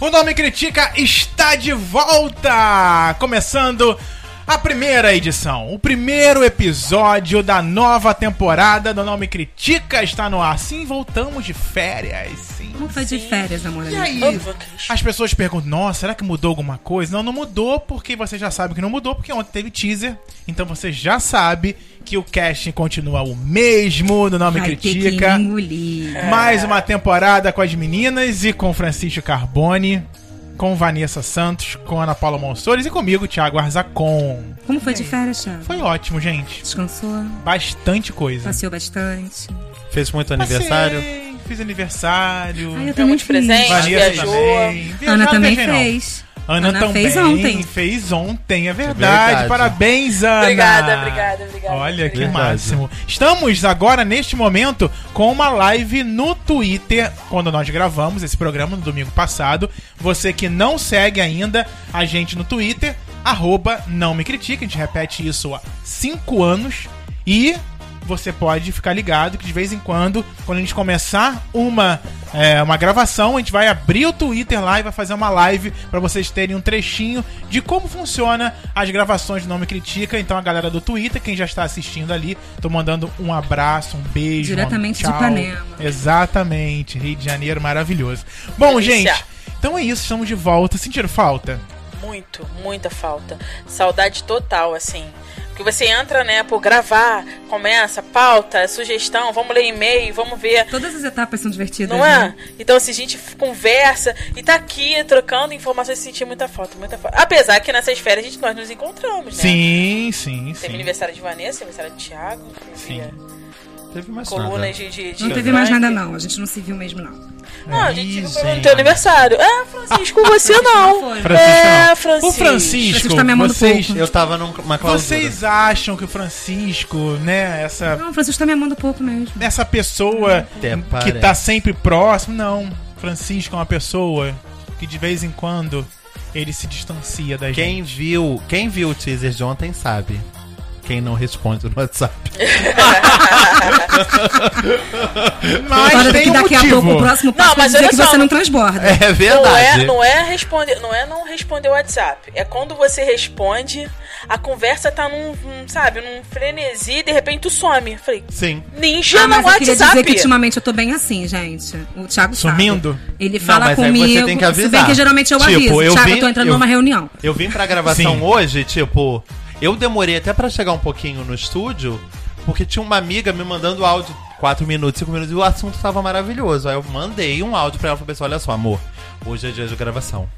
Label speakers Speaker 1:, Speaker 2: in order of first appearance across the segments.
Speaker 1: O Nome Critica está de volta! Começando a primeira edição, o primeiro episódio da nova temporada do Nome Critica está no ar. Sim, voltamos de férias. Sim.
Speaker 2: Como foi de
Speaker 1: sim.
Speaker 2: férias, amor?
Speaker 1: E aí? As pessoas perguntam: Nossa, será que mudou alguma coisa? Não, não mudou porque você já sabe que não mudou, porque ontem teve teaser. Então você já sabe que o casting continua o mesmo do Nome
Speaker 2: Vai ter que
Speaker 1: Critica.
Speaker 2: engolir.
Speaker 1: Mais uma temporada com as meninas e com Francisco Carbone, com Vanessa Santos, com Ana Paula Monsores e comigo, Thiago Arzacon.
Speaker 2: Como foi de férias, Thiago?
Speaker 1: Foi ótimo, gente.
Speaker 2: Descansou?
Speaker 1: Bastante coisa.
Speaker 2: Passeou bastante?
Speaker 3: Fez muito
Speaker 1: Passei,
Speaker 3: aniversário.
Speaker 1: Fiz aniversário.
Speaker 2: Ai, eu
Speaker 4: Deu
Speaker 2: tô muito
Speaker 4: muito presente,
Speaker 2: feliz.
Speaker 1: Vanessa
Speaker 4: viajou.
Speaker 1: também.
Speaker 2: Ana
Speaker 1: Viajar não
Speaker 2: também
Speaker 1: viajei, não.
Speaker 2: fez.
Speaker 1: Ana,
Speaker 2: Ana
Speaker 1: também
Speaker 2: fez ontem.
Speaker 1: Fez ontem, é verdade.
Speaker 3: verdade.
Speaker 1: Parabéns, Ana.
Speaker 4: Obrigada, obrigada, obrigada.
Speaker 1: Olha que
Speaker 3: Verdade.
Speaker 1: máximo. Estamos agora, neste momento, com uma live no Twitter, quando nós gravamos esse programa no domingo passado. Você que não segue ainda a gente no Twitter, arroba não me critica, a gente repete isso há cinco anos. E você pode ficar ligado que de vez em quando, quando a gente começar uma, é, uma gravação, a gente vai abrir o Twitter lá e vai fazer uma live pra vocês terem um trechinho de como funciona as gravações do Nome Critica. Então a galera do Twitter, quem já está assistindo ali, tô mandando um abraço, um beijo.
Speaker 2: Diretamente de
Speaker 1: um tchau.
Speaker 2: Ipanema.
Speaker 1: Exatamente, Rio de Janeiro maravilhoso. Bom,
Speaker 4: Delícia. Né?
Speaker 1: gente, então é isso, estamos de volta. Sentiram falta?
Speaker 4: Muito, muita falta. Saudade total, assim. Porque você entra, né, por gravar, começa, pauta, sugestão, vamos ler e-mail, vamos ver.
Speaker 2: Todas as etapas são divertidas,
Speaker 4: Não é?
Speaker 2: né?
Speaker 4: Então, assim, a gente f- conversa e tá aqui trocando informações, senti muita falta, muita falta. Apesar que nessas férias a gente, nós nos encontramos, né?
Speaker 1: Sim, sim,
Speaker 4: Teve
Speaker 1: sim.
Speaker 4: aniversário de Vanessa, aniversário de Thiago, teve
Speaker 1: Sim.
Speaker 3: Teve mais nada.
Speaker 4: colunas de, de, de.
Speaker 2: Não teve mais
Speaker 4: Frank.
Speaker 2: nada, não. A gente não se viu mesmo, não.
Speaker 4: Não, a gente
Speaker 1: Ih,
Speaker 4: ficou no
Speaker 1: gente.
Speaker 4: teu aniversário. É, Francisco, você
Speaker 2: não
Speaker 4: não.
Speaker 2: foi.
Speaker 1: Francisco,
Speaker 4: é,
Speaker 1: não.
Speaker 4: Francisco.
Speaker 1: O Francisco,
Speaker 2: Francisco tá me amando
Speaker 1: vocês,
Speaker 2: pouco.
Speaker 3: Eu tava numa clausura.
Speaker 1: vocês acham que o Francisco, né, essa,
Speaker 2: Não, o Francisco tá me amando pouco mesmo.
Speaker 1: essa pessoa
Speaker 3: Até
Speaker 1: que
Speaker 3: parece.
Speaker 1: tá sempre próximo, não. Francisco é uma pessoa que de vez em quando ele se distancia da gente.
Speaker 3: Quem viu, quem viu o teaser de ontem sabe. Quem não responde no WhatsApp.
Speaker 1: Mas
Speaker 2: Agora
Speaker 1: tem
Speaker 2: que
Speaker 1: um
Speaker 2: daqui a pouco o
Speaker 1: motivo.
Speaker 2: próximo
Speaker 4: Não,
Speaker 2: passo vai
Speaker 4: mas
Speaker 2: dizer
Speaker 4: olha
Speaker 2: que
Speaker 4: só,
Speaker 2: você não
Speaker 4: não-
Speaker 2: transborda.
Speaker 3: É
Speaker 4: Não é,
Speaker 3: verdade.
Speaker 4: não é responder, não é não responder o WhatsApp. É quando você responde, a conversa tá num, num, sabe, num frenesi e de repente tu some. Eu Falei,
Speaker 3: Sim.
Speaker 4: ninja
Speaker 2: Ah,
Speaker 4: no
Speaker 2: mas eu queria
Speaker 4: WhatsApp.
Speaker 2: dizer que ultimamente eu tô bem assim, gente. O Thiago sabe.
Speaker 1: Sumindo?
Speaker 2: Ele
Speaker 3: Não,
Speaker 2: fala
Speaker 3: mas aí você
Speaker 2: comigo.
Speaker 3: tem que
Speaker 2: Se bem
Speaker 3: avisar.
Speaker 2: que geralmente eu
Speaker 3: Tipo,
Speaker 2: aviso.
Speaker 3: eu
Speaker 2: Thiago,
Speaker 3: vi-
Speaker 2: eu tô entrando
Speaker 3: eu-
Speaker 2: numa reunião.
Speaker 3: Eu vim pra gravação
Speaker 1: Sim.
Speaker 3: hoje, tipo, eu demorei até pra chegar um pouquinho no estúdio, porque tinha uma amiga me mandando áudio 4 minutos, 5 minutos, e o assunto tava maravilhoso. Aí eu mandei um áudio pra ela e falei assim: olha só, amor, hoje é dia de gravação.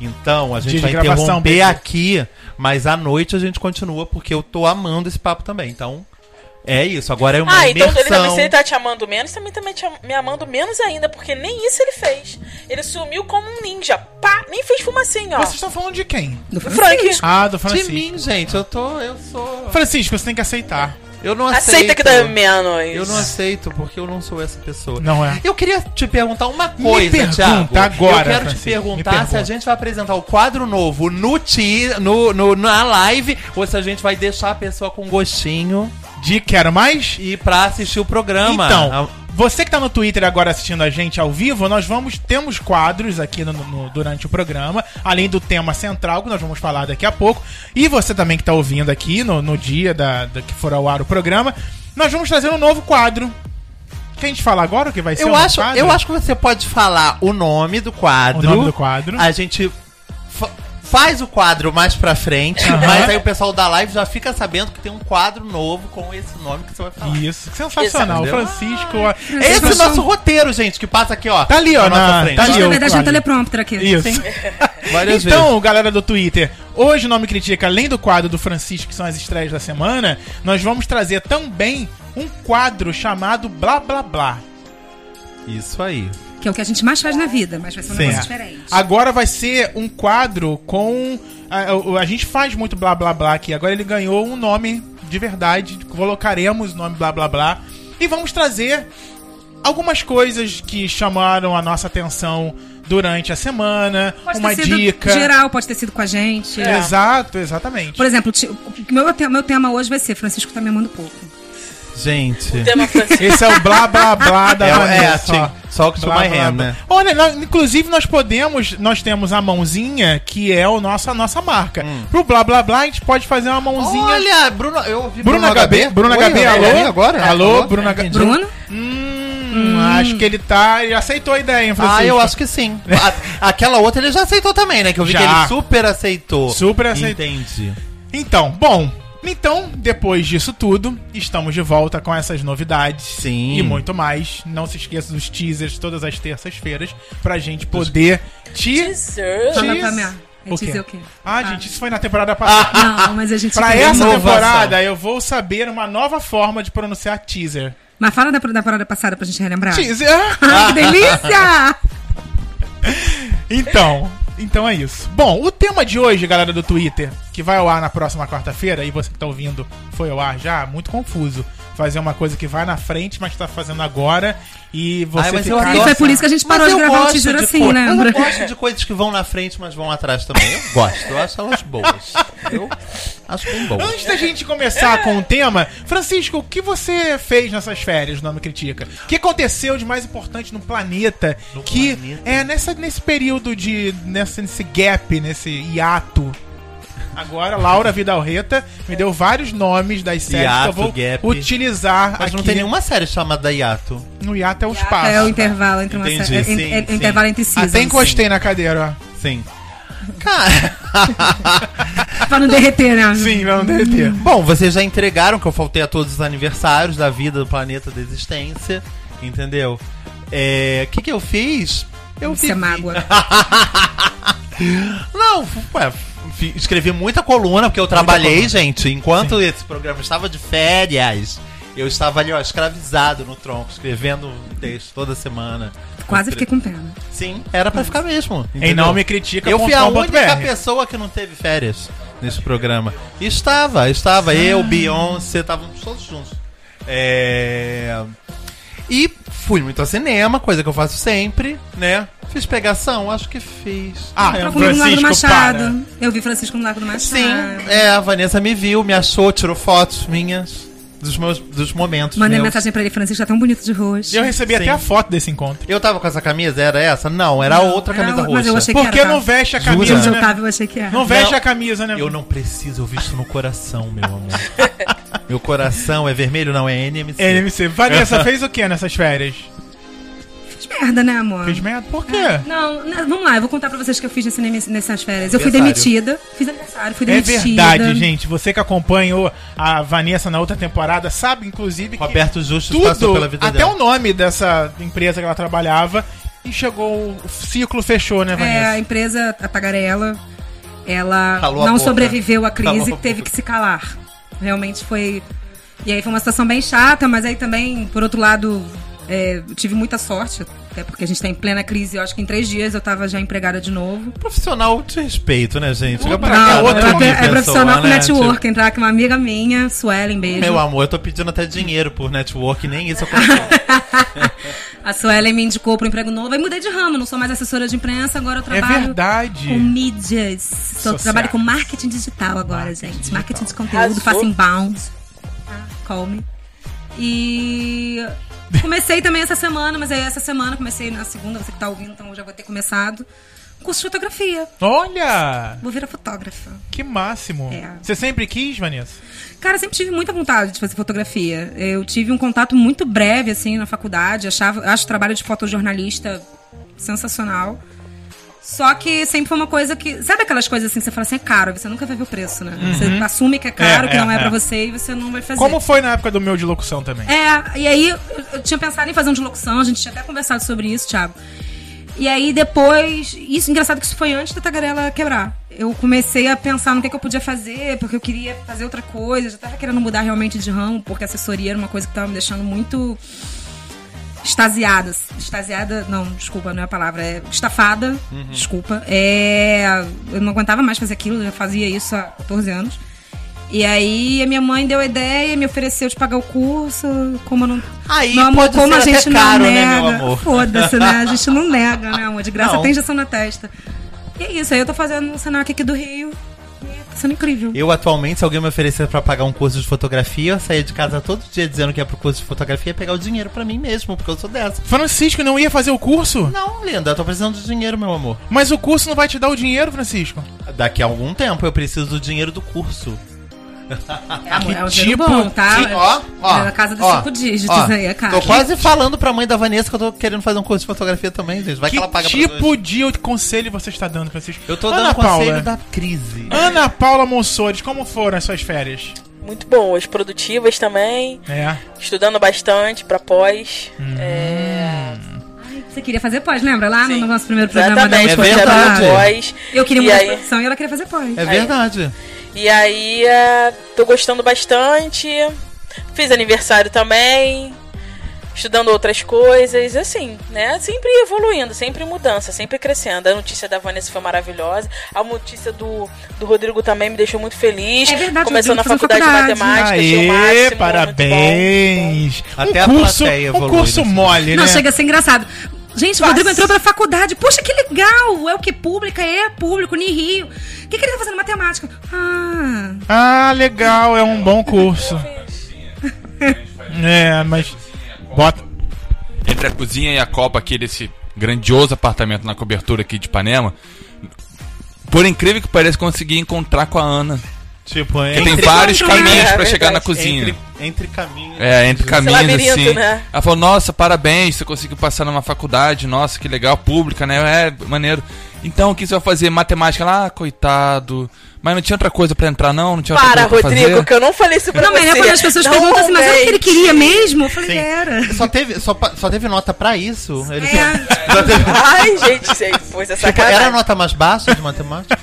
Speaker 3: Então, a gente
Speaker 1: Dia de
Speaker 3: vai
Speaker 1: gravação,
Speaker 3: interromper
Speaker 1: beijo."
Speaker 3: aqui, mas à noite a gente continua, porque eu tô amando esse papo também. Então, é isso. Agora é uma
Speaker 4: Ah, então
Speaker 3: imersão.
Speaker 4: ele também, se ele tá te amando menos, também tá me te am- me amando menos ainda, porque nem isso ele fez. Ele sumiu como um ninja. Pá, nem fez fumacinho, ó.
Speaker 1: Vocês estão falando de quem?
Speaker 2: Do
Speaker 4: Frank,
Speaker 1: Ah, do
Speaker 3: De
Speaker 1: Francisco.
Speaker 3: mim, gente. Eu tô... Eu sou...
Speaker 1: Francisco, você tem que aceitar.
Speaker 3: Eu não aceito.
Speaker 4: aceita que dá menos.
Speaker 3: Eu não aceito, porque eu não sou essa pessoa.
Speaker 1: Não é.
Speaker 3: Eu queria te perguntar uma
Speaker 1: Me
Speaker 3: coisa,
Speaker 1: pergunta
Speaker 3: Thiago.
Speaker 1: agora,
Speaker 3: Eu quero
Speaker 1: Francisco,
Speaker 3: te
Speaker 1: me
Speaker 3: perguntar
Speaker 1: pergunta.
Speaker 3: se a gente vai apresentar o quadro novo no ti, no, no- na live ou se a gente vai deixar a pessoa com gostinho
Speaker 1: De quero mais?
Speaker 3: e pra assistir o programa. Ah,
Speaker 1: Então,
Speaker 3: A-
Speaker 1: você que tá no Twitter agora assistindo a gente ao vivo, nós vamos temos quadros aqui no- no- durante o programa, além do tema central que nós vamos falar daqui a pouco. E você também que tá ouvindo aqui no, no dia da, da- que for ao ar o programa, nós vamos trazer um novo quadro. Quer a gente falar agora o que vai ser o
Speaker 3: eu
Speaker 1: novo
Speaker 3: acho,
Speaker 1: é um quadro?
Speaker 3: eu acho que você pode falar o nome do quadro.
Speaker 1: o nome do quadro.
Speaker 3: A gente fa- faz o quadro mais pra frente, mas aí o pessoal da live já fica sabendo que tem um quadro novo com esse nome que você vai falar.
Speaker 1: Isso, sensacional.
Speaker 3: Exato.
Speaker 1: Francisco.
Speaker 3: Esse é o
Speaker 1: Francisco-
Speaker 3: nosso roteiro, gente, que passa aqui, ó.
Speaker 1: Tá ali, ó,
Speaker 3: na nossa
Speaker 1: na-
Speaker 3: frente.
Speaker 1: tá
Speaker 2: A gente,
Speaker 1: ali,
Speaker 2: na
Speaker 1: ó,
Speaker 2: verdade, é um
Speaker 1: Flávio.
Speaker 2: teleprompter aqui.
Speaker 1: Isso.
Speaker 3: Várias
Speaker 1: então, galera do Twitter, hoje o Nome Critica, além do quadro do Francisco, que são as estreias da semana, nós vamos trazer também um quadro chamado Blá Blá Blá.
Speaker 3: Isso aí.
Speaker 2: Que é o que a gente mais faz na vida, mas vai ser um negócio
Speaker 1: Certo.
Speaker 2: diferente.
Speaker 1: Agora vai ser um quadro com. A, o- a gente faz muito blá blá blá aqui. Agora ele ganhou um nome de verdade. Colocaremos o nome blá blá blá. E vamos trazer algumas coisas que chamaram a nossa atenção durante a semana.
Speaker 2: Pode
Speaker 1: uma
Speaker 2: ter sido
Speaker 1: dica. É.
Speaker 2: geral, pode ter sido com a gente.
Speaker 1: Exato, exatamente.
Speaker 2: Por exemplo, ti- o meu, te- meu tema hoje vai ser Francisco tá me amando pouco.
Speaker 3: Gente.
Speaker 4: O tema francês.
Speaker 1: Esse é o blá blá blá da
Speaker 3: É, é,
Speaker 1: Vanessa,
Speaker 3: assim,
Speaker 1: ó.
Speaker 3: só que
Speaker 1: Blá,
Speaker 3: my
Speaker 1: blá,
Speaker 3: hand,
Speaker 1: blá.
Speaker 3: né?
Speaker 1: Olha, nós- inclusive nós podemos, nós temos a mãozinha que é o nosso, a nossa marca.
Speaker 3: Hum.
Speaker 1: Pro blá blá blá a gente pode fazer uma mãozinha.
Speaker 3: Olha, Bruno, eu ouvi
Speaker 1: Bruna HB, Bruna
Speaker 3: Oi,
Speaker 1: HB,
Speaker 3: é
Speaker 1: alô?
Speaker 3: minha Agora?
Speaker 1: Alô, Bruna HB.
Speaker 2: Bruno?
Speaker 1: Hum, acho que ele tá, ele aceitou a ideia, hein, Francisco?
Speaker 3: Ah, eu acho que sim. A- aquela outra ele já aceitou também, né? Que eu vi
Speaker 1: Já.
Speaker 3: que ele super aceitou.
Speaker 1: Super aceitou.
Speaker 3: Entendi.
Speaker 1: Então, bom, então, depois disso tudo, estamos de volta com essas novidades.
Speaker 3: Sim.
Speaker 1: E muito mais. Não se esqueça dos teasers todas as terças-feiras pra gente poder te...
Speaker 4: Deserve.
Speaker 1: Sim.
Speaker 2: Fala
Speaker 1: Diz-
Speaker 2: pra minha.
Speaker 1: O
Speaker 2: É
Speaker 1: quê?
Speaker 2: dizer o quê?
Speaker 1: Ah, gente, isso é foi na temporada passada.
Speaker 2: Não, mas a gente.
Speaker 1: Ah, Pra
Speaker 2: queria-
Speaker 1: essa
Speaker 3: Inovação.
Speaker 1: temporada, eu vou saber uma nova forma de pronunciar teaser.
Speaker 2: Mas fala da, da parada passada pra gente relembrar.
Speaker 1: Teaser!
Speaker 2: Ai, que delícia!
Speaker 1: Então, então é isso. Bom, o tema de hoje, galera do Twitter, que vai ao ar na próxima quarta-feira, e você que tá ouvindo foi ao ar já, muito confuso. Fazer uma coisa que vai na frente, mas tá fazendo agora, e você
Speaker 3: Ai, mas eu
Speaker 1: ficar-
Speaker 2: E
Speaker 3: adoro.
Speaker 2: foi por isso que a gente parou
Speaker 3: Mas
Speaker 2: de
Speaker 3: eu
Speaker 2: gravar o
Speaker 3: gosto
Speaker 2: teaser
Speaker 3: de
Speaker 2: assim,
Speaker 3: coisa-
Speaker 2: né?
Speaker 3: Eu gosto de coisas que vão na frente, mas vão atrás também. Eu gosto, eu acho elas boas. Eu acho bem boas.
Speaker 1: Antes da gente começar com o tema, Francisco, o que você fez nessas férias no Ano Critica? O que aconteceu de mais importante no planeta?
Speaker 3: No
Speaker 1: que
Speaker 3: planeta?
Speaker 1: é nessa, nesse período de. Nessa, nesse gap, nesse hiato. Agora, Laura Vidalreta me deu vários nomes das séries
Speaker 3: Hiato,
Speaker 1: que eu vou
Speaker 3: gap.
Speaker 1: utilizar.
Speaker 3: Mas não tem nenhuma série chamada Yato.
Speaker 1: No hiato é o espaço.
Speaker 2: É o intervalo entre uma
Speaker 3: Entendi,
Speaker 2: série. É,
Speaker 3: sim,
Speaker 2: é, é
Speaker 3: sim.
Speaker 2: intervalo entre seasons.
Speaker 1: Até encostei na cadeira, ó.
Speaker 3: Sim. Cara.
Speaker 2: Pra não derreter, né?
Speaker 1: Sim, não derreter.
Speaker 3: Bom, vocês já entregaram que eu faltei a todos os aniversários da vida, do planeta, da existência, entendeu? É. O que, que eu fiz? Eu
Speaker 2: Isso é
Speaker 3: vivi.
Speaker 2: mágoa.
Speaker 3: Não, f- ué, f- escrevi muita coluna, porque eu trabalhei, gente. Enquanto esse programa estava de férias, eu estava ali, ó, escravizado no tronco, escrevendo um texto toda semana.
Speaker 2: Quase fiquei com pena.
Speaker 3: Sim, era pra ficar mesmo.
Speaker 1: Em não me critica.
Speaker 3: Eu fui a única
Speaker 1: .com.br.
Speaker 3: pessoa que não teve férias nesse programa. Estava, estava.
Speaker 2: Ah.
Speaker 3: Eu, Beyoncé, estávamos todos juntos. É... E fui muito ao cinema, coisa que eu faço sempre, né? Fiz pegação, acho que fiz.
Speaker 1: Ah,
Speaker 3: Não
Speaker 1: eu Francisco,
Speaker 2: Pra comigo no Lago do um Machado.
Speaker 1: para.
Speaker 2: Eu vi Francisco no Lago do Machado.
Speaker 3: Sim, é, a Vanessa me viu, me achou, tirou fotos minhas dos meus dos momentos.
Speaker 2: Mandei
Speaker 3: meus.
Speaker 2: mensagem pra ele, Francisco tá tão bonito de roxo.
Speaker 1: Eu recebi
Speaker 3: Sim.
Speaker 1: até a foto desse encontro.
Speaker 3: Eu tava com essa camisa, era essa? Não, era outra
Speaker 2: era
Speaker 3: camisa
Speaker 2: o-
Speaker 3: roxa.
Speaker 2: mas eu achei que-
Speaker 1: Porque
Speaker 2: era, tá?
Speaker 1: não veste a
Speaker 3: Jura?
Speaker 1: camisa,
Speaker 2: Gente,
Speaker 1: né?
Speaker 2: Otávio, eu achei que era.
Speaker 1: Não veste
Speaker 3: Não.
Speaker 1: a camisa, né?
Speaker 3: Eu não preciso, eu visto no coração, meu amor. meu coração é vermelho, não é NMC.
Speaker 1: NMC. Vanessa, fez o que nessas férias?
Speaker 2: Fiz merda, né, amor?
Speaker 1: Fez merda? Por quê?
Speaker 3: É.
Speaker 2: Não, não, vamos lá, eu vou contar pra vocês o que eu fiz nesse, nesse- nessas férias. Eu fui
Speaker 3: Aniversário.
Speaker 2: demitida, fiz aniversário, fui
Speaker 1: É
Speaker 2: demitida.
Speaker 1: verdade, gente. Você que acompanhou a Vanessa na outra temporada sabe, inclusive, que
Speaker 3: Roberto Justo
Speaker 1: tudo,
Speaker 3: passou pela vida
Speaker 1: até
Speaker 3: dela.
Speaker 1: o nome dessa empresa que ela trabalhava, e chegou, o ciclo fechou, né,
Speaker 2: É, a
Speaker 1: Vanessa?
Speaker 2: empresa, a Tagarela, ela
Speaker 3: Calou a
Speaker 2: não
Speaker 3: boca.
Speaker 2: sobreviveu à
Speaker 3: Calou
Speaker 2: crise
Speaker 3: a
Speaker 2: e teve
Speaker 3: boca.
Speaker 2: que se calar. Realmente foi. E aí foi uma situação bem chata, mas aí também, por outro lado, é, eu tive muita sorte, até porque a gente tá em plena crise. Eu acho que em três dias eu tava já empregada de novo.
Speaker 3: um Profissional de respeito, né, gente? Olha pra
Speaker 1: Não,
Speaker 3: cá,
Speaker 1: outro
Speaker 3: né?
Speaker 2: eu
Speaker 1: nível,
Speaker 2: é
Speaker 3: Pessoa,
Speaker 2: profissional com
Speaker 3: né?
Speaker 2: network.
Speaker 3: Tipo,
Speaker 2: Entrar com uma amiga minha, Suelen, beijo.
Speaker 3: Meu amor, eu tô pedindo até dinheiro por network, nem isso aconteceu.
Speaker 2: A Suelen me indicou pro emprego novo. Aí mudei de ramo, não sou mais assessora de imprensa, agora eu
Speaker 1: É,
Speaker 2: trabalho.
Speaker 1: verdade.
Speaker 2: Com mídias. Sou,
Speaker 1: Sociais.
Speaker 2: trabalho com marketing digital agora,
Speaker 1: Marketing
Speaker 2: gente.
Speaker 1: digital.
Speaker 2: Marketing de conteúdo, faço
Speaker 4: Arrasou.
Speaker 2: inbound. Ah, Call me. E comecei também essa semana, mas aí essa semana, comecei na segunda, você que tá ouvindo, então eu já vou ter começado. Curso de fotografia.
Speaker 1: Olha!
Speaker 2: Vou virar fotógrafa.
Speaker 1: Que máximo.
Speaker 2: É.
Speaker 1: Você sempre quis, Vanessa?
Speaker 2: Cara, eu sempre tive muita vontade de fazer fotografia. Eu tive um contato muito breve, assim, na faculdade. Achava, acho o trabalho de fotojornalista sensacional. Só que sempre foi uma coisa que. Sabe aquelas coisas assim que você fala assim, é caro, você nunca vai ver o preço, né? Você assume que é caro,
Speaker 1: É,
Speaker 2: que não
Speaker 1: é,
Speaker 2: é, pra
Speaker 1: é.
Speaker 2: você e você não vai fazer.
Speaker 1: Como foi na época do meu de locução também?
Speaker 2: É, e aí eu, eu tinha pensado em fazer um de locução, a gente tinha até conversado sobre isso, Thiago. E aí depois, isso engraçado que isso foi antes da Tagarela quebrar. Eu comecei a pensar no que, que eu podia fazer, porque eu queria fazer outra coisa, eu já tava querendo mudar realmente de ramo, porque assessoria era uma coisa que tava me deixando muito extasiada. Extasiada, não, desculpa, não é a palavra, é estafada, desculpa. É, eu não aguentava mais fazer aquilo, eu já fazia isso há 14 anos. E aí a minha mãe deu a ideia, me ofereceu de pagar o curso, como eu não.
Speaker 3: Aí
Speaker 2: Meu amor,
Speaker 3: pode
Speaker 2: como
Speaker 3: ser
Speaker 2: a
Speaker 3: até
Speaker 2: gente
Speaker 3: caro,
Speaker 2: não
Speaker 3: né,
Speaker 2: nega.
Speaker 3: meu amor?
Speaker 2: Foda-se, né? A gente não nega, né, amor? De graça
Speaker 3: Não.
Speaker 2: tem injeção na testa. E é isso, aí eu tô fazendo um cenário aqui do Rio. E sendo incrível.
Speaker 3: Eu atualmente, se alguém me oferecer pra pagar um curso de fotografia, eu saía de casa todo dia dizendo que ia pro curso de fotografia e pegar o dinheiro pra mim mesmo, porque eu sou dessa.
Speaker 1: Francisco não ia fazer o curso?
Speaker 3: Não, linda, eu tô precisando de dinheiro, meu amor.
Speaker 1: Mas o curso não vai te dar o dinheiro, Francisco.
Speaker 3: Daqui a algum tempo eu preciso do dinheiro do curso.
Speaker 2: É, é um
Speaker 1: tipo
Speaker 2: tipo bom, tá?
Speaker 3: Sim, ó, ó.
Speaker 2: É na casa dos
Speaker 3: ó,
Speaker 2: cinco dígitos
Speaker 3: ó.
Speaker 2: aí, é a cara.
Speaker 3: Tô quase falando pra mãe da Vanessa que eu tô querendo fazer um curso de fotografia também, gente. Vai que, ela paga
Speaker 1: que
Speaker 3: pra
Speaker 1: tipo de conselho você está dando, Francisco?
Speaker 3: Eu tô
Speaker 1: Ana
Speaker 3: dando conselho
Speaker 1: Paula.
Speaker 3: da crise.
Speaker 1: Ana Paula Monsores, como foram as suas férias?
Speaker 4: Muito boas, produtivas também.
Speaker 1: É.
Speaker 4: Estudando bastante pra pós.
Speaker 3: Uhum.
Speaker 4: É,
Speaker 2: Você queria fazer pós, lembra? Lá
Speaker 4: Sim.
Speaker 2: no nosso primeiro programa da
Speaker 4: Exatamente,
Speaker 3: última
Speaker 4: foi
Speaker 3: temporada.
Speaker 4: estudando pós.
Speaker 2: Eu queria
Speaker 4: E
Speaker 2: mudar de
Speaker 4: aí-
Speaker 2: profissão e ela queria fazer pós.
Speaker 3: É verdade.
Speaker 4: E aí, é, tô gostando bastante. Fiz aniversário também. Estudando outras coisas, assim, né? Sempre evoluindo, sempre mudança, sempre crescendo. A notícia da Vanessa foi maravilhosa. A notícia do, do Rodrigo também me deixou muito feliz.
Speaker 2: É verdade,
Speaker 4: Começou
Speaker 2: Rodrigo
Speaker 4: na
Speaker 2: fazendo
Speaker 4: faculdade
Speaker 2: faculdade.
Speaker 4: de matemática, achei o máximo,
Speaker 1: Aê,
Speaker 4: muito bom.
Speaker 1: parabéns.
Speaker 3: Até a plateia
Speaker 1: um
Speaker 3: evolui
Speaker 1: curso
Speaker 3: nesse
Speaker 1: mole,
Speaker 2: Não,
Speaker 1: né?
Speaker 2: chega a ser engraçado. Gente, o Rodrigo entrou pra faculdade. Poxa, que legal! É o que? Pública? É público, ni Rio. O que, que ele tá fazendo? Matemática. Ah.
Speaker 1: Ah, legal, é um bom curso. é, mas bota
Speaker 5: Entre a cozinha e a copa aqui desse grandioso apartamento na cobertura aqui de Ipanema, por incrível que pareça, consegui encontrar com a Ana.
Speaker 3: Tipo,
Speaker 5: Porque
Speaker 3: entre,
Speaker 5: tem vários
Speaker 2: caminhos,
Speaker 5: caminhos
Speaker 4: é
Speaker 5: pra chegar na
Speaker 4: verdade.
Speaker 5: cozinha.
Speaker 3: entre, entre caminhos.
Speaker 5: É, entre caminhos,
Speaker 4: labirinto,
Speaker 5: assim.
Speaker 4: né?
Speaker 5: Ela falou, nossa, parabéns, você conseguiu passar numa faculdade, nossa, que legal, pública, né? É, maneiro. Então, o que você vai fazer? Matemática? Ela, ah, coitado. Mas não tinha outra coisa pra entrar, não? Não tinha outra
Speaker 4: Para,
Speaker 5: coisa pra
Speaker 4: Rodrigo,
Speaker 5: fazer?
Speaker 4: que eu não falei isso pra
Speaker 2: Não, mas
Speaker 4: você.
Speaker 2: é quando as pessoas perguntam assim, mas era o que ele
Speaker 4: comente.
Speaker 2: queria mesmo? Eu falei,
Speaker 3: Sim.
Speaker 2: era.
Speaker 3: Só teve, só, pa- só teve nota pra isso? Ele-
Speaker 2: É.
Speaker 3: Só teve-
Speaker 4: Ai, gente, isso aí foi essa
Speaker 3: tipo, era a
Speaker 4: sacanagem.
Speaker 3: nota mais baixa de matemática?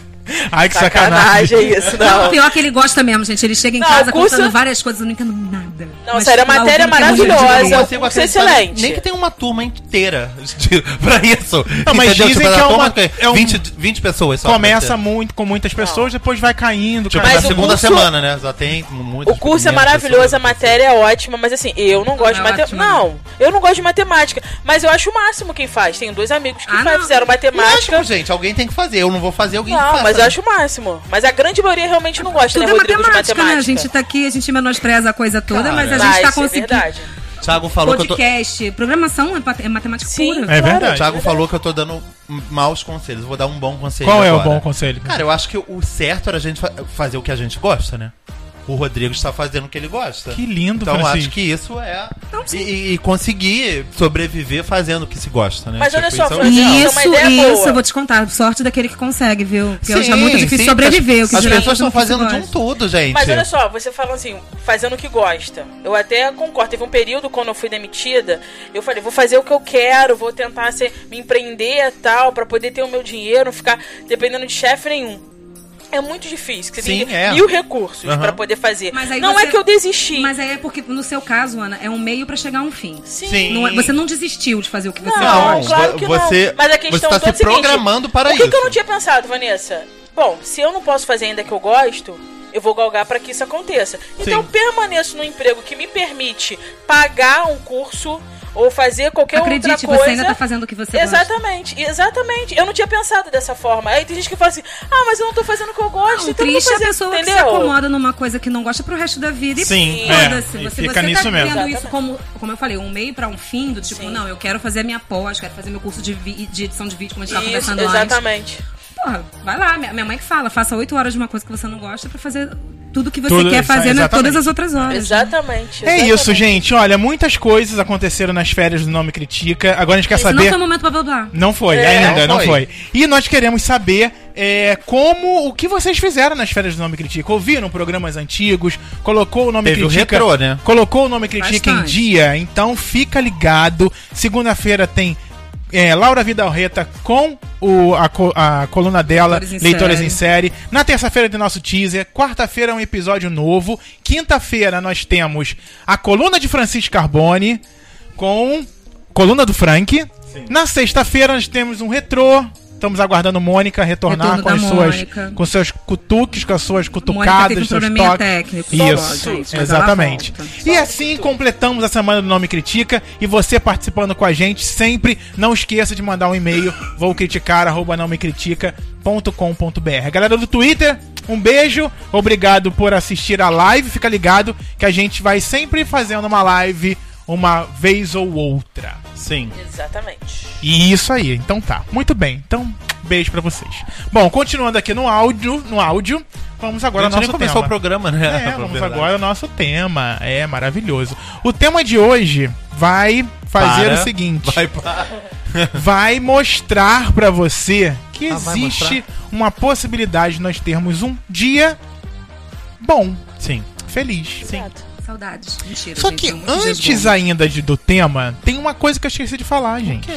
Speaker 1: Ai, que sacanagem.
Speaker 4: Sacanagem isso,
Speaker 2: Não,
Speaker 4: não.
Speaker 2: pior é que ele gosta mesmo, gente. Ele chega em
Speaker 4: Não,
Speaker 2: casa
Speaker 4: o curso-
Speaker 2: contando várias coisas, eu não entendo nada.
Speaker 4: Não, sério, a
Speaker 2: tipo, lá, o
Speaker 4: matéria é
Speaker 2: Rodrigo tem um monte de
Speaker 4: maravilhosa.
Speaker 2: dúvida.
Speaker 4: é um curso
Speaker 3: acreditar
Speaker 4: excelente.
Speaker 3: Nem que tem uma turma inteira de- pra isso.
Speaker 1: Não, mas dizem
Speaker 3: Entendeu? Tipo,
Speaker 1: que
Speaker 3: da
Speaker 1: é uma-
Speaker 3: turma,
Speaker 1: é um-
Speaker 3: 20, 20 pessoas só.
Speaker 1: Começa
Speaker 3: pra ter.
Speaker 1: muito com muitas pessoas, depois vai caindo.
Speaker 3: Tipo,
Speaker 1: caindo.
Speaker 3: na
Speaker 4: Mas o
Speaker 3: segunda
Speaker 4: curso-
Speaker 3: semana, né? Já tem muito.
Speaker 4: O curso é maravilhoso, a matéria é ótima, mas assim, eu não gosto de
Speaker 2: é
Speaker 4: matemática.
Speaker 2: ótima,
Speaker 4: Não, eu não gosto de matemática. Mas eu acho o máximo quem faz. Tenho dois amigos que
Speaker 2: Ah,
Speaker 4: faz-
Speaker 2: não.
Speaker 4: fizeram matemática.
Speaker 3: Lógico, gente, alguém tem que fazer. Eu não vou fazer, alguém que
Speaker 4: Não,
Speaker 3: faça.
Speaker 4: mas eu acho o máximo. Mas a grande maioria realmente não gosta,
Speaker 2: Tudo
Speaker 4: né,
Speaker 2: é
Speaker 4: Rodrigo,
Speaker 2: matemática,
Speaker 4: de matemática.
Speaker 2: né? A gente tá aqui, a gente menospreza a coisa toda,
Speaker 3: Cara,
Speaker 2: mas a
Speaker 4: Mas,
Speaker 2: gente tá
Speaker 4: é
Speaker 2: conseguindo.
Speaker 4: verdade.
Speaker 3: Thiago falou que eu tô.
Speaker 2: Podcast, programação é mate- é matemática
Speaker 4: Sim,
Speaker 2: pura.
Speaker 1: É verdade.
Speaker 3: Thiago falou que eu tô dando maus conselhos. Vou dar um bom conselho.
Speaker 1: Qual é o
Speaker 3: agora.
Speaker 1: bom conselho?
Speaker 3: Cara, eu acho que o certo era a gente fa- fazer o que a gente gosta, né? O Rodrigo está fazendo o que ele gosta.
Speaker 1: que lindo, assim.
Speaker 3: Então
Speaker 1: Francisco.
Speaker 3: acho que isso é.
Speaker 2: Então, sim.
Speaker 3: E, e conseguir sobreviver fazendo o que se gosta, né?
Speaker 4: Mas olha só,
Speaker 3: isso é o
Speaker 4: Fran-
Speaker 3: ideal.
Speaker 4: Não,
Speaker 2: Isso,
Speaker 4: uma ideia
Speaker 2: isso,
Speaker 4: boa.
Speaker 2: eu vou te contar. Sorte daquele que consegue, viu? Porque
Speaker 4: tá
Speaker 2: hoje é
Speaker 3: Sim,
Speaker 2: muito difícil
Speaker 3: sim,
Speaker 2: sobreviver. o
Speaker 3: As,
Speaker 2: que
Speaker 3: as
Speaker 2: dirá
Speaker 3: pessoas
Speaker 2: quem
Speaker 3: estão fazendo de
Speaker 2: gosta.
Speaker 3: um tudo, gente.
Speaker 4: Mas olha só, você fala assim, fazendo o que gosta. Eu até concordo. Teve um período quando eu fui demitida, eu falei, vou fazer o que eu quero, vou tentar ser, me empreender e tal, pra poder ter o meu dinheiro, não ficar dependendo de chefe nenhum. É muito difícil, que você
Speaker 3: Sim,
Speaker 4: tem
Speaker 3: é.
Speaker 4: mil recursos pra
Speaker 3: Aham.
Speaker 4: poder fazer.
Speaker 2: Mas aí
Speaker 4: não
Speaker 2: você-
Speaker 4: é que eu desisti.
Speaker 2: Mas aí é porque, no seu caso, Ana, é um meio pra chegar a um fim.
Speaker 4: Sim.
Speaker 3: Sim.
Speaker 2: Não é- você não desistiu de fazer o que você
Speaker 4: Não,
Speaker 2: gosta.
Speaker 4: claro que
Speaker 3: você,
Speaker 4: não. Mas a
Speaker 3: você
Speaker 4: questão
Speaker 3: tá
Speaker 4: toda é
Speaker 3: se
Speaker 4: o seguinte,
Speaker 3: programando para
Speaker 4: o que,
Speaker 3: isso.
Speaker 4: que eu não tinha pensado, Vanessa? Bom, se eu não posso fazer ainda que eu gosto, eu vou galgar pra que isso aconteça. Então eu
Speaker 3: Sim.
Speaker 4: permaneço no emprego que me permite pagar um curso ou fazer qualquer
Speaker 2: Acredite,
Speaker 4: outra coisa.
Speaker 2: você ainda tá fazendo o que você gosta.
Speaker 4: Exatamente, exatamente. Eu não tinha pensado dessa forma. Aí tem gente que fala assim: ah, mas eu não tô fazendo o que eu gosto,
Speaker 2: Não,
Speaker 4: então eu não
Speaker 2: triste
Speaker 4: vou
Speaker 2: é a
Speaker 4: fazer,
Speaker 2: pessoa
Speaker 4: entendeu?
Speaker 2: que se acomoda numa coisa que não gosta pro resto da vida e
Speaker 1: Sim,
Speaker 2: foda-se.
Speaker 1: é, e
Speaker 2: você
Speaker 1: fica
Speaker 2: você
Speaker 1: nisso
Speaker 2: tá
Speaker 1: mesmo.
Speaker 2: vendo isso
Speaker 4: Exatamente.
Speaker 2: como, como eu falei, um meio pra um fim, do tipo,
Speaker 4: Sim.
Speaker 2: não, eu quero fazer minha pós, quero fazer meu curso de, vi- de edição de vídeo, como a gente tava
Speaker 4: Isso,
Speaker 2: tá conversando antes.
Speaker 4: exatamente.
Speaker 2: Porra, vai lá. Minha minha mãe que fala, faça oito horas de uma coisa que você não gosta pra fazer tudo que você
Speaker 1: Tudo,
Speaker 2: quer fazer né,
Speaker 1: exatamente.
Speaker 2: todas as outras horas.
Speaker 4: Exatamente.
Speaker 1: É
Speaker 4: exatamente.
Speaker 1: isso, gente. Olha, muitas coisas aconteceram nas férias do Nome Critica. Agora a gente quer
Speaker 2: Esse
Speaker 1: saber.
Speaker 2: não foi o um momento pra blá blá.
Speaker 1: Não foi,
Speaker 4: É,
Speaker 1: ainda, não
Speaker 3: não
Speaker 1: foi.
Speaker 3: foi.
Speaker 1: E nós queremos saber é, como, o que vocês fizeram nas férias do Nome Critica. Ouviram programas antigos, colocou o Nome
Speaker 3: Teve o
Speaker 1: Critica...
Speaker 3: retrô, né?
Speaker 1: Colocou o Nome Critica em
Speaker 2: Bastante.
Speaker 1: dia, então fica ligado. Segunda-feira tem é, Laura Vidalreta com o, a, co- a coluna dela,
Speaker 2: Leitores em
Speaker 1: Leitores em
Speaker 2: Série.
Speaker 1: série. Na terça-feira tem nosso teaser. Quarta-feira é um episódio novo. Quinta-feira nós temos a coluna de Francisco Carbone com coluna do Frank. Na sexta-feira nós temos um retrô. Estamos aguardando Mônica retornar
Speaker 2: Retorno
Speaker 1: com
Speaker 2: da
Speaker 1: as suas
Speaker 2: Mônica.
Speaker 1: com seus cutuques, com as suas
Speaker 2: Mônica teve
Speaker 1: cutucadas,
Speaker 2: um
Speaker 1: seus
Speaker 2: probleminha
Speaker 1: toques.
Speaker 2: técnico.
Speaker 1: Isso,
Speaker 2: Só, gente, mas ela
Speaker 1: exatamente.
Speaker 2: volta.
Speaker 1: E assim completamos a semana do Nome Critica e você participando com a gente sempre. Não esqueça de mandar um e-mail vou criticar arroba nomecritica.com.br. Galera do Twitter, Um beijo, obrigado por assistir a live. Fica ligado que a gente vai sempre fazendo uma live uma vez ou outra.
Speaker 3: Sim.
Speaker 4: Exatamente.
Speaker 1: E isso aí, então tá. Muito bem, então beijo pra vocês. Bom, continuando aqui no áudio, no áudio, vamos agora
Speaker 3: Agora
Speaker 1: ao
Speaker 3: nós
Speaker 1: nosso
Speaker 3: nem começou
Speaker 1: tema.
Speaker 3: o programa, né?
Speaker 1: É,
Speaker 3: Na
Speaker 1: vamos
Speaker 3: verdade.
Speaker 1: agora ao nosso tema. É maravilhoso. O tema de hoje vai fazer
Speaker 3: Para.
Speaker 1: o seguinte: vai,
Speaker 3: Vai para.
Speaker 1: mostrar pra você que
Speaker 3: Ah, vai
Speaker 1: existe uma possibilidade de nós termos um dia bom,
Speaker 3: Sim.
Speaker 1: feliz.
Speaker 4: Exato.
Speaker 2: Saudades. Mentira.
Speaker 1: Só
Speaker 2: gente, é
Speaker 1: que
Speaker 2: são muitos dias
Speaker 1: antes
Speaker 2: bons.
Speaker 1: ainda de- do tema, tem uma coisa que eu esqueci de falar, gente.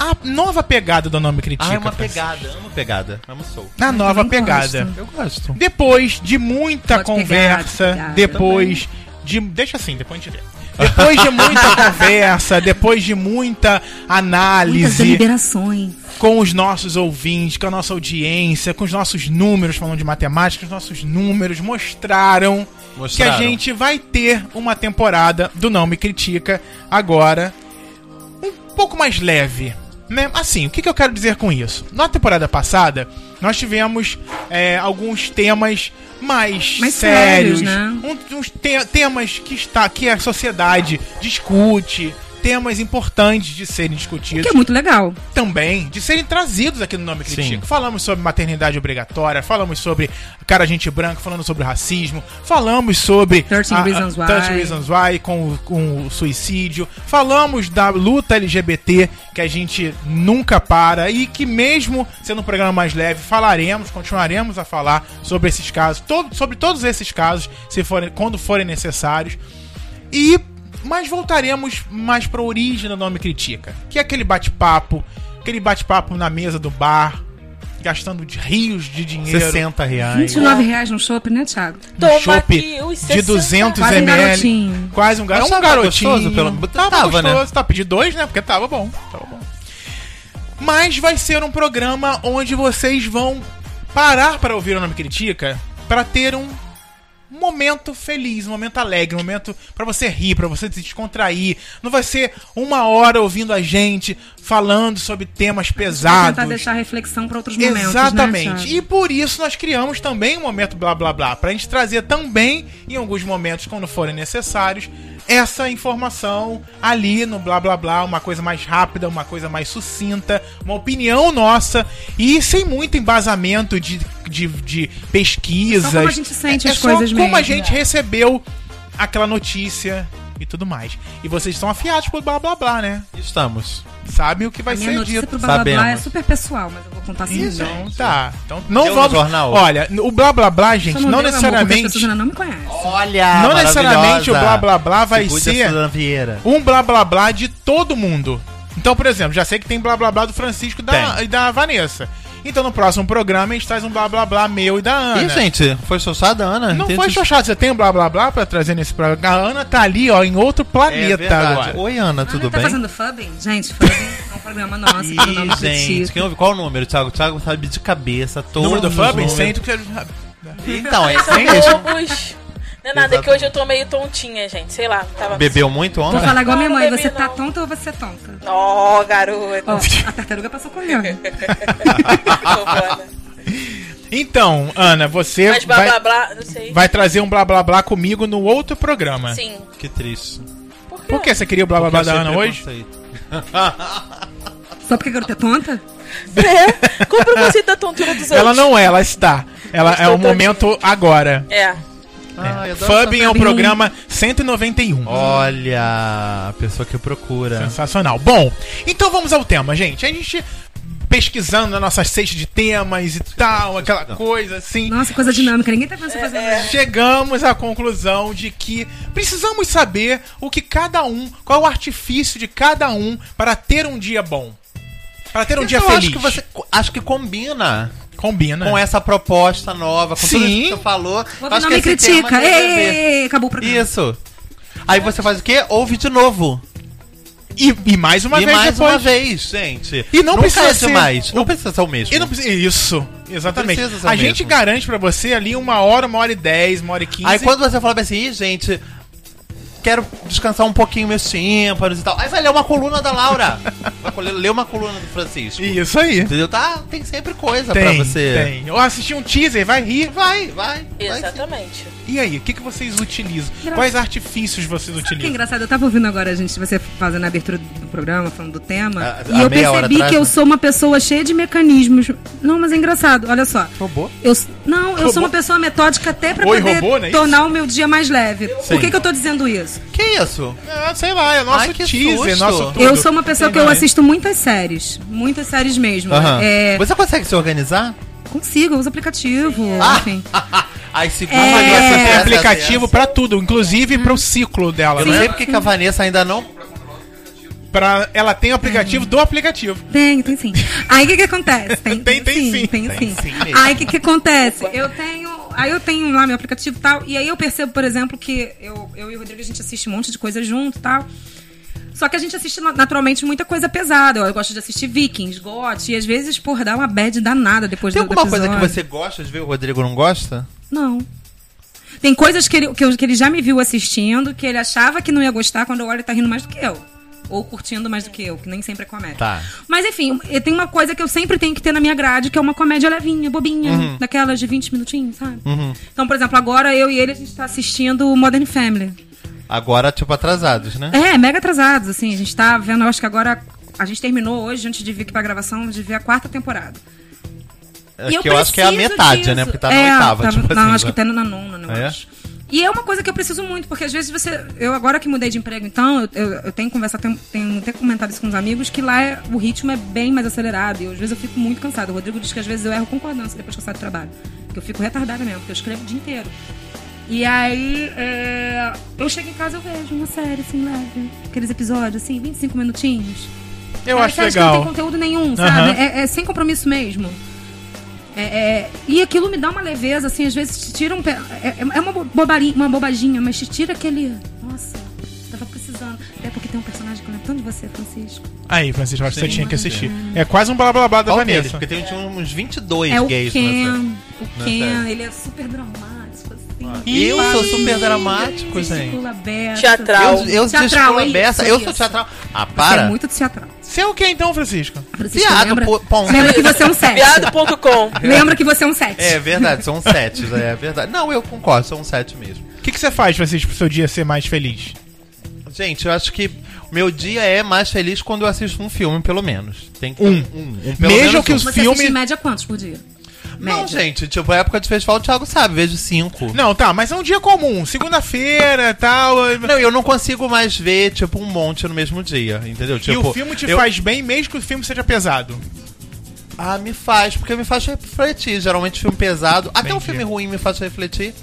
Speaker 1: A nova pegada do Nome Critica.
Speaker 3: Ah, é uma
Speaker 1: Francisco.
Speaker 3: pegada. É Amo pegada. Amo sou.
Speaker 1: A nova
Speaker 2: também
Speaker 1: pegada.
Speaker 2: gosto.
Speaker 3: Eu gosto.
Speaker 1: Depois de muita
Speaker 2: Pode
Speaker 1: conversa,
Speaker 2: pegar, pegar,
Speaker 1: depois de. Deixa assim, depois a gente vê. Depois de muita conversa, depois de muita
Speaker 2: Muitas
Speaker 1: análise
Speaker 2: deliberações.
Speaker 1: com os nossos ouvintes, com a nossa audiência, com os nossos números, falando de matemática, os nossos números mostraram, que a
Speaker 3: Mostraram.
Speaker 1: gente vai ter uma temporada do Não Me Critica agora um pouco mais leve. Né? Assim, o que, que eu quero dizer com isso? Na temporada passada, nós tivemos é, alguns temas mais,
Speaker 2: Mais
Speaker 1: sérios,
Speaker 2: sérios, né?
Speaker 1: um- uns te- temas que, está, que a sociedade discute, temas importantes de serem discutidos
Speaker 2: Que é muito legal.
Speaker 1: também de serem trazidos aqui no Nome
Speaker 3: Sim.
Speaker 1: Critica. Falamos sobre maternidade obrigatória, falamos sobre cara gente branca, falamos sobre racismo, falamos sobre
Speaker 2: 13
Speaker 1: a- a-
Speaker 2: Reasons Why.
Speaker 1: 13 Reasons Why com, o- com o suicídio, falamos da luta LGBT que a gente nunca para e que mesmo sendo um programa mais leve, falaremos, continuaremos a falar sobre esses casos, todo, sobre todos esses casos, se forem, quando forem necessários. E mas voltaremos mais pra origem do nome Critica, que é aquele bate-papo, aquele bate-papo na mesa do bar, gastando de rios de dinheiro.
Speaker 3: 60 reais.
Speaker 2: 29 reais no shopping, né, Thiago?
Speaker 1: Um
Speaker 4: Toma
Speaker 1: chopp
Speaker 4: aqui os
Speaker 1: de 200
Speaker 2: Quase um
Speaker 1: ml.
Speaker 2: garotinho.
Speaker 1: Quase um garotinho.
Speaker 3: Mas
Speaker 1: um
Speaker 3: tava
Speaker 1: garotinho.
Speaker 3: gostoso, pelo-
Speaker 1: Tava,
Speaker 3: tava,
Speaker 1: gostoso.
Speaker 3: né?
Speaker 1: Tá, pedi dois, né? Porque tava bom. Tava bom. Mas vai ser um programa onde vocês vão parar para ouvir o Nome Critica para ter um momento feliz, um momento alegre, um momento para você rir, para você se descontrair. Não vai ser uma hora ouvindo a gente falando sobre temas
Speaker 2: Pra
Speaker 1: pesados.
Speaker 2: Tentar deixar a reflexão pra outros momentos. né,
Speaker 1: Exatamente.
Speaker 2: Thiago?
Speaker 1: e por isso nós criamos também um momento blá blá blá, pra gente trazer também, em alguns momentos, quando forem necessários, essa informação ali no blá blá blá, uma coisa mais rápida, uma coisa mais sucinta, uma opinião nossa e sem muito embasamento de, de,
Speaker 2: É
Speaker 1: de pesquisas.
Speaker 2: Só como a gente sente
Speaker 1: É- é
Speaker 2: as
Speaker 1: só
Speaker 2: coisas
Speaker 1: como a
Speaker 2: mesmo. É.
Speaker 1: gente recebeu aquela notícia e tudo mais. E vocês estão afiados por blá blá blá, né?
Speaker 3: Estamos.
Speaker 1: Sabe o que vai
Speaker 2: A minha
Speaker 1: ser
Speaker 2: notícia
Speaker 1: dito.
Speaker 2: pro blá blá blá é
Speaker 3: sabemos.
Speaker 2: super pessoal, mas eu vou contar assim.
Speaker 1: Isso,
Speaker 2: gente.
Speaker 1: então tá. Então, não
Speaker 3: Deu no
Speaker 1: vamos.
Speaker 3: jornal?
Speaker 1: Olha, o blá blá blá,
Speaker 2: Só
Speaker 1: gente,
Speaker 2: deu,
Speaker 1: não
Speaker 2: amor, porque As pessoas
Speaker 1: necessariamente.
Speaker 2: ainda não me conhecem.
Speaker 3: Olha,
Speaker 1: Não necessariamente
Speaker 3: Ah, maravilhosa.
Speaker 1: o blá blá blá vai
Speaker 3: Se cuide,
Speaker 1: ser
Speaker 3: Suzana Vieira.
Speaker 1: um blá blá blá de todo mundo. Então, por exemplo, já sei que tem blá blá blá do Francisco e da,
Speaker 3: Tem.
Speaker 1: e da Vanessa. Então, no próximo programa, a gente traz um blá blá blá meu e da Ana.
Speaker 3: Ih, gente, foi sossada, Ana?
Speaker 1: Não
Speaker 3: Entendi.
Speaker 1: foi xoxado, você tem um blá blá blá pra trazer nesse programa. A Ana tá ali, ó, em outro
Speaker 3: É
Speaker 1: planeta
Speaker 3: verdade.
Speaker 1: agora.
Speaker 3: Oi, Ana,
Speaker 2: Ah,
Speaker 3: tudo
Speaker 2: tá
Speaker 3: bem?
Speaker 2: fazendo fubbing? Gente, fubbing é um programa nosso que o nome
Speaker 3: Ih, gente,
Speaker 2: Critica.
Speaker 3: quem ouve? Qual o número, Thiago? Thiago sabe de cabeça todo
Speaker 1: Número do Fabin? Sento que.
Speaker 3: Então, é isso
Speaker 4: São
Speaker 3: mesmo.
Speaker 4: poucos. Não é nada, é que hoje eu tô meio tontinha, gente. Sei lá, tava.
Speaker 3: Bebeu muito
Speaker 2: Vou
Speaker 3: ontem?
Speaker 2: falar igual a minha
Speaker 4: Não,
Speaker 2: mãe,
Speaker 4: não
Speaker 2: você
Speaker 4: bebi,
Speaker 2: tá
Speaker 4: não.
Speaker 2: tonta ou você é tonta?
Speaker 4: Ó, garoto.
Speaker 2: Ó, a tartaruga passou correndo.
Speaker 4: Giovana.
Speaker 1: Então, Ana, você
Speaker 4: Mas blá
Speaker 1: vai,
Speaker 4: blá blá, não sei.
Speaker 1: vai trazer um blá blá blá comigo no outro programa.
Speaker 4: Sim.
Speaker 3: Que triste.
Speaker 4: Por quê?
Speaker 1: Por que você queria o blá blá blá da Ana hoje?
Speaker 2: Só porque a garota é tonta?
Speaker 4: É. Qual o preconceito da tontura dos outros?
Speaker 1: Ela não é, ela está. Ela é
Speaker 4: Estou
Speaker 1: o momento agora.
Speaker 4: É.
Speaker 3: Ah,
Speaker 1: Fubbing é o
Speaker 2: Fabinho.
Speaker 1: programa 191.
Speaker 3: Olha, a pessoa que procura.
Speaker 1: Sensacional. Bom, então vamos ao tema, gente. A gente pesquisando a nossa cesta de temas e tal, aquela coisa assim.
Speaker 2: Nossa, coisa dinâmica, ninguém tá vendo você
Speaker 3: É,
Speaker 2: fazendo isso.
Speaker 1: Chegamos à conclusão de que precisamos saber o que cada um, qual o artifício de cada um para ter um dia bom. Para ter um dia
Speaker 3: eu
Speaker 1: feliz.
Speaker 3: acho que você acho que combina
Speaker 1: combina.
Speaker 3: com essa proposta nova, com tudo
Speaker 1: É. Sim.
Speaker 3: isso que você falou.
Speaker 2: Vou
Speaker 3: Eu é.
Speaker 2: não
Speaker 3: acho que
Speaker 2: me
Speaker 3: esse
Speaker 2: critica.
Speaker 3: tema tem
Speaker 2: Ei,
Speaker 3: a
Speaker 2: ei,
Speaker 3: ver.
Speaker 2: ei, ei, acabou o programa.
Speaker 3: Isso. Aí você faz o quê? Ouve de novo.
Speaker 1: E, e mais uma
Speaker 3: e
Speaker 1: vez
Speaker 3: mais
Speaker 1: depois.
Speaker 3: uma vez, gente.
Speaker 1: E não
Speaker 3: Nunca
Speaker 1: precisa
Speaker 3: é
Speaker 1: ser-
Speaker 3: demais. Não precisa ser o mesmo.
Speaker 1: E não precisa- isso, exatamente.
Speaker 3: Não precisa ser
Speaker 1: a
Speaker 3: o
Speaker 1: gente
Speaker 3: mesmo.
Speaker 1: garante pra você ali uma hora, uma hora e dez, uma hora e quinze.
Speaker 3: Aí quando você fala assim, Ih, gente, o quero descansar um pouquinho meus tímpanos e tal. Aí vai ler uma coluna da Laura. vai col- ler uma coluna do Francisco.
Speaker 1: Isso aí.
Speaker 3: Entendeu? Tá, tem sempre coisa pra
Speaker 1: Tem,
Speaker 3: você.
Speaker 1: tem. Ou assistir um teaser, vai rir.
Speaker 3: Vai, vai. vai sim.
Speaker 4: Exatamente.
Speaker 1: E aí, o que, que vocês utilizam?
Speaker 2: Engraçado.
Speaker 1: Quais artifícios vocês
Speaker 2: Sabe que é
Speaker 1: utilizam?
Speaker 2: engraçado? Eu tava ouvindo agora, gente, você fazendo a abertura do programa, falando do tema.
Speaker 3: A-
Speaker 2: e
Speaker 3: a
Speaker 2: eu
Speaker 3: meia hora
Speaker 2: percebi
Speaker 3: atrás,
Speaker 2: que eu
Speaker 3: né?
Speaker 2: sou uma pessoa cheia de mecanismos. Não, mas é engraçado, olha só.
Speaker 3: Robô?
Speaker 2: Eu, s- não, eu
Speaker 1: Robô?
Speaker 2: sou uma pessoa metódica até pra
Speaker 1: Oi,
Speaker 2: poder
Speaker 1: robô, não é isso?
Speaker 2: tornar o meu dia mais leve.
Speaker 3: Sim.
Speaker 2: Por que, que eu tô dizendo isso?
Speaker 3: Que isso?
Speaker 1: Ah, sei lá, é nosso
Speaker 3: Ai, que
Speaker 1: teaser,
Speaker 3: susto.
Speaker 1: nosso tudo.
Speaker 2: Eu sou uma pessoa que eu
Speaker 1: Entendi.
Speaker 2: assisto muitas séries. Muitas séries mesmo.
Speaker 3: Aham.
Speaker 2: É,
Speaker 3: Você consegue se organizar?
Speaker 2: Consigo, eu uso aplicativo,
Speaker 3: Ah!
Speaker 2: enfim.
Speaker 3: Ai, se
Speaker 2: É.
Speaker 1: Vanessa tem
Speaker 2: É,
Speaker 1: aplicativo pra tudo, inclusive
Speaker 2: Uhum.
Speaker 1: pro ciclo dela,
Speaker 3: Eu não
Speaker 1: né?
Speaker 3: sei porque que a Vanessa ainda não.
Speaker 1: Pra, ela tem o aplicativo do aplicativo.
Speaker 2: Tem, tem sim. Aí o que, que acontece?
Speaker 1: Tem, tem sim.
Speaker 2: Tem,
Speaker 1: Tem
Speaker 2: sim.
Speaker 3: sim mesmo.
Speaker 2: aí o que, que acontece? Eu tenho. Aí eu tenho lá meu aplicativo e tal. E aí eu percebo, por exemplo, que eu, eu e o Rodrigo a gente assiste um monte de coisa junto e tal. Só que a gente assiste na- naturalmente muita coisa pesada. Eu gosto de assistir Vikings, GOT, e às vezes, por dar uma bad danada depois
Speaker 3: Tem
Speaker 2: do do
Speaker 3: alguma coisa que
Speaker 2: episódio.
Speaker 3: você gosta de ver e o Rodrigo não gosta?
Speaker 2: Não. Tem coisas que ele, que, eu- que ele já me viu assistindo que ele achava que não ia gostar, quando eu olho, ele tá rindo mais do que eu. Ou curtindo mais do que eu, que nem sempre é comédia.
Speaker 3: Tá.
Speaker 2: Mas enfim, eu- tem uma coisa que eu sempre tenho que ter na minha grade, que é uma comédia levinha, bobinha,
Speaker 3: Uhum.
Speaker 2: daquelas de 20 minutinhos, sabe? Então, por exemplo, agora eu e ele a gente tá assistindo Modern Family.
Speaker 3: Agora, tipo, atrasados, né?
Speaker 2: É, mega atrasados, assim. A gente tá vendo, eu acho que agora. A gente terminou hoje, antes de vir aqui pra gravação, de ver a quarta temporada.
Speaker 3: É
Speaker 2: E
Speaker 3: que eu acho que é a
Speaker 2: preciso
Speaker 3: metade,
Speaker 2: disso.
Speaker 3: né? Porque tá na
Speaker 2: É,
Speaker 3: oitava,
Speaker 2: tá-
Speaker 3: tipo
Speaker 2: Não,
Speaker 3: assim.
Speaker 2: acho
Speaker 3: né?
Speaker 2: que tá na nona, não
Speaker 3: É?
Speaker 2: acho. E é uma coisa que eu preciso muito, porque às vezes você. Eu agora que mudei de emprego, então, eu, eu, eu tenho conversado, tenho, tenho até comentado isso com os amigos, que lá é- o ritmo é bem mais acelerado. E eu, às vezes eu fico muito cansada. O Rodrigo diz que às vezes eu erro concordância depois que eu saio do trabalho. Porque eu fico retardada mesmo, porque eu escrevo o dia inteiro. E aí, é, eu chego em casa eu vejo uma série, assim, leve. Aqueles episódios, assim, 25 minutinhos.
Speaker 1: Eu
Speaker 2: É,
Speaker 1: acho
Speaker 2: séries que Não tem
Speaker 1: legal.
Speaker 2: conteúdo nenhum, sabe?
Speaker 1: Aham.
Speaker 2: É, é sem compromisso mesmo. É, é, e aquilo me dá uma leveza, assim, às vezes te tira um. pe- É, é- é uma, bo- bobarinha, uma bobaginha, mas te tira aquele. Nossa, tava precisando. Até porque tem um personagem que lembra tanto de você, Francisco.
Speaker 1: Aí, Francisco, acho que você
Speaker 3: Sim.
Speaker 1: tinha que assistir. É quase um blá blá blá da
Speaker 3: Qual deles?
Speaker 1: Vanessa.
Speaker 3: Porque tem uns 22
Speaker 2: é o
Speaker 3: gays nessa.
Speaker 2: Ken. O
Speaker 3: nessa
Speaker 2: Ken,
Speaker 3: série.
Speaker 2: ele é super dramático, assim.
Speaker 3: Né, Ah, Eu
Speaker 1: Ih,
Speaker 3: sou super dramático, gente.
Speaker 2: Gesticula aberta.
Speaker 4: Teatral.
Speaker 3: Eu, eu
Speaker 2: É Teatral,
Speaker 3: teatral,
Speaker 2: é isso,
Speaker 3: beça. Eu
Speaker 2: isso.
Speaker 3: sou teatral. Ah,
Speaker 2: Você é
Speaker 3: para.
Speaker 2: muito teatral.
Speaker 1: Você é o que então, Francisco?
Speaker 2: Francisco,
Speaker 3: Viado,
Speaker 2: lembra,
Speaker 3: pô- pão.
Speaker 2: lembra que você é um sete.
Speaker 4: Viado.com.
Speaker 2: Lembra que você é um sete.
Speaker 3: É verdade, são sete, é verdade. Não, eu concordo, são sete mesmo.
Speaker 1: O que, que você faz, Francisco, pro seu dia ser mais feliz?
Speaker 3: Gente, eu acho que o meu dia é mais feliz quando eu assisto um filme, pelo menos. Tem que ter
Speaker 1: Um.
Speaker 3: um, um
Speaker 1: Mesmo que os-
Speaker 2: Você
Speaker 1: Filme-
Speaker 2: assiste em média quantos por dia?
Speaker 3: Não, gente, tipo, época de festival, o Thiago sabe, vejo cinco.
Speaker 1: Não, tá, mas é um dia comum. Segunda-feira, tal. é-
Speaker 3: Não, eu não consigo mais ver, tipo, um monte no mesmo dia, entendeu? Tipo,
Speaker 1: e o filme te
Speaker 3: eu-
Speaker 1: faz bem, mesmo que o filme seja pesado.
Speaker 3: Ah, me faz, porque me faz refletir. Geralmente filme pesado, até um
Speaker 1: Entendi.
Speaker 3: filme ruim me faz refletir.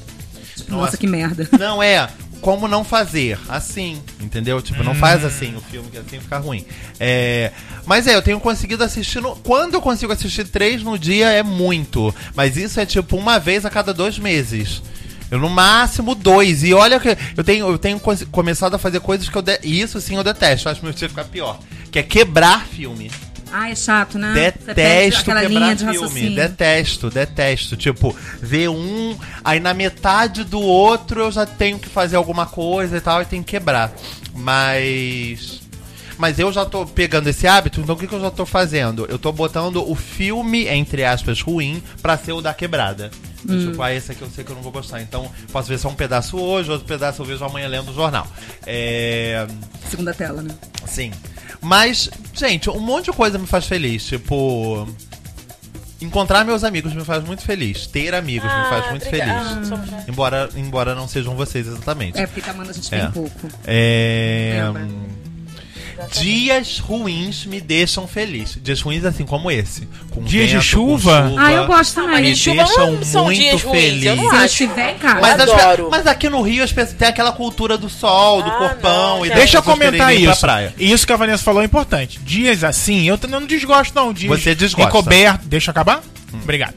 Speaker 2: Nossa, que merda.
Speaker 3: Não é como não fazer assim, entendeu? Tipo, não faz assim o filme, que assim fica ruim. É, mas é, eu tenho conseguido assistir. no- quando eu consigo assistir três no dia é muito. Mas isso é tipo uma vez a cada dois meses. Eu no máximo dois. E olha que eu tenho, eu tenho consi- começado a fazer coisas que eu. De, e isso sim eu detesto. Eu acho que meu dia fica pior. Que é quebrar filme.
Speaker 2: Ah, é chato, né? Você perde
Speaker 3: Detesto
Speaker 2: aquela
Speaker 3: quebrar
Speaker 2: linha de
Speaker 3: filme.
Speaker 2: raciocínio.
Speaker 3: Detesto, detesto. Tipo, ver um, aí na metade do outro eu já tenho que fazer alguma coisa e tal, e tenho que quebrar. Mas. Mas eu já tô pegando esse hábito, então o que, que eu já tô fazendo? Eu tô botando o filme, entre aspas, ruim, pra ser o da quebrada. Então,
Speaker 2: Hum.
Speaker 3: Tipo, ah, esse aqui eu sei que eu não vou gostar. Então, posso ver só um pedaço hoje, outro pedaço eu vejo amanhã lendo o jornal. É.
Speaker 2: Segunda tela, né?
Speaker 3: Sim. Mas, gente, um monte de coisa me faz feliz. Tipo. Encontrar meus amigos me faz muito feliz. Ter amigos me
Speaker 4: Ah,
Speaker 3: faz muito feliz. Embora, embora não sejam vocês exatamente.
Speaker 2: É, porque tá mandando a gente
Speaker 3: É.
Speaker 2: bem pouco.
Speaker 3: É,
Speaker 2: Lembra.
Speaker 1: né?
Speaker 3: hum, Dias ruins me deixam feliz. Dias ruins assim como esse. Com
Speaker 1: Dias de
Speaker 3: vento, com
Speaker 1: chuva?
Speaker 2: Ah, eu gosto
Speaker 3: Me
Speaker 2: também.
Speaker 4: mas-
Speaker 2: Se
Speaker 4: chuva
Speaker 3: deixam
Speaker 4: não são
Speaker 3: muito
Speaker 4: dias ruins,
Speaker 3: feliz.
Speaker 4: eu não
Speaker 2: eu
Speaker 4: acho.
Speaker 2: estiver em casa.
Speaker 3: Mas, as pe-
Speaker 4: adoro.
Speaker 3: mas aqui no Rio as pessoas têm aquela cultura do sol, do
Speaker 4: Ah,
Speaker 3: corpão
Speaker 4: não,
Speaker 3: e
Speaker 4: gente.
Speaker 3: das
Speaker 1: Deixa eu
Speaker 3: pessoas
Speaker 1: comentar
Speaker 3: quererem É. ir pra
Speaker 1: isso.
Speaker 3: praia.
Speaker 1: Isso que a Vanessa falou é importante. Dias assim, eu t- não desgosto, não. Dias
Speaker 3: Você desgosta. Hum.
Speaker 1: encoberto. Deixa eu acabar? Obrigado.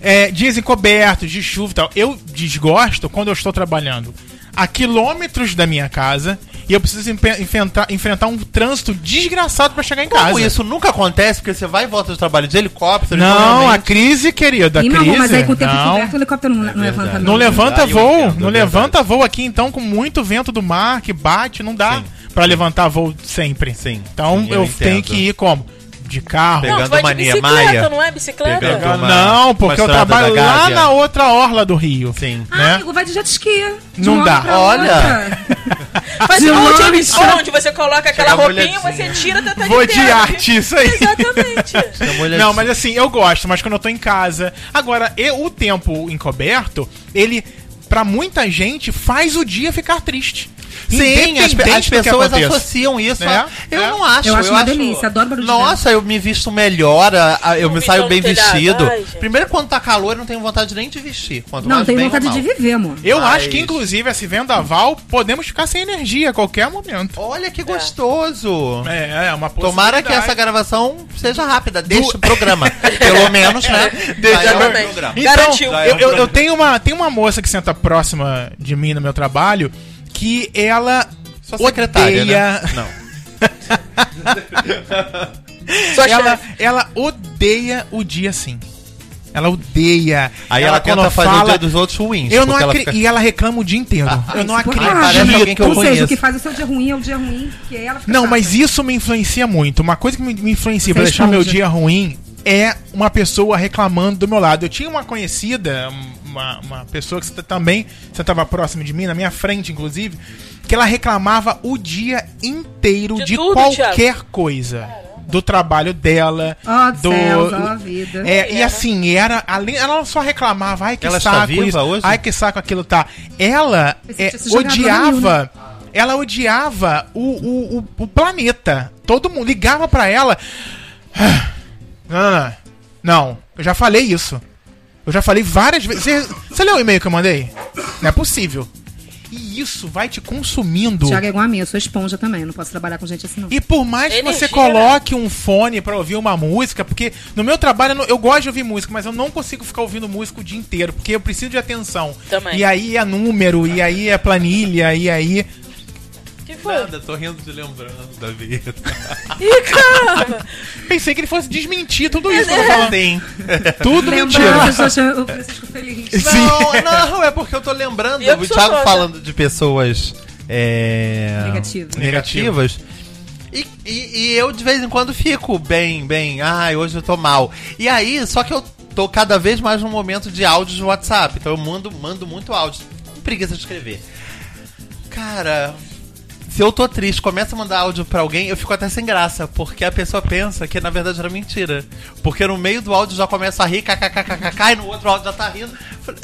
Speaker 1: É, dias encobertos, de chuva e tal. Eu desgosto quando eu estou trabalhando a quilômetros da minha casa e eu preciso empe- enfrentar, enfrentar um trânsito desgraçado pra chegar em
Speaker 3: Como
Speaker 1: casa.
Speaker 3: isso nunca acontece, porque você vai e volta do trabalho de helicóptero.
Speaker 1: Não, a
Speaker 3: realmente-
Speaker 1: crise, querido, a
Speaker 2: Ih,
Speaker 1: é crise.
Speaker 2: mamão, mas aí com o tempo
Speaker 1: não.
Speaker 2: coberto o helicóptero não, não levanta.
Speaker 1: Não levanta
Speaker 3: dá, eu
Speaker 1: voo,
Speaker 3: entendo,
Speaker 1: não
Speaker 3: é
Speaker 1: levanta voo aqui então com muito vento do mar que bate, não dá
Speaker 3: Sim.
Speaker 1: pra levantar voo sempre.
Speaker 3: Sim,
Speaker 1: Então
Speaker 3: sim, eu
Speaker 1: eu,
Speaker 3: entendo.
Speaker 1: tenho que ir como? De carro.
Speaker 4: Não,
Speaker 3: Pegando
Speaker 4: tu vai de
Speaker 3: mania,
Speaker 4: bicicleta,
Speaker 3: Maia.
Speaker 4: não é bicicleta?
Speaker 3: Pegando-
Speaker 1: Não,
Speaker 3: uma-
Speaker 1: não,
Speaker 3: uma
Speaker 1: porque eu
Speaker 3: estrada
Speaker 1: trabalho
Speaker 3: da
Speaker 1: lá
Speaker 3: Gávea.
Speaker 1: na outra orla do Rio.
Speaker 3: Sim.
Speaker 2: Ah,
Speaker 1: né?
Speaker 2: amigo, vai de jet ski. De
Speaker 1: Não
Speaker 2: uma
Speaker 1: dá.
Speaker 2: hora pra
Speaker 3: Olha.
Speaker 2: outra.
Speaker 4: Mas
Speaker 2: De
Speaker 4: onde,
Speaker 2: lancha.
Speaker 4: onde você coloca aquela
Speaker 3: Chega assim,
Speaker 4: roupinha,
Speaker 3: molhadinha.
Speaker 4: você tira tá
Speaker 1: Vou de
Speaker 4: inteiro.
Speaker 1: arte, isso aí.
Speaker 4: Exatamente.
Speaker 3: Dá uma olhadinha.
Speaker 1: Não, mas assim, eu gosto, mas quando eu tô em casa. Agora, e o tempo encoberto, ele, pra muita gente, faz o dia ficar triste.
Speaker 3: Sim, as, pe-
Speaker 1: Independente do
Speaker 3: as
Speaker 1: que
Speaker 3: pessoas
Speaker 1: aconteça.
Speaker 3: associam isso.
Speaker 1: É,
Speaker 3: a- eu
Speaker 1: é.
Speaker 3: não acho.
Speaker 2: Eu acho uma delícia, adoro barulho de
Speaker 3: Nossa, eu me visto melhor, a- a- eu
Speaker 4: Um
Speaker 3: me
Speaker 4: visual
Speaker 3: saio bem
Speaker 4: no telhado.
Speaker 3: vestido.
Speaker 4: Ai, gente.
Speaker 3: Primeiro, quando tá calor, eu não tenho vontade nem de vestir. Quanto
Speaker 2: Não,
Speaker 3: mais
Speaker 2: tenho
Speaker 3: bem ou
Speaker 2: vontade
Speaker 3: mal.
Speaker 2: de viver, amor.
Speaker 1: Eu
Speaker 3: Mas-
Speaker 1: acho que, inclusive, esse vendaval, podemos ficar sem energia a qualquer momento.
Speaker 3: Olha
Speaker 4: É.
Speaker 3: que gostoso.
Speaker 1: É, é uma
Speaker 3: Oh. Tomara que essa
Speaker 1: possibilidade.
Speaker 3: gravação seja rápida. Deixa o programa. Pelo menos, né?
Speaker 1: Deixa
Speaker 3: Já é um
Speaker 1: agora.
Speaker 3: programa.
Speaker 4: Então,
Speaker 1: Então,
Speaker 4: Garantiu.
Speaker 1: eu, eu- eu tenho uma, tem uma moça que senta próxima de mim no meu trabalho que ela
Speaker 3: Sua secretária,
Speaker 1: odeia...
Speaker 3: né? Não.
Speaker 4: Sua
Speaker 1: ela,
Speaker 4: chefe.
Speaker 1: ela odeia o dia assim. Ela odeia.
Speaker 3: Aí ela,
Speaker 1: quando
Speaker 3: tenta fazer o dia dos outros ruins.
Speaker 1: eu não
Speaker 3: porque ela
Speaker 1: acre-
Speaker 3: fica-
Speaker 1: E ela reclama o dia inteiro. eu não
Speaker 2: Porque-
Speaker 1: acredito.
Speaker 3: Ah, parece alguém que eu
Speaker 2: Tipo, Ou seja,
Speaker 3: conheço.
Speaker 2: o que faz o seu dia ruim é o dia ruim, que ela fica
Speaker 1: Não,
Speaker 2: chata.
Speaker 1: mas isso me influencia muito. Uma coisa que me, me influencia pra
Speaker 2: Você
Speaker 1: deixar meu
Speaker 2: esconde.
Speaker 1: dia ruim é uma pessoa reclamando do meu lado. Eu tinha uma conhecida, uma, uma pessoa que você também, você tava próximo de mim, na minha frente, inclusive, que ela reclamava o dia inteiro de,
Speaker 4: De tudo,
Speaker 1: qualquer coisa. Do trabalho dela,
Speaker 2: Ó, oh,
Speaker 1: do.
Speaker 2: céus, ó, vida.
Speaker 1: É, e assim, era. Além, ela só reclamava, ai que
Speaker 3: Ela está
Speaker 1: saco
Speaker 3: viva
Speaker 1: isso,
Speaker 3: hoje?
Speaker 1: ai que saco aquilo tá. Ela
Speaker 2: Eu
Speaker 1: é,
Speaker 2: senti essa jogada
Speaker 1: odiava. Ela odiava o, o, o, o planeta. Todo mundo ligava pra ela. "Ah, Não, não, não. Não, eu já falei isso. Eu já falei várias vezes. Você, você leu o e-mail que eu mandei? Não é possível. E isso vai te consumindo.
Speaker 2: Tiago é igual a mim, eu sou esponja também, não posso trabalhar com gente assim não.
Speaker 1: E por mais que
Speaker 4: Energia,
Speaker 1: você coloque um fone pra ouvir uma música, porque no meu trabalho eu não- eu gosto de ouvir música, mas eu não consigo ficar ouvindo música o dia inteiro, porque eu preciso de atenção.
Speaker 4: Também.
Speaker 1: E aí é número, e aí é planilha, e aí.
Speaker 4: Que foi?
Speaker 3: Nada, tô rindo de lembrando da vida.
Speaker 4: Ih, caramba.
Speaker 1: Pensei que ele fosse desmentir tudo isso que eu tô falando.
Speaker 3: Sim.
Speaker 1: Tudo mentira.
Speaker 2: Lembranças, eu- o Francisco Feliz.
Speaker 1: Sim.
Speaker 3: Não, não, é porque eu tô lembrando.
Speaker 4: E eu
Speaker 3: o
Speaker 4: que sou
Speaker 3: Thiago
Speaker 4: sósia.
Speaker 3: falando de pessoas é,
Speaker 2: Negativas.
Speaker 3: negativas. E, e- e eu de vez em quando fico bem, bem. Ai, hoje eu tô mal. E aí, só que eu tô cada vez mais num momento de áudios no WhatsApp. Então eu mando, mando muito áudio. Com preguiça de escrever. Cara. Se eu tô triste, começa a mandar áudio pra alguém, eu fico até sem graça, porque a pessoa pensa que na verdade era mentira. Porque no meio do áudio já começa a rir, kkkkk, e no outro áudio já tá rindo.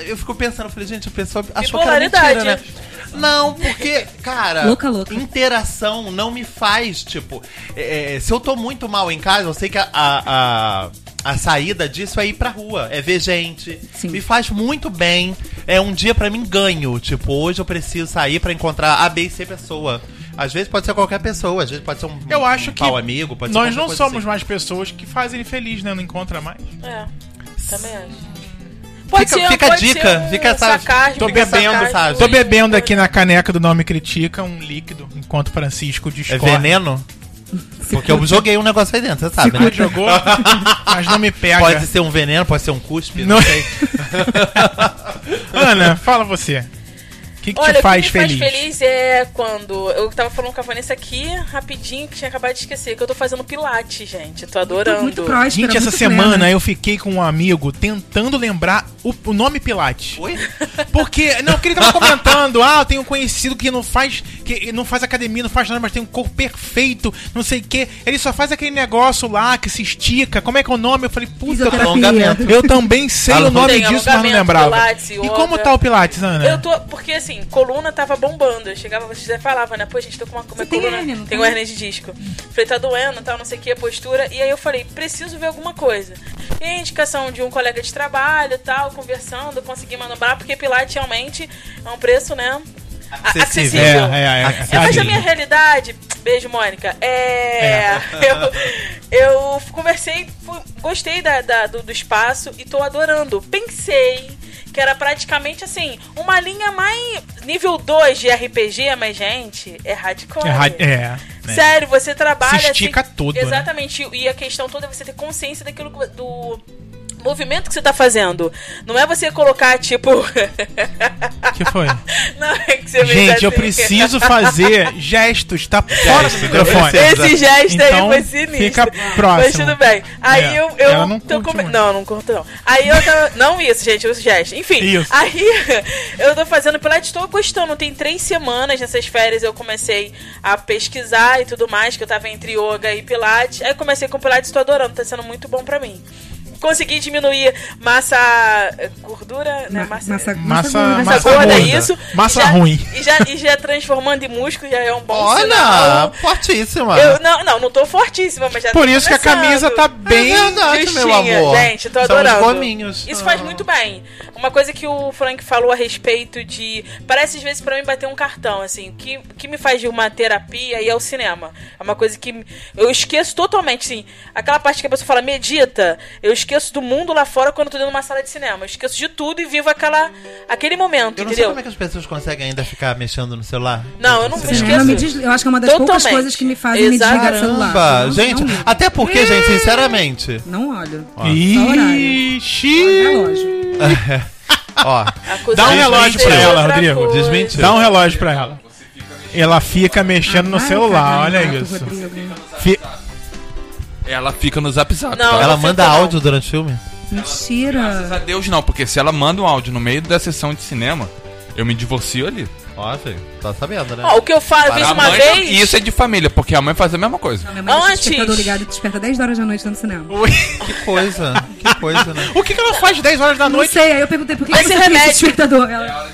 Speaker 3: Eu fico pensando, eu falei, gente, a pessoa achou que era mentira, né?
Speaker 4: Bipolaridade.
Speaker 3: Não, porque, cara,
Speaker 2: Louca, louca.
Speaker 3: interação não me faz, tipo, é, é, se eu tô muito mal em casa, eu sei que a, a, a, a saída disso é ir pra rua, é ver gente.
Speaker 2: Sim.
Speaker 3: Me faz muito bem. É um dia pra mim ganho. Tipo, hoje eu preciso sair pra encontrar A, B e C pessoa. Às vezes pode ser qualquer pessoa, às vezes pode ser um,
Speaker 1: Eu acho
Speaker 3: um
Speaker 1: que.
Speaker 3: pau amigo, pode ser
Speaker 1: nós
Speaker 3: qualquer
Speaker 1: não
Speaker 3: coisa
Speaker 1: somos
Speaker 3: assim.
Speaker 1: mais pessoas que fazem ele feliz, né? Não encontra mais.
Speaker 4: É, também acho. Pode um
Speaker 3: Fica- fica a dica, fica essa-
Speaker 4: sarcasmo,
Speaker 3: tô
Speaker 4: fica
Speaker 3: bebendo,
Speaker 4: sarcasmo.
Speaker 3: sabe?
Speaker 1: Tô bebendo aqui na caneca do Nome Critica um líquido, enquanto Francisco
Speaker 3: É
Speaker 1: discorre.
Speaker 3: veneno? Porque eu joguei um negócio aí dentro, você sabe, né?
Speaker 1: Mas Ah, jogou, mas não me pega.
Speaker 3: Pode ser um veneno, pode ser um cuspe, não,
Speaker 1: Não-
Speaker 3: sei.
Speaker 1: Ana, fala você. O que, que
Speaker 4: Olha,
Speaker 1: te faz
Speaker 4: o que me
Speaker 1: feliz?
Speaker 4: faz feliz é quando. Eu tava falando com a Vanessa aqui, rapidinho, que tinha acabado de esquecer, que eu tô fazendo pilate, gente. Eu tô adorando.
Speaker 2: Muito próspera,
Speaker 1: Gente, essa
Speaker 2: muito
Speaker 1: semana
Speaker 2: plena.
Speaker 1: eu fiquei com um amigo tentando lembrar o, o nome Pilates.
Speaker 3: Oi?
Speaker 1: Porque, não, porque ele tava comentando, ah, eu tenho um conhecido que não faz, que não faz academia, não faz nada, mas tem um corpo perfeito, não sei o quê. Ele só faz aquele negócio lá que se estica. Como é que é o nome? Eu falei, puta, eu, tam-
Speaker 3: alongamento.
Speaker 1: eu também sei o nome
Speaker 4: Tem
Speaker 1: disso, mas não
Speaker 4: alongamento,
Speaker 1: lembrava.
Speaker 4: pilates,
Speaker 1: e
Speaker 4: yoga.
Speaker 1: como tá o Pilates, Ana?
Speaker 4: Eu tô. Porque assim, coluna tava bombando. Eu chegava, você já falava, né? Pô, gente, tô com uma, uma
Speaker 2: tem
Speaker 4: coluna.
Speaker 2: hérnia, não
Speaker 4: tem
Speaker 2: tem?
Speaker 4: uma hernia de disco. Falei, tá doendo, tal, não sei o que, a postura. E aí eu falei, preciso ver alguma coisa. E a indicação de um colega de trabalho, tal, conversando, consegui manobrar, porque Pilates realmente é um preço, né? A-
Speaker 3: Acessível.
Speaker 4: acessível.
Speaker 1: É, é, é, é.
Speaker 4: Você faz a
Speaker 1: Tadinho.
Speaker 4: minha realidade. Beijo, Mônica. É. Eu, eu conversei, fui- gostei da- da- do, do espaço e tô adorando. Pensei que era praticamente assim, uma linha mais. nível 2 de RPG, mas, gente, é hardcore.
Speaker 1: É, ra- é, né?
Speaker 4: Sério, você trabalha. assim,
Speaker 1: Se estica todo, né?
Speaker 4: Exatamente. E a questão toda é você ter consciência daquilo que- do movimento que você tá fazendo. Não é você colocar, tipo.
Speaker 1: que foi?
Speaker 4: não, é que você fez
Speaker 1: Gente,
Speaker 4: assim,
Speaker 1: eu preciso fazer gestos, tá fora do
Speaker 3: Gestos,
Speaker 1: microfone.
Speaker 3: eu
Speaker 4: Esse gesto
Speaker 1: Então,
Speaker 4: aí foi sinistro.
Speaker 1: fica
Speaker 4: Mas
Speaker 1: próximo.
Speaker 4: tudo bem. Aí
Speaker 1: É,
Speaker 4: eu,
Speaker 1: ela
Speaker 4: eu
Speaker 1: não
Speaker 4: tô
Speaker 1: curte
Speaker 4: come-
Speaker 1: muito.
Speaker 4: Não, não curto não. Aí eu tô... Não isso, gente, os gestos. Enfim,
Speaker 1: Isso.
Speaker 4: aí eu tô fazendo pela estou gostando. Tem três semanas nessas férias eu comecei a pesquisar e tudo mais, que eu tava entre yoga e pilates. Aí comecei com pilates, tô adorando, tá sendo muito bom pra mim. Consegui diminuir massa... eh, gordura? Né?
Speaker 2: Massa, massa,
Speaker 1: Massa-
Speaker 2: gorda,
Speaker 1: massa
Speaker 4: Massa gorda,
Speaker 1: gorda.
Speaker 4: isso.
Speaker 1: Massa
Speaker 4: E já-
Speaker 1: ruim.
Speaker 4: E já, e já transformando em músculo, já é um bom
Speaker 3: Olha,
Speaker 4: sinal.
Speaker 3: fortíssima.
Speaker 4: Eu não, não, não tô fortíssima, mas já
Speaker 1: Ah, né? Por
Speaker 4: tô
Speaker 1: isso que a
Speaker 4: começando.
Speaker 1: camisa tá bem.
Speaker 3: É verdade, meu
Speaker 4: Justinha,
Speaker 3: amor.
Speaker 4: Gente,
Speaker 3: São
Speaker 4: tô
Speaker 3: os
Speaker 4: adorando.
Speaker 3: gominhos.
Speaker 4: Isso faz
Speaker 3: Ah.
Speaker 4: muito bem. Uma coisa que o Frank falou a respeito de. Parece às vezes pra mim bater um cartão, assim. O que, o que me faz de uma terapia e é o cinema. É uma coisa que eu esqueço totalmente, assim. Aquela parte que a pessoa fala, medita. Eu esqueço do mundo lá fora quando eu tô dentro de uma sala de cinema. Eu esqueço de tudo e vivo aquela, aquele momento,
Speaker 3: Eu não sei
Speaker 4: entendeu?
Speaker 3: como é que as pessoas conseguem ainda ficar mexendo no celular.
Speaker 4: Não, eu não me
Speaker 2: Sim,
Speaker 4: esqueço.
Speaker 2: eu, não me des- eu acho que é uma das poucas
Speaker 4: Totalmente.
Speaker 2: coisas que me fazem me desligar do celular.
Speaker 3: Caramba,
Speaker 2: Não-
Speaker 3: gente,
Speaker 2: não, ligo.
Speaker 3: até porque, gente, sinceramente,
Speaker 2: não olho.
Speaker 1: Ixi.
Speaker 2: Relógio.
Speaker 3: ó,
Speaker 1: Dá um relógio pra ela, Rodrigo.
Speaker 3: Desmentiu.
Speaker 1: Dá um relógio pra ela. Ela fica mexendo no
Speaker 2: Vai,
Speaker 1: celular,
Speaker 2: Ah, caralho,
Speaker 1: olha
Speaker 2: Marco
Speaker 1: isso.
Speaker 2: Rodrigo.
Speaker 1: Fi-
Speaker 5: Ela fica no zap zap.
Speaker 4: Não,
Speaker 5: tá?
Speaker 3: ela
Speaker 4: fico,
Speaker 3: manda
Speaker 4: não.
Speaker 3: áudio durante o filme.
Speaker 5: Graças
Speaker 2: Mentira.
Speaker 5: a Deus não, porque se ela manda um áudio no meio da sessão de cinema, eu me divorcio ali.
Speaker 3: Ó, filho, tá sabendo, né?
Speaker 4: Ó, o que eu falo, eu
Speaker 5: Para
Speaker 4: fiz
Speaker 5: a
Speaker 4: uma
Speaker 5: mãe,
Speaker 4: vez.
Speaker 5: E isso é de família, porque a mãe faz a mesma coisa.
Speaker 2: Não, minha mãe deixa o
Speaker 4: Antes.
Speaker 2: despertador ligado e desperta 10 horas da noite no cinema.
Speaker 3: Que coisa, que coisa, né?
Speaker 1: O que, que ela faz 10 horas da
Speaker 2: Não
Speaker 1: noite?
Speaker 2: sei, aí eu perguntei por que
Speaker 4: Vai
Speaker 2: você
Speaker 4: ser
Speaker 2: tem esse
Speaker 4: remédio. É
Speaker 2: despertador. Ela,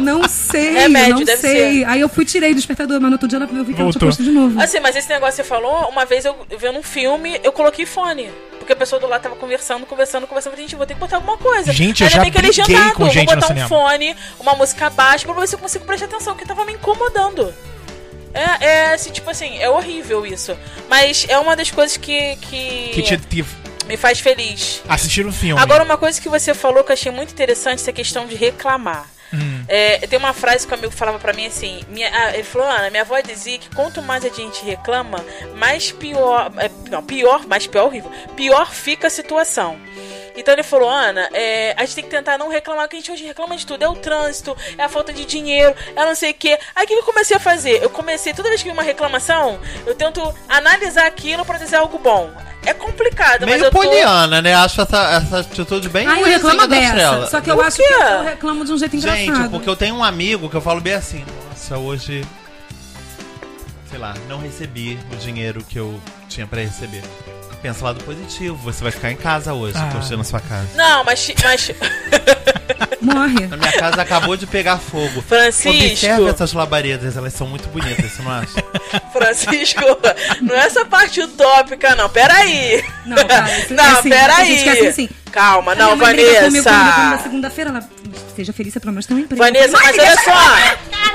Speaker 2: não sei,
Speaker 4: Remédio,
Speaker 2: não
Speaker 4: deve
Speaker 2: sei. Aí eu fui tirei o despertador, mas no outro dia ela, eu vi que ela tinha
Speaker 1: Voltou.
Speaker 2: posto de novo.
Speaker 4: Assim, mas esse negócio que você falou, uma vez eu eu vendo um filme, eu coloquei fone. Porque a pessoa do lado tava conversando, conversando, conversando. Eu falei, gente, eu vou ter que botar alguma coisa.
Speaker 1: Gente, eu já
Speaker 4: bem que ele é
Speaker 1: briguei
Speaker 4: legendado,
Speaker 1: com
Speaker 4: eu
Speaker 1: gente
Speaker 4: vou
Speaker 1: no
Speaker 4: botar
Speaker 1: cinema.
Speaker 4: um fone, uma música baixa, pra ver se eu consigo prestar atenção, que tava me incomodando. É, é assim, tipo assim, é horrível isso. Mas é uma das coisas que, que,
Speaker 1: Que te, te
Speaker 4: me faz feliz.
Speaker 1: assistir um filme.
Speaker 4: Agora, uma coisa que você falou que eu achei muito interessante, essa questão de reclamar.
Speaker 3: Hum.
Speaker 4: É, tem uma frase que o amigo falava pra mim assim: minha, ah, ele falou, Ana, minha avó dizia que quanto mais a gente reclama, mais pior. é, não, pior, mais pior, horrível. Pior fica a situação. Então ele falou, Ana, é, a gente tem que tentar não reclamar, que a gente hoje reclama de tudo. É o trânsito, é a falta de dinheiro, é não sei o quê. Aí o que eu comecei a fazer? Eu comecei, toda vez que vi uma reclamação, eu tento analisar aquilo pra dizer algo bom. É complicado, mas
Speaker 3: Meio
Speaker 4: eu tô...
Speaker 3: poliana, né? Acho essa, essa atitude bem
Speaker 2: Aí eu
Speaker 3: ruinzinha
Speaker 2: reclamo
Speaker 3: da
Speaker 2: dessa.
Speaker 3: Estrela.
Speaker 2: Só que eu
Speaker 4: Por
Speaker 2: acho
Speaker 4: quê?
Speaker 2: que eu reclamo de um jeito engraçado.
Speaker 3: Gente, porque eu tenho um amigo que eu falo bem assim, nossa, hoje. Sei lá, não recebi o dinheiro que eu tinha pra receber. Pensa lado positivo, você vai ficar em casa hoje,
Speaker 1: Ah.
Speaker 3: curtindo a sua casa.
Speaker 4: Não, mas, mas
Speaker 2: Morre.
Speaker 3: A minha casa acabou de pegar fogo. Observe
Speaker 4: Francisco,
Speaker 3: essas labaredas, elas são muito bonitas, você não acha?
Speaker 4: Francisco, não é essa parte utópica, não. Peraí.
Speaker 2: Não, cara, isso-
Speaker 4: não,
Speaker 2: assim,
Speaker 4: peraí.
Speaker 2: a gente quer assim,
Speaker 4: Calma,
Speaker 2: Minha
Speaker 4: não,
Speaker 2: mãe briga comigo assim, quando eu vou na
Speaker 4: Vanessa.
Speaker 2: segunda-feira, ela seja feliz, você pelo menos tem um emprego.
Speaker 4: Vanessa, mas olha só.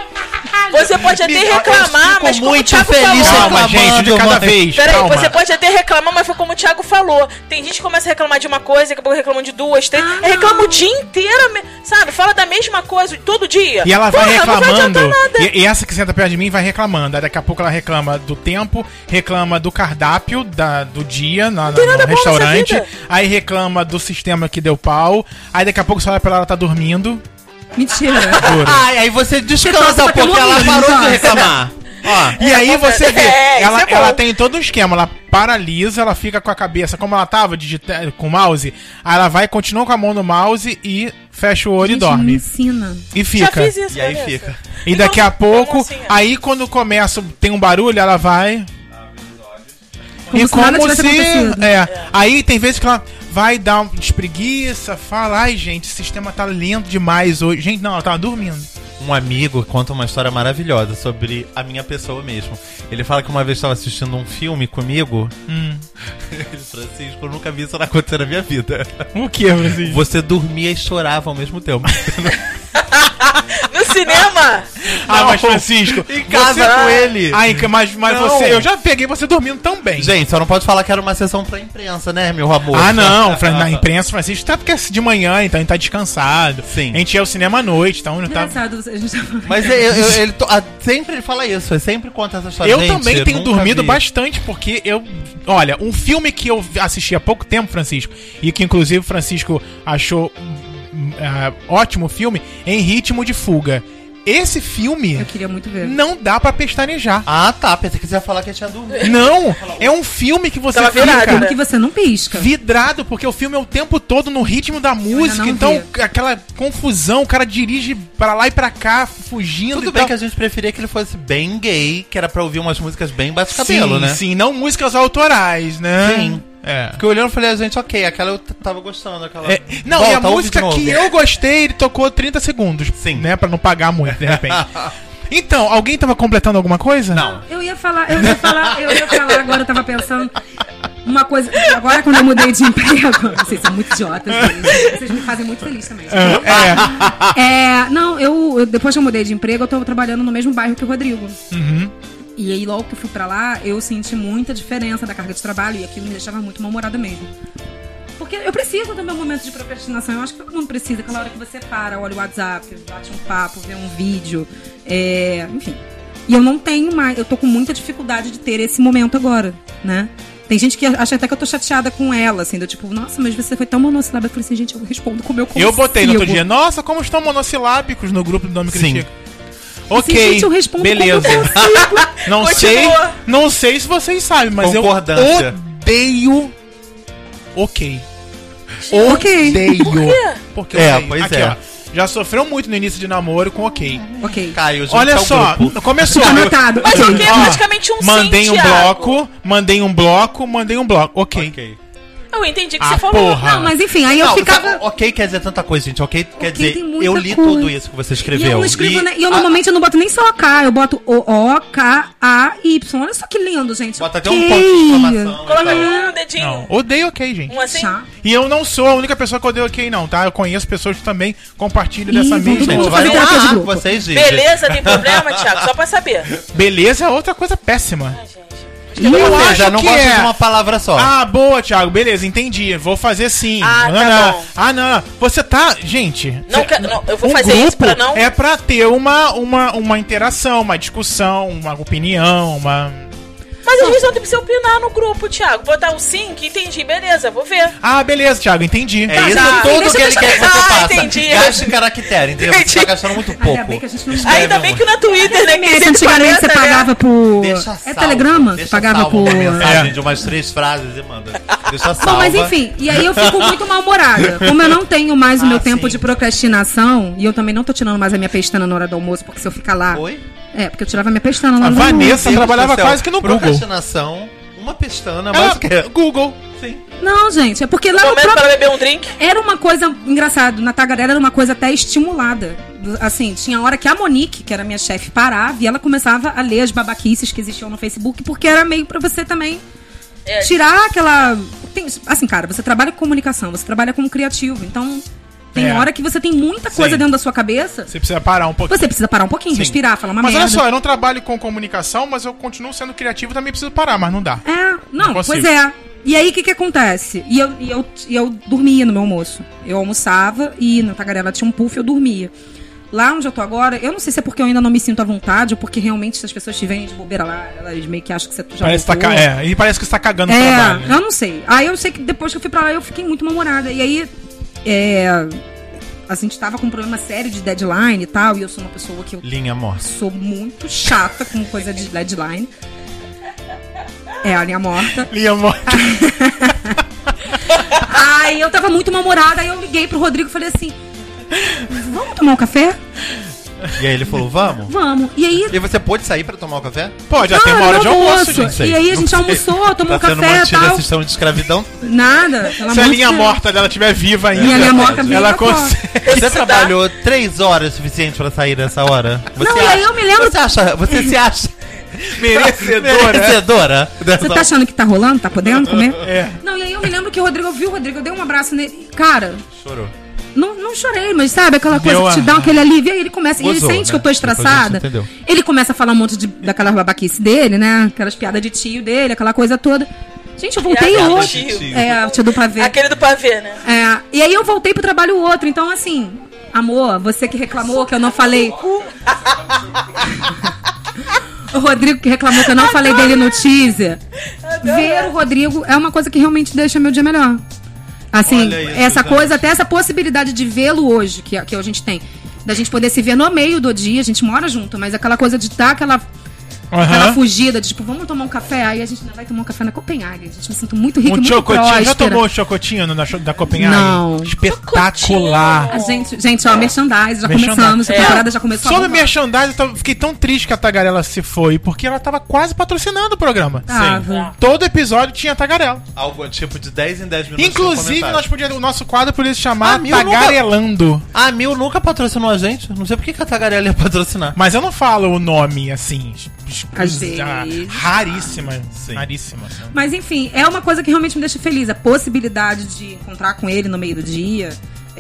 Speaker 4: Você pode até
Speaker 3: Me- eu
Speaker 4: reclamar,
Speaker 3: fico
Speaker 4: mas como o
Speaker 3: muito
Speaker 4: Thiago
Speaker 3: feliz
Speaker 4: falou.
Speaker 1: Calma, gente, de cada
Speaker 3: mano.
Speaker 1: vez.
Speaker 4: Peraí,
Speaker 1: calma.
Speaker 4: você pode até reclamar, mas foi como o Thiago falou. Tem gente que começa a reclamar de uma coisa, daqui a pouco reclama de duas, três.
Speaker 2: Ah,
Speaker 4: reclama
Speaker 2: não.
Speaker 4: o dia inteiro, me- sabe? Fala da mesma coisa todo dia.
Speaker 1: E ela vai
Speaker 4: Porra, Não
Speaker 1: reclamando.
Speaker 4: vai adiantar nada.
Speaker 1: e, e essa que senta perto de mim vai reclamando. Aí daqui a pouco ela reclama do tempo, reclama do cardápio da, do dia na, na-
Speaker 4: nada
Speaker 1: no
Speaker 4: bom nessa
Speaker 1: restaurante.
Speaker 4: vida.
Speaker 1: Aí reclama do sistema que deu pau. Aí daqui a pouco você olha pra ela, ela tá dormindo.
Speaker 2: Mentira.
Speaker 1: Juro.
Speaker 3: Ai, aí você
Speaker 2: Você
Speaker 3: descansa
Speaker 2: tá
Speaker 3: porque ela
Speaker 2: morrendo,
Speaker 3: parou de
Speaker 2: então.
Speaker 3: reclamar. Ó,
Speaker 1: E aí você vê,
Speaker 4: É, isso
Speaker 1: ela,
Speaker 4: é bom.
Speaker 1: ela tem todo um esquema, ela paralisa, ela fica com a cabeça, como ela tava digitando com o mouse, aí ela vai, continua com a mão no mouse e fecha o olho e
Speaker 2: Gente, Me
Speaker 1: dorme.
Speaker 2: ensina.
Speaker 1: E
Speaker 4: Já
Speaker 1: fica.
Speaker 4: fiz isso,
Speaker 3: E aí
Speaker 4: Vanessa.
Speaker 3: fica.
Speaker 1: E daqui a
Speaker 4: Então,
Speaker 1: pouco,
Speaker 4: então, assim, é.
Speaker 1: aí quando começa, tem um barulho, ela vai.
Speaker 2: Como
Speaker 1: e
Speaker 2: se nada
Speaker 1: como
Speaker 2: tivesse
Speaker 1: se.
Speaker 2: acontecido.
Speaker 1: É. Aí tem vezes que ela vai dar uma despreguiça, fala, ai gente, o sistema tá lento demais hoje. Gente, não, ela tava dormindo.
Speaker 3: Um amigo conta uma história maravilhosa sobre a minha pessoa mesmo. Ele fala que uma vez estava assistindo um filme comigo. Ele, Francisco, eu nunca vi isso acontecer na minha vida.
Speaker 1: O que, Francisco?
Speaker 3: Você dormia e chorava ao mesmo tempo.
Speaker 4: No cinema?
Speaker 1: Ah, mas Francisco,
Speaker 3: Em casa
Speaker 1: você-
Speaker 3: com
Speaker 1: é.
Speaker 3: ele.
Speaker 1: Ai, que- mas, mas
Speaker 3: Não.
Speaker 1: você, eu já peguei você dormindo tão bem.
Speaker 3: Gente, só não pode falar que era uma sessão pra imprensa, né, meu amor?
Speaker 1: Ah, não, Fran- na imprensa, Francisco tá porque é de manhã, então ele tá descansado.
Speaker 3: Sim.
Speaker 1: A gente ia ao cinema à noite, então não tá.
Speaker 2: Engraçado, a gente tá falando.
Speaker 3: Mas eu- eu- ele to- ah, sempre ele fala isso, ele sempre conta essa história.
Speaker 1: Eu
Speaker 3: Gente,
Speaker 1: também tenho
Speaker 3: nunca
Speaker 1: dormido
Speaker 3: vi.
Speaker 1: bastante, porque eu. Olha, um filme que eu assisti há pouco tempo, Francisco, e que inclusive o Francisco achou hum, hum, ah, ótimo filme, Em Ritmo de Fuga. Esse filme
Speaker 2: Eu queria muito ver.
Speaker 1: não dá pra pestanejar.
Speaker 3: Ah, tá, pensei que você ia falar que tinha dormido.
Speaker 1: Não! É um filme que você
Speaker 4: Tava virado,
Speaker 1: fica
Speaker 4: né?
Speaker 2: Porque você não pisca.
Speaker 1: vidrado, porque o filme é o tempo todo no ritmo da música,
Speaker 2: não
Speaker 1: então
Speaker 2: vi.
Speaker 1: aquela confusão, o cara dirige pra lá e pra cá, fugindo
Speaker 3: Tudo
Speaker 1: e
Speaker 3: bem
Speaker 1: tal.
Speaker 3: que é a gente preferia que ele fosse bem gay, que era pra ouvir umas músicas bem bate-cabelo,
Speaker 1: sim,
Speaker 3: né?
Speaker 1: sim, não músicas autorais, né?
Speaker 3: Sim.
Speaker 1: É.
Speaker 3: Fiquei olhando e falei, ah, gente, ok, aquela eu t- tava gostando, aquela.
Speaker 1: É, não,
Speaker 3: Volta,
Speaker 1: e a
Speaker 3: ouve
Speaker 1: música
Speaker 3: de novo.
Speaker 1: que eu gostei, ele tocou 30 segundos.
Speaker 3: Sim.
Speaker 1: Né? Pra não pagar muito, de repente. então, alguém tava completando alguma coisa? Não.
Speaker 2: Eu ia falar, eu ia falar, eu ia falar, agora eu tava pensando. Uma coisa, agora quando eu mudei de emprego, vocês são muito idiotas, vocês- vocês me fazem muito feliz também.
Speaker 1: É.
Speaker 2: É, não, eu, eu- depois que eu mudei de emprego, eu tô trabalhando no mesmo bairro que o Rodrigo.
Speaker 1: Uhum.
Speaker 2: E aí, logo que eu fui pra lá, eu senti muita diferença da carga de trabalho e aquilo me deixava muito mal-humorada mesmo. Porque eu preciso do meu momento de procrastinação. Eu acho que todo mundo precisa. Aquela hora que você para, olha o WhatsApp, bate um papo, vê um vídeo. é, Enfim. E eu não tenho mais. Eu tô com muita dificuldade de ter esse momento agora, né? Tem gente que acha até que eu tô chateada com ela, assim, do tipo, nossa, mas você foi tão monossilábica. Eu falei assim, gente, eu respondo como eu consigo.
Speaker 1: Eu botei no outro dia. Nossa, como estão monossilábicos no grupo do Nome
Speaker 3: Sim.
Speaker 1: Critica.
Speaker 2: Assim,
Speaker 1: Ok,
Speaker 2: gente, eu respondo
Speaker 1: beleza.
Speaker 2: como eu consigo.
Speaker 1: Não sei,
Speaker 4: Continua.
Speaker 1: não sei se vocês sabem, mas eu
Speaker 3: Concordância.
Speaker 1: odeio. Ok.
Speaker 2: Ok.
Speaker 1: Odeio.
Speaker 4: quê?
Speaker 1: Porque
Speaker 3: É,
Speaker 1: odeio.
Speaker 3: pois é. Uhum.
Speaker 1: ó, já sofreu muito no início de namoro com ok.
Speaker 2: ok.
Speaker 3: Caio, junta
Speaker 1: Olha
Speaker 3: ao
Speaker 1: só,
Speaker 3: tá grupo.
Speaker 1: começou.
Speaker 2: Tá anotado.
Speaker 4: Mas
Speaker 2: ok.
Speaker 4: o que é
Speaker 1: Ó,
Speaker 4: praticamente um
Speaker 1: mandei
Speaker 4: sim,
Speaker 1: um
Speaker 4: Thiago.
Speaker 1: bloco, mandei um bloco, mandei um bloco. Ok.
Speaker 3: Ok.
Speaker 4: Eu entendi o que
Speaker 1: Ah,
Speaker 4: você falou.
Speaker 1: porra.
Speaker 2: Não, mas enfim, aí eu
Speaker 3: Não,
Speaker 2: ficava.
Speaker 3: sabe, ok quer dizer tanta coisa, gente. Ok, quer dizer,
Speaker 2: tem muita
Speaker 3: eu li
Speaker 2: coisa.
Speaker 3: tudo isso que
Speaker 2: E
Speaker 3: você escreveu.
Speaker 2: eu não escrevo,
Speaker 3: Li-
Speaker 2: né? E eu
Speaker 3: Ah,
Speaker 2: normalmente eu não boto nem só o K, eu boto o O, K, A, Y. Olha só que lindo, gente.
Speaker 3: Bota até
Speaker 2: Ok.
Speaker 3: um ponto de exclamação.
Speaker 4: Coloca um dedinho.
Speaker 1: Não, odeio ok, gente.
Speaker 4: Um assim.
Speaker 2: Chá.
Speaker 1: E eu não sou a única pessoa que odeia ok, não, tá? Eu conheço pessoas que também compartilham
Speaker 2: Ih,
Speaker 1: dessa
Speaker 2: vão
Speaker 1: mesma.
Speaker 2: todo
Speaker 3: Gente,
Speaker 2: mundo
Speaker 3: vai
Speaker 2: fazer
Speaker 3: no
Speaker 2: terapia de
Speaker 3: ar que
Speaker 2: grupo.
Speaker 3: vocês dizem.
Speaker 4: Beleza, tem problema, Thiago? Só pra saber.
Speaker 1: Beleza é outra coisa péssima.
Speaker 4: Ai, gente.
Speaker 2: Ih,
Speaker 3: Ou
Speaker 1: Eu
Speaker 3: seja,
Speaker 1: acho
Speaker 3: não
Speaker 1: que
Speaker 3: gosta
Speaker 1: é.
Speaker 3: de uma palavra só.
Speaker 1: Ah, boa, Thiago. Beleza, entendi. Vou fazer sim.
Speaker 4: Ah, tá
Speaker 1: Nanã.
Speaker 4: bom.
Speaker 1: ah não. Você tá. Gente.
Speaker 4: Não
Speaker 1: cê-
Speaker 4: quero- não, eu vou fazer isso pra não-
Speaker 1: Um É pra ter uma, uma, uma interação, uma discussão, uma opinião, uma.
Speaker 4: Mas às vezes eu tenho que se opinar no grupo, Thiago. Botar um sim, que entendi, beleza, vou ver.
Speaker 1: Ah, beleza, Thiago, entendi.
Speaker 3: É isso
Speaker 4: tá.
Speaker 3: tudo
Speaker 4: Deixa
Speaker 3: que
Speaker 4: eu
Speaker 3: ele quer que você
Speaker 4: explicar. Ah,
Speaker 3: faça.
Speaker 4: entendi.
Speaker 3: Gaste caractere, entendeu? Você tá
Speaker 4: Entendi.
Speaker 3: gastando muito
Speaker 2: Ainda
Speaker 3: pouco.
Speaker 2: bem que a gente não
Speaker 3: Escreve,
Speaker 1: um
Speaker 4: Ainda bem
Speaker 3: amor.
Speaker 4: que na Twitter,
Speaker 1: É,
Speaker 4: né?
Speaker 2: Mas
Speaker 4: que
Speaker 2: antigamente você
Speaker 4: 140, né?
Speaker 2: pagava por.
Speaker 3: Deixa
Speaker 2: é
Speaker 3: salvo,
Speaker 2: telegrama? Você
Speaker 3: deixa
Speaker 2: pagava
Speaker 3: salvo
Speaker 2: por.
Speaker 3: uma mensagem
Speaker 1: É.
Speaker 3: de umas três frases e manda. Deixa salva.
Speaker 2: Bom, mas enfim, e aí eu fico muito mal-humorada. Como eu não tenho mais o meu
Speaker 3: Ah,
Speaker 2: tempo
Speaker 3: sim.
Speaker 2: de procrastinação, e eu também não tô tirando mais a minha pestana na hora do almoço, porque se eu ficar lá.
Speaker 3: Oi? Ah,
Speaker 2: É, porque eu tirava minha pestana
Speaker 1: A
Speaker 2: na hora do almoço.
Speaker 1: Vanessa trabalhava
Speaker 3: Meu Deus do céu.
Speaker 1: quase que no Google. Ah,
Speaker 3: Procrastinação, uma pestana,
Speaker 1: Ela-
Speaker 3: mais o que...
Speaker 1: Google.
Speaker 3: Sim.
Speaker 2: Não, gente, é porque lá no
Speaker 4: Momento
Speaker 2: próprio
Speaker 4: para beber um drink.
Speaker 2: Era uma coisa engraçado, na Tagarela era uma coisa até estimulada. Assim, tinha hora que a Monique, que era minha chefe, parava e ela começava a ler as babaquices que existiam no Facebook, porque era meio pra você também
Speaker 4: É.
Speaker 2: tirar aquela. tem- assim, cara, você trabalha com comunicação, você trabalha como criativo, então tem
Speaker 1: É.
Speaker 2: hora que você tem muita coisa
Speaker 1: Sim.
Speaker 2: dentro da sua cabeça.
Speaker 1: Você precisa parar um pouquinho.
Speaker 2: Você precisa parar um pouquinho,
Speaker 1: Sim.
Speaker 2: respirar, falar uma
Speaker 1: mas
Speaker 2: merda.
Speaker 1: olha só, eu não trabalho com comunicação, mas eu continuo sendo criativo também preciso parar, mas não dá.
Speaker 2: É, não,
Speaker 1: Não consigo.
Speaker 2: pois é. E aí, o que que acontece? E eu, e, eu, e eu dormia no meu almoço. Eu almoçava e na tagarela tinha um puff, eu dormia. Lá onde eu tô agora, eu não sei se é porque eu ainda não me sinto à vontade ou porque realmente se as pessoas te veem de bobeira lá, elas meio que acham que você já
Speaker 1: Parece que tá,
Speaker 2: voltou.
Speaker 1: ca- é, e parece que você tá cagando pro
Speaker 2: Então, uh. É,
Speaker 1: trabalho. né?
Speaker 2: eu não sei. Aí eu sei que depois que eu fui pra lá, eu fiquei muito mal-humorada. E aí, é, a gente tava com um problema sério de deadline e tal, e eu sou uma pessoa que eu
Speaker 3: Linha morsa.
Speaker 2: sou muito chata com coisa de deadline. É, a linha morta.
Speaker 1: Lia Morte.
Speaker 2: Aí eu tava muito mal-humorada, aí eu liguei pro Rodrigo e falei assim: Vamos tomar um café?
Speaker 3: E aí ele falou, vamos?
Speaker 2: Vamos. E aí.
Speaker 3: E você pôde sair pra tomar o café?
Speaker 1: Pode, já tem
Speaker 2: Cara,
Speaker 1: uma hora de
Speaker 2: no
Speaker 1: almoço,
Speaker 2: almoço.
Speaker 1: gente.
Speaker 2: E aí a gente almoçou, tomou
Speaker 1: Tá
Speaker 2: um café e
Speaker 3: mantida a
Speaker 2: tal. Tá
Speaker 3: sistema de escravidão.
Speaker 2: Nada. pelo
Speaker 1: Se a
Speaker 2: amor de
Speaker 1: linha
Speaker 2: Deus.
Speaker 1: morta dela estiver viva ainda.
Speaker 2: Minha linha morta viva,
Speaker 1: Ela
Speaker 2: pô.
Speaker 1: consegue.
Speaker 3: Você trabalhou três horas suficiente pra sair nessa hora? Você
Speaker 2: Não, e aí eu me lembro-
Speaker 3: Ah, Você, acha, você se acha
Speaker 1: Merecedora.
Speaker 3: merecedora? dessa-
Speaker 2: Você tá achando que tá rolando? Tá podendo comer?
Speaker 1: É.
Speaker 2: Não, e aí eu me lembro que o Rodrigo, eu vi o Rodrigo, eu dei um abraço nele. Cara,
Speaker 3: Chorou.
Speaker 2: Não, não chorei, mas sabe aquela
Speaker 1: Deu
Speaker 2: coisa que te
Speaker 1: a-
Speaker 2: dá aquele alívio? E aí ele começa, e ele
Speaker 3: Gozou,
Speaker 2: sente
Speaker 3: né?
Speaker 2: que eu tô
Speaker 3: Depois a
Speaker 2: estressada.
Speaker 3: gente entendeu.
Speaker 2: Ele começa a falar um monte de, daquela babaquice dele, né? Aquelas piadas de tio dele, aquela coisa toda. Gente, eu voltei
Speaker 4: piada de
Speaker 2: hoje.
Speaker 4: tio.
Speaker 2: É, a tia do pavê.
Speaker 4: Aquele do pavê, né?
Speaker 2: É, e aí eu voltei pro trabalho outro. Então, assim, amor, você que reclamou que eu não falei. O Rodrigo que reclamou que eu não falei dele no teaser. Ver o Rodrigo é uma coisa que realmente deixa meu dia melhor. Assim,
Speaker 3: Olha isso,
Speaker 2: essa
Speaker 3: gente.
Speaker 2: coisa, até essa possibilidade de vê-lo hoje, que, a- que a gente tem. Da gente poder se ver no meio do dia, a gente mora junto, mas aquela coisa de dar aquela, aquela
Speaker 1: Aham.
Speaker 2: fugida, de tipo, vamos tomar um café? Aí a gente ainda vai tomar um café na Copenhague. A gente me sinto muito rica e
Speaker 1: Um
Speaker 2: muito
Speaker 1: chocotinho. Já
Speaker 2: próspera.
Speaker 1: tomou o chocotinho na, cho- da Copenhague?
Speaker 2: Não.
Speaker 1: Espetacular.
Speaker 2: A gente, gente, ó, merchandise,
Speaker 1: Ah, é.
Speaker 2: já
Speaker 1: Merchandise.
Speaker 2: começamos, a
Speaker 1: É.
Speaker 2: temporada já começou. a
Speaker 1: Sobre
Speaker 2: bombar.
Speaker 1: merchandising, eu tava- fiquei tão triste que a Tagarela se foi, porque ela tava quase patrocinando o programa.
Speaker 2: Tá. Tava.
Speaker 1: Todo episódio tinha Tagarela.
Speaker 3: Algo tipo de 10 em 10 minutos.
Speaker 1: Inclusive,
Speaker 3: no
Speaker 1: nós podíamos, o nosso quadro podia se chamar
Speaker 3: Ah, mil nunca-
Speaker 1: Tagarelando.
Speaker 3: A Mil nunca patrocinou a gente. Não sei por que que a Tagarela ia patrocinar.
Speaker 1: Mas eu não falo o nome, assim.
Speaker 2: Às
Speaker 1: escusa-
Speaker 2: vezes.
Speaker 1: Raríssima.
Speaker 3: Sim.
Speaker 1: Raríssima. assim.
Speaker 2: Mas enfim, é uma coisa que realmente me deixa feliz. A possibilidade de encontrar com ele no meio do dia.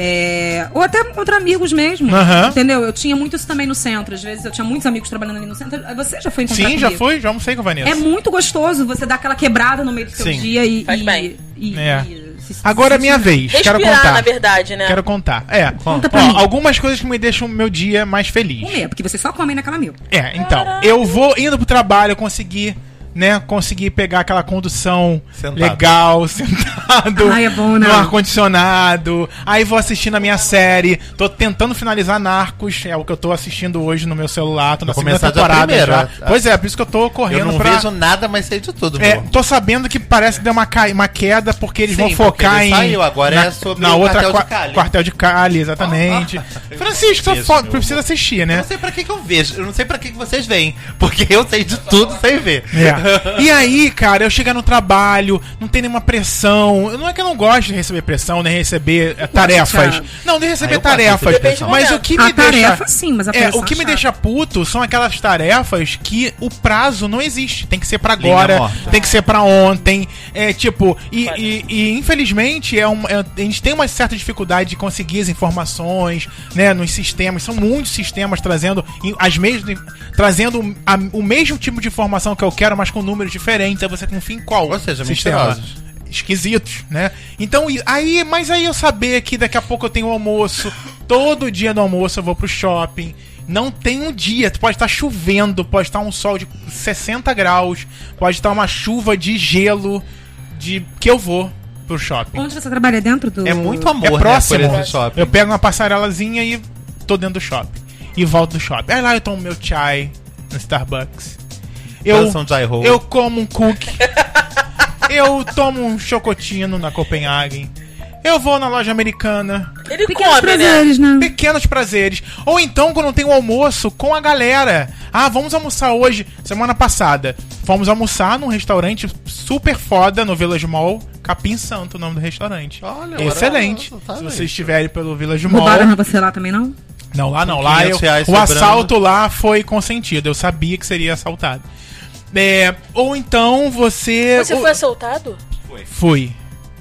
Speaker 2: é, Ou até encontrar amigos mesmo.
Speaker 1: Aham.
Speaker 2: Entendeu? Eu tinha muito isso também no centro. Às vezes eu tinha muitos amigos trabalhando ali no centro. Você já foi encontrar
Speaker 1: Sim, já
Speaker 2: comigo.
Speaker 1: fui, já almocei com a Vanessa.
Speaker 2: É muito gostoso você dar aquela quebrada no meio do seu
Speaker 1: Sim.
Speaker 2: dia e.
Speaker 4: Faz
Speaker 2: e-
Speaker 4: bem.
Speaker 2: e-
Speaker 1: É.
Speaker 2: e- se- se-
Speaker 1: Agora é
Speaker 2: se-
Speaker 1: minha vez. Quero
Speaker 4: Respirar,
Speaker 1: contar.
Speaker 4: na verdade, né?
Speaker 1: Quero contar. É.
Speaker 2: Conta pra
Speaker 1: Ó,
Speaker 2: mim.
Speaker 1: Algumas coisas que me deixam o meu dia mais feliz.
Speaker 2: Comer, é, porque você só come naquela mil.
Speaker 1: É, então. Eu vou indo pro trabalho, eu consegui, né? Consegui pegar aquela condução
Speaker 3: Sentado.
Speaker 1: legal, sentado.
Speaker 2: Ai, é bom, né?
Speaker 1: No ar-condicionado. Aí vou assistindo a minha série. Tô tentando finalizar Narcos, é o que eu tô assistindo hoje no meu celular. Tô na
Speaker 3: Vai
Speaker 1: segunda
Speaker 3: começar da
Speaker 1: temporada
Speaker 3: primeira.
Speaker 1: já. Pois é, por isso que eu tô correndo
Speaker 3: Eu não
Speaker 1: pra.
Speaker 3: vejo nada, mas sei de tudo, meu
Speaker 1: É,
Speaker 3: amor.
Speaker 1: tô sabendo que parece que deu uma, cai- uma queda porque eles vão
Speaker 3: Sim, porque
Speaker 1: focar
Speaker 3: ele
Speaker 1: em.
Speaker 3: saiu, agora
Speaker 1: na,
Speaker 3: é sobre
Speaker 1: na
Speaker 3: o
Speaker 1: outra
Speaker 3: Quartel de
Speaker 1: qua-
Speaker 3: Cali.
Speaker 1: Quartel de Cali, exatamente. Francisco, só
Speaker 3: Isso,
Speaker 1: fo-
Speaker 3: meu
Speaker 1: precisa
Speaker 3: amor.
Speaker 1: assistir,
Speaker 3: Eu
Speaker 1: né?
Speaker 3: não sei pra que, que eu vejo. Eu não sei pra que, que vocês veem. Porque eu sei de tudo sem ver.
Speaker 1: É. E aí, cara, eu chegar no trabalho, não tem nenhuma pressão. Não é que eu não gosto de receber pressão, nem receber eh, tarefas.
Speaker 2: Thiago.
Speaker 1: Não, nem receber
Speaker 3: Ah, eu gosto de
Speaker 1: tarefas.
Speaker 3: receber pressão.
Speaker 1: Mas o que
Speaker 2: A
Speaker 1: me
Speaker 2: tarefa,
Speaker 1: deixa.
Speaker 2: sim, mas a
Speaker 1: é,
Speaker 2: pressão
Speaker 1: o que me
Speaker 2: chata.
Speaker 1: deixa puto são aquelas tarefas que o prazo não existe. Tem que ser pra
Speaker 3: Linha
Speaker 1: agora,
Speaker 3: morta.
Speaker 1: tem que ser pra ontem. É tipo, e, e- e, infelizmente é um- é- a gente tem uma certa dificuldade de conseguir as informações, né, nos sistemas. São muitos sistemas trazendo em- as mesmas, trazendo a- o mesmo tipo de informação que eu quero, mas com números diferentes. Aí você confia em qual?
Speaker 3: Ou seja, mentirosos.
Speaker 1: esquisitos, né? Então, e- aí, mas aí eu saber que daqui a pouco eu tenho almoço, todo dia no almoço eu vou pro shopping. Não tem um dia, pode estar chovendo, pode estar um sol de 60 graus, pode estar uma chuva de gelo de que eu vou pro shopping.
Speaker 2: Onde você trabalha dentro do.
Speaker 3: É muito amor,
Speaker 1: é
Speaker 3: né,
Speaker 1: próximo.
Speaker 3: por esse shopping.
Speaker 1: Eu pego uma passarelazinha e tô dentro do shopping. E volto do shopping. Aí lá eu tomo meu chai no Starbucks. Eu,
Speaker 3: Dança um jai roll.
Speaker 1: eu como um cookie. eu tomo um chocotino na Copenhagen. Eu vou na loja americana.
Speaker 4: Ele
Speaker 2: Pequenos
Speaker 4: come, né?
Speaker 2: prazeres, né?
Speaker 1: Pequenos prazeres. Ou então, quando tem o almoço com a galera. Ah, vamos almoçar hoje. Semana passada, fomos almoçar num restaurante super foda no Village Mall. Capim Santo, o nome do restaurante.
Speaker 3: Olha,
Speaker 1: Excelente.
Speaker 3: olha, tá
Speaker 1: Se
Speaker 3: bem.
Speaker 1: vocês estiverem pelo Village Mall.
Speaker 2: Roubaram
Speaker 4: né?
Speaker 2: pra você lá também, não?
Speaker 1: Não, lá não.
Speaker 3: Com
Speaker 1: Lá
Speaker 3: 500
Speaker 1: eu-
Speaker 3: reais
Speaker 1: o
Speaker 3: sobrando.
Speaker 1: assalto lá foi consentido. Eu sabia que seria assaltado. É, ou então você.
Speaker 4: Você
Speaker 1: o-
Speaker 4: foi assaltado?
Speaker 1: Fui.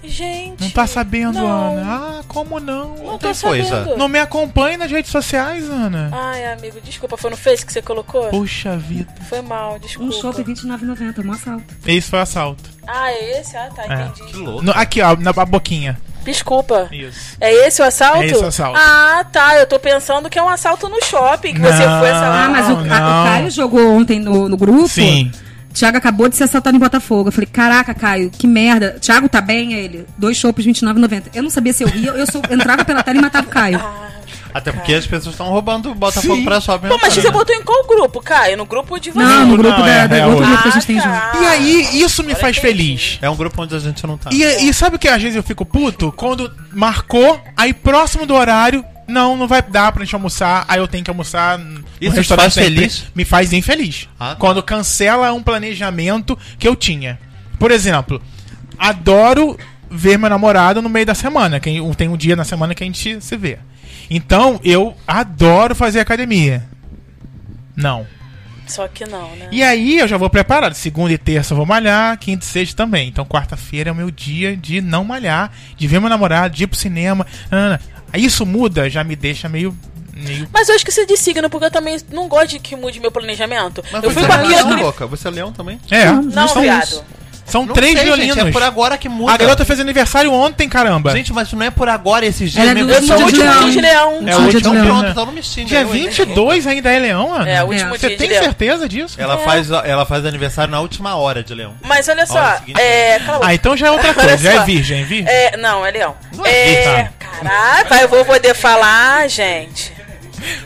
Speaker 4: Gente.
Speaker 1: Não tá sabendo,
Speaker 4: não.
Speaker 1: Ana? Ah, como não?
Speaker 4: Não
Speaker 3: Tem
Speaker 4: tô
Speaker 3: coisa.
Speaker 4: sabendo.
Speaker 1: Não me acompanhe nas redes sociais, Ana.
Speaker 4: Ai, amigo, desculpa. Foi no Face que você colocou?
Speaker 1: Poxa vida.
Speaker 4: Foi mal, desculpa.
Speaker 2: Um shopping R$29,90, um assalto.
Speaker 1: Esse foi o assalto.
Speaker 4: Ah, é esse? Ah, tá,
Speaker 3: Que
Speaker 4: entendi.
Speaker 3: louco.
Speaker 1: No- aqui, ó, na a boquinha.
Speaker 4: Desculpa.
Speaker 1: Isso.
Speaker 4: É esse o assalto?
Speaker 1: É esse o assalto.
Speaker 4: Ah, tá. Eu tô pensando que é um assalto no shopping, que você
Speaker 1: Não.
Speaker 4: foi
Speaker 2: Ah,
Speaker 4: assaltado.
Speaker 2: mas o,
Speaker 1: Não,
Speaker 2: a- o
Speaker 1: não.
Speaker 2: Caio jogou ontem no, no grupo.
Speaker 1: Sim.
Speaker 2: Thiago acabou de ser assaltado em Botafogo. Eu falei, caraca, Caio, que merda. Thiago tá bem? Aí Ele, dois chopos, R$29,90. Eu não sabia se eu ria, eu só entrava pela tela e matava o Caio.
Speaker 3: Até porque as pessoas estão roubando o Botafogo
Speaker 1: Sim.
Speaker 3: pra shopping.
Speaker 4: Ah. Pô, mas
Speaker 3: né?
Speaker 4: você botou em qual grupo, Caio? No grupo de
Speaker 2: Não, no
Speaker 1: Não,
Speaker 2: grupo
Speaker 1: não,
Speaker 2: da,
Speaker 1: é,
Speaker 2: da
Speaker 1: é
Speaker 2: outro
Speaker 1: hoje.
Speaker 2: grupo que a gente tem junto.
Speaker 4: Ah,
Speaker 1: E aí, isso me faz feliz.
Speaker 3: É um grupo onde a gente não tá.
Speaker 1: E, e sabe o que às vezes eu fico puto? Quando marcou, aí próximo do horário, não, não vai dar pra gente almoçar, aí eu tenho que almoçar. no
Speaker 3: Isso te
Speaker 1: restaurante
Speaker 3: faz
Speaker 1: sempre.
Speaker 3: feliz?
Speaker 1: Me faz infeliz.
Speaker 3: Ah, tá.
Speaker 1: Quando cancela um planejamento que eu tinha. Por exemplo, adoro ver meu namorado no meio da semana. Que tem um dia na semana que a gente se vê. Então, eu adoro fazer academia. Não.
Speaker 4: Só que não, né?
Speaker 1: E aí eu já vou preparado. Segunda e terça eu vou malhar, quinta e sexta também. Então quarta-feira é o meu dia de não malhar, de ver meu namorado, de ir pro cinema. nanana. Aí Isso muda, já me deixa meio. meio...
Speaker 4: Mas eu esqueci é de signo, porque eu também não gosto de que mude meu planejamento.
Speaker 3: Mas
Speaker 4: eu
Speaker 3: você
Speaker 4: fui com a
Speaker 3: é
Speaker 4: minha.
Speaker 3: leão, Boca? Você é leão também?
Speaker 1: É,
Speaker 4: Não,
Speaker 1: são,
Speaker 4: viado.
Speaker 1: são
Speaker 3: Não
Speaker 1: três
Speaker 3: sei,
Speaker 1: violinos.
Speaker 3: Gente, é por agora que muda.
Speaker 1: A garota fez aniversário ontem, caramba.
Speaker 3: Gente, mas não é por agora esses dias.
Speaker 2: Ela é
Speaker 3: nego-
Speaker 2: do
Speaker 4: Eu sou o
Speaker 2: Dia de
Speaker 4: último
Speaker 2: leão.
Speaker 4: dia de leão.
Speaker 3: É
Speaker 2: Sou
Speaker 3: o
Speaker 2: de
Speaker 3: último
Speaker 2: leão.
Speaker 3: pronto, então não me xinga.
Speaker 1: Dia
Speaker 3: eu, hein?
Speaker 1: 22 ainda é leão, Ana?
Speaker 4: É, o último
Speaker 1: Você
Speaker 4: dia
Speaker 1: tem
Speaker 4: de leão.
Speaker 1: certeza disso?
Speaker 3: Ela, faz, ela faz aniversário na última hora de leão.
Speaker 4: Mas olha só,
Speaker 3: Olha, seguinte.
Speaker 4: é. Cala a boca.
Speaker 1: Ah, então já é outra
Speaker 4: Olha
Speaker 1: coisa. Já
Speaker 4: só.
Speaker 1: é virgem, é virgem?
Speaker 4: É, não, é leão.
Speaker 3: Não é
Speaker 4: é,
Speaker 1: virgem.
Speaker 4: caraca, eu vou poder falar, gente.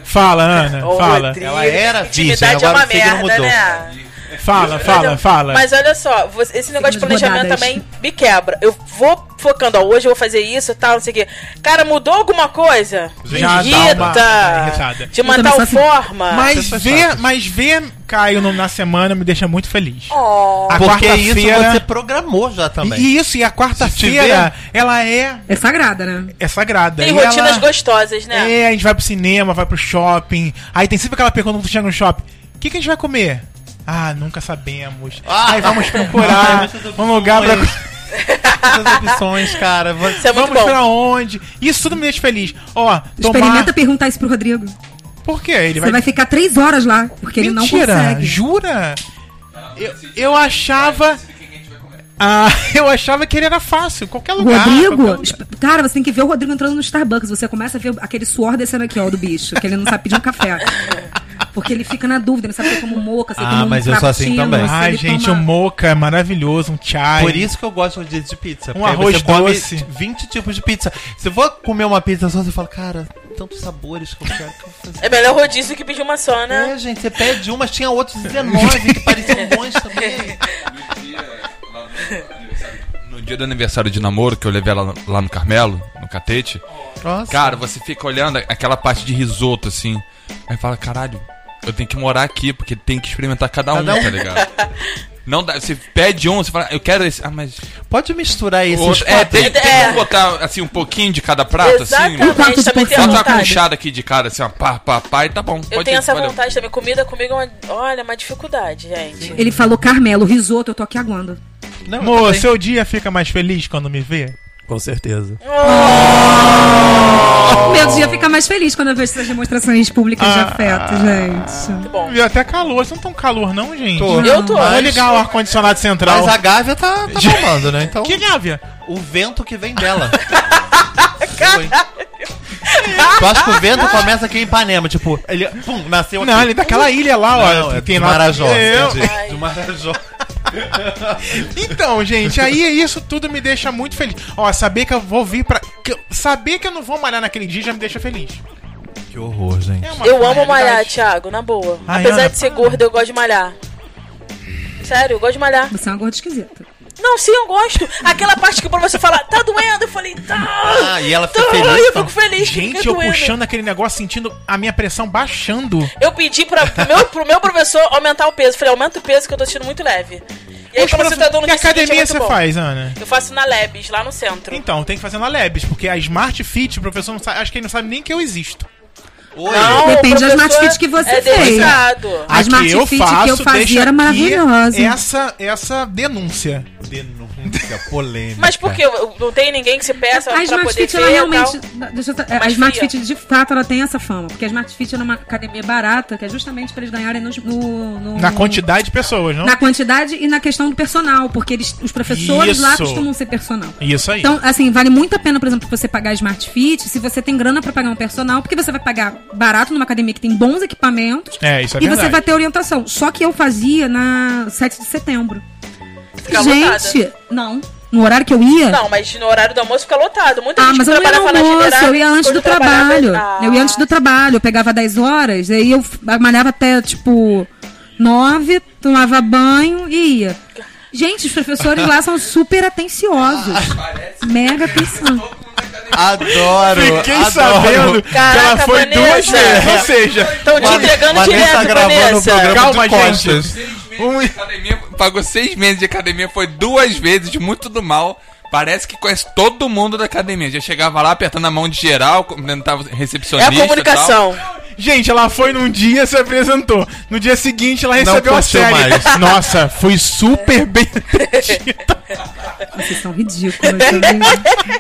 Speaker 1: Fala, Ana.
Speaker 4: Ô,
Speaker 1: fala,
Speaker 4: Rodrigo,
Speaker 3: Ela era
Speaker 4: intimidade
Speaker 3: virgem,
Speaker 4: é uma
Speaker 3: agora o signo
Speaker 4: merda,
Speaker 3: mudou.
Speaker 4: né?
Speaker 1: fala, Ah, fala,
Speaker 4: Então,
Speaker 1: fala.
Speaker 4: Mas olha só, você- esse negócio de
Speaker 2: Signo de
Speaker 4: planejamento
Speaker 2: rodadas.
Speaker 4: também me quebra. Eu vou focando, ó, hoje eu vou fazer isso e tal, não sei o quê. Cara, mudou alguma coisa? Me
Speaker 1: Já dá uma- tá irritada.
Speaker 4: irrita. De uma
Speaker 2: Eu também
Speaker 4: tal
Speaker 2: sou assim.
Speaker 3: Ah,
Speaker 4: forma.
Speaker 1: Mas
Speaker 3: Pessoas
Speaker 1: ver,
Speaker 3: chatas.
Speaker 1: mas ver Caio no- na semana me deixa muito feliz.
Speaker 4: Oh,
Speaker 1: A
Speaker 3: Porque isso
Speaker 1: quarta-feira-
Speaker 3: você programou já também.
Speaker 1: E isso, e a quarta-feira, ela é,
Speaker 2: É sagrada, né?
Speaker 1: é sagrada.
Speaker 4: tem
Speaker 1: E
Speaker 4: rotinas
Speaker 1: ela-
Speaker 4: gostosas, né?
Speaker 1: É, a gente vai pro cinema, vai pro shopping. Aí tem sempre aquela pergunta quando tu chega no shopping: o que, que a gente vai comer? Ah, nunca sabemos.
Speaker 3: Ah,
Speaker 1: Aí vamos procurar um lugar pra.
Speaker 3: Essas opções, cara. Você-
Speaker 4: Isso é muito
Speaker 1: Vamos
Speaker 4: bom.
Speaker 1: pra onde? Isso tudo me deixa feliz. Ó, tomar.
Speaker 2: Experimenta perguntar isso pro Rodrigo.
Speaker 1: Por quê? Ele
Speaker 2: Você vai ficar três horas lá, porque ele não consegue.
Speaker 1: Jura? Eu, eu achava. Ah, eu achava que ele era fácil, qualquer
Speaker 4: Ah,
Speaker 1: lugar. qualquer
Speaker 2: Rodrigo,
Speaker 1: lugar.
Speaker 2: esp- cara, você tem que ver o Rodrigo entrando no Starbucks. Você começa a ver aquele suor descendo aqui, ó, do bicho, que ele não sabe pedir um café. Porque ele fica na dúvida, não sabe se ele toma um moca, se ele
Speaker 3: Ah,
Speaker 2: toma um
Speaker 3: mas eu sou assim
Speaker 2: frappuccino,
Speaker 3: também.
Speaker 2: se
Speaker 1: Ai,
Speaker 2: ele
Speaker 1: gente,
Speaker 2: toma-
Speaker 1: um moca é maravilhoso, um chai.
Speaker 3: Por isso que eu gosto de, de pizza. porque aí
Speaker 1: arroz
Speaker 3: você come
Speaker 1: doce.
Speaker 3: 20 tipos de pizza. Se eu for comer uma pizza só, você fala, cara, tantos sabores que eu quero que eu faça.
Speaker 4: É melhor rodízio que pedir uma só, né?
Speaker 3: É, gente, você pede uma, tinha outros 19 que pareciam bons também.
Speaker 5: No dia do aniversário de namoro, que eu levei ela lá no Carmelo, no Catete,
Speaker 3: Nossa.
Speaker 5: cara, você fica olhando aquela parte de risoto, assim, aí fala, caralho, eu tenho que morar aqui, porque tem que experimentar cada,
Speaker 3: Cada
Speaker 5: um,
Speaker 3: um.
Speaker 5: tá ligado? Não dá, você pede um, você fala, eu quero esse. Ah, mas.
Speaker 3: Pode misturar esses
Speaker 5: Outro- é,
Speaker 3: quatro.
Speaker 5: tem, tem
Speaker 4: É.
Speaker 5: como botar assim um pouquinho de cada prato, assim?
Speaker 2: quarto de
Speaker 4: Exatamente, também tenho
Speaker 5: Bota uma
Speaker 4: vontade.
Speaker 5: conchada aqui de cara, assim, ó, pá, pá, pá, e tá bom.
Speaker 4: tá? Eu
Speaker 5: pode
Speaker 4: tenho
Speaker 5: ir,
Speaker 4: essa
Speaker 5: valeu.
Speaker 4: vontade também. Comida comigo é uma, olha, uma dificuldade, gente.
Speaker 2: Ele falou, Carmelo, risoto, eu tô aqui aguando.
Speaker 3: Não, eu
Speaker 1: Amor,
Speaker 3: também.
Speaker 1: seu dia fica mais feliz quando me vê?
Speaker 3: Com certeza.
Speaker 2: Meu dia fica mais feliz quando eu vejo essas demonstrações públicas de
Speaker 1: Ah.
Speaker 2: afeto, gente.
Speaker 4: Muito bom.
Speaker 1: Viu até calor, vocês não tão calor, não, gente?
Speaker 3: Tô.
Speaker 4: Eu tô.
Speaker 1: Vamos ligar o ar-condicionado central.
Speaker 3: Mas a Gávea tá, tá bombando, né? Então,
Speaker 1: Que gávea?
Speaker 3: o vento que vem dela. Foi. Tu acha que o vento começa aqui em Ipanema, tipo, ele pum, nasceu
Speaker 1: Não,
Speaker 3: aqui.
Speaker 1: ele é daquela ilha lá, ó.
Speaker 3: Não, é
Speaker 1: tem
Speaker 3: de
Speaker 1: lá-
Speaker 3: Marajó,
Speaker 1: Eu-
Speaker 3: entendi. De Marajó.
Speaker 1: Então, gente, aí isso tudo me deixa muito feliz. Ó, saber que eu vou vir pra. que eu- saber que eu não vou malhar naquele dia já me deixa feliz.
Speaker 3: Que horror, gente.
Speaker 1: É uma
Speaker 4: Eu amo
Speaker 1: realidade.
Speaker 4: malhar, Thiago, na boa.
Speaker 1: Ai,
Speaker 4: Apesar
Speaker 1: Ana,
Speaker 4: de ser
Speaker 1: para.
Speaker 4: gorda, eu gosto de malhar. Sério, eu gosto de malhar.
Speaker 2: Você é uma gorda esquisita.
Speaker 4: Não, sim, eu gosto. Aquela parte que o professor fala, tá doendo. Eu falei, tá.
Speaker 3: Ah, e ela
Speaker 4: tá.
Speaker 3: fica feliz,
Speaker 4: Eu
Speaker 3: então.
Speaker 4: fico feliz. que
Speaker 1: Gente,
Speaker 4: fica
Speaker 1: eu
Speaker 4: doendo.
Speaker 1: puxando aquele negócio, sentindo a minha pressão baixando.
Speaker 4: Eu pedi pra, pro, meu, pro meu professor aumentar o peso. Falei, aumenta o peso que eu tô sentindo muito leve. E aí,
Speaker 1: Os
Speaker 4: o professor tá dando
Speaker 1: assim, que academia você
Speaker 4: bom.
Speaker 1: faz, Ana?
Speaker 4: Eu faço na Lebes, lá no centro.
Speaker 1: Então, tem que fazer na Lebes, porque a Smart Fit, o professor não sabe, acho que ele não sabe nem que eu existo.
Speaker 3: Oi.
Speaker 4: Não,
Speaker 2: Depende
Speaker 4: o
Speaker 2: das
Speaker 4: professor
Speaker 2: matfits que você
Speaker 4: é
Speaker 2: fez.
Speaker 4: dedicado.
Speaker 2: A Smart Fit que eu fazia
Speaker 1: deixa
Speaker 2: era
Speaker 1: aqui
Speaker 2: maravilhosa.
Speaker 1: Essa, essa denúncia.
Speaker 3: Denúncia polêmica.
Speaker 4: Mas por quê? Não tem ninguém que se peça
Speaker 2: A
Speaker 4: É, pra
Speaker 2: Smart
Speaker 4: poder
Speaker 2: Fit,
Speaker 4: ver
Speaker 2: ela
Speaker 4: e
Speaker 2: realmente.
Speaker 4: tal?
Speaker 2: Deixa eu, é, a
Speaker 4: Mais
Speaker 2: Smart
Speaker 4: fria.
Speaker 2: Fit, de fato, ela tem essa fama. Porque a Smart Fit era uma academia barata, que é justamente pra eles ganharem nos- no, no-
Speaker 1: Na quantidade de pessoas, não?
Speaker 2: Na quantidade e na questão do personal, porque eles, os professores lá
Speaker 1: Isso.
Speaker 2: costumam ser personal.
Speaker 1: Isso aí.
Speaker 2: Então, assim, vale muito a pena, por exemplo, você pagar a Smart Fit, se você tem grana pra pagar um personal, porque você vai pagar barato numa academia que tem bons equipamentos.
Speaker 1: É, isso é
Speaker 2: e
Speaker 1: verdade.
Speaker 2: você vai ter orientação. Só que eu fazia na 7 de setembro.
Speaker 4: Fica
Speaker 2: Gente, não. No horário que eu ia.
Speaker 4: Não, mas no horário do almoço fica lotado. Muita
Speaker 2: Ah,
Speaker 4: gente
Speaker 2: mas eu
Speaker 4: que
Speaker 2: não ia
Speaker 4: trabalha
Speaker 2: no
Speaker 4: fala
Speaker 2: almoço,
Speaker 4: "Geraldo,
Speaker 2: eu ia antes
Speaker 4: quando
Speaker 2: do
Speaker 4: trabalhava-
Speaker 2: trabalho.
Speaker 4: Ah,
Speaker 2: Eu ia antes do trabalho, eu pegava 10 horas, aí eu f- malhava até tipo 9, tomava banho e ia. Gente, os professores lá são super atenciosos. Mega atenção.
Speaker 3: Adoro.
Speaker 1: Fiquei
Speaker 3: adoro.
Speaker 1: sabendo que ela
Speaker 4: Caraca,
Speaker 1: foi duas
Speaker 4: Vanessa.
Speaker 1: vezes. Ou seja,
Speaker 4: Estão Então, te
Speaker 3: Vanessa-
Speaker 4: entregando
Speaker 3: Vanessa
Speaker 4: direto,
Speaker 3: gravando o
Speaker 4: Vanessa. É
Speaker 3: programa.
Speaker 1: calma,
Speaker 3: de costas.
Speaker 1: gente. Um
Speaker 5: Seis meses de academia, pagou seis meses de academia, foi duas vezes, muito do mal. Parece que conhece todo mundo da academia. Já chegava lá apertando a mão de geral, cumprimentava o
Speaker 4: É
Speaker 5: recepcionista.
Speaker 4: a comunicação.
Speaker 1: Gente, ela foi num dia, se apresentou. No dia seguinte, ela recebeu a É.
Speaker 3: curtiu
Speaker 1: série.
Speaker 3: mais.
Speaker 1: Nossa, fui super bem atendida.
Speaker 2: Vocês são ridículos. Sabe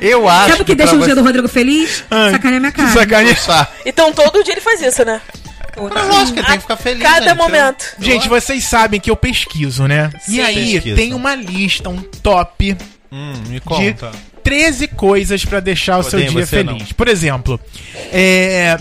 Speaker 3: Eu acho
Speaker 2: o que deixa
Speaker 3: pra
Speaker 2: o dia
Speaker 3: você-
Speaker 2: do Rodrigo feliz?
Speaker 1: Ai,
Speaker 2: Sacanear minha cara.
Speaker 1: Sacanagem.
Speaker 4: Então todo dia ele faz isso, né?
Speaker 3: Mas lógico, ele tem que ficar feliz.
Speaker 4: Cada
Speaker 3: gente. é.
Speaker 4: momento.
Speaker 3: Eu-
Speaker 1: Gente,
Speaker 3: eu-
Speaker 1: vocês sabem que eu pesquiso, né? e
Speaker 3: Sim.
Speaker 1: aí
Speaker 3: Pesquisa.
Speaker 1: tem uma lista, um top
Speaker 3: Hum, me conta.
Speaker 1: de 13 coisas pra deixar o seu
Speaker 3: Odeio
Speaker 1: dia
Speaker 3: você,
Speaker 1: feliz. Por exemplo, é,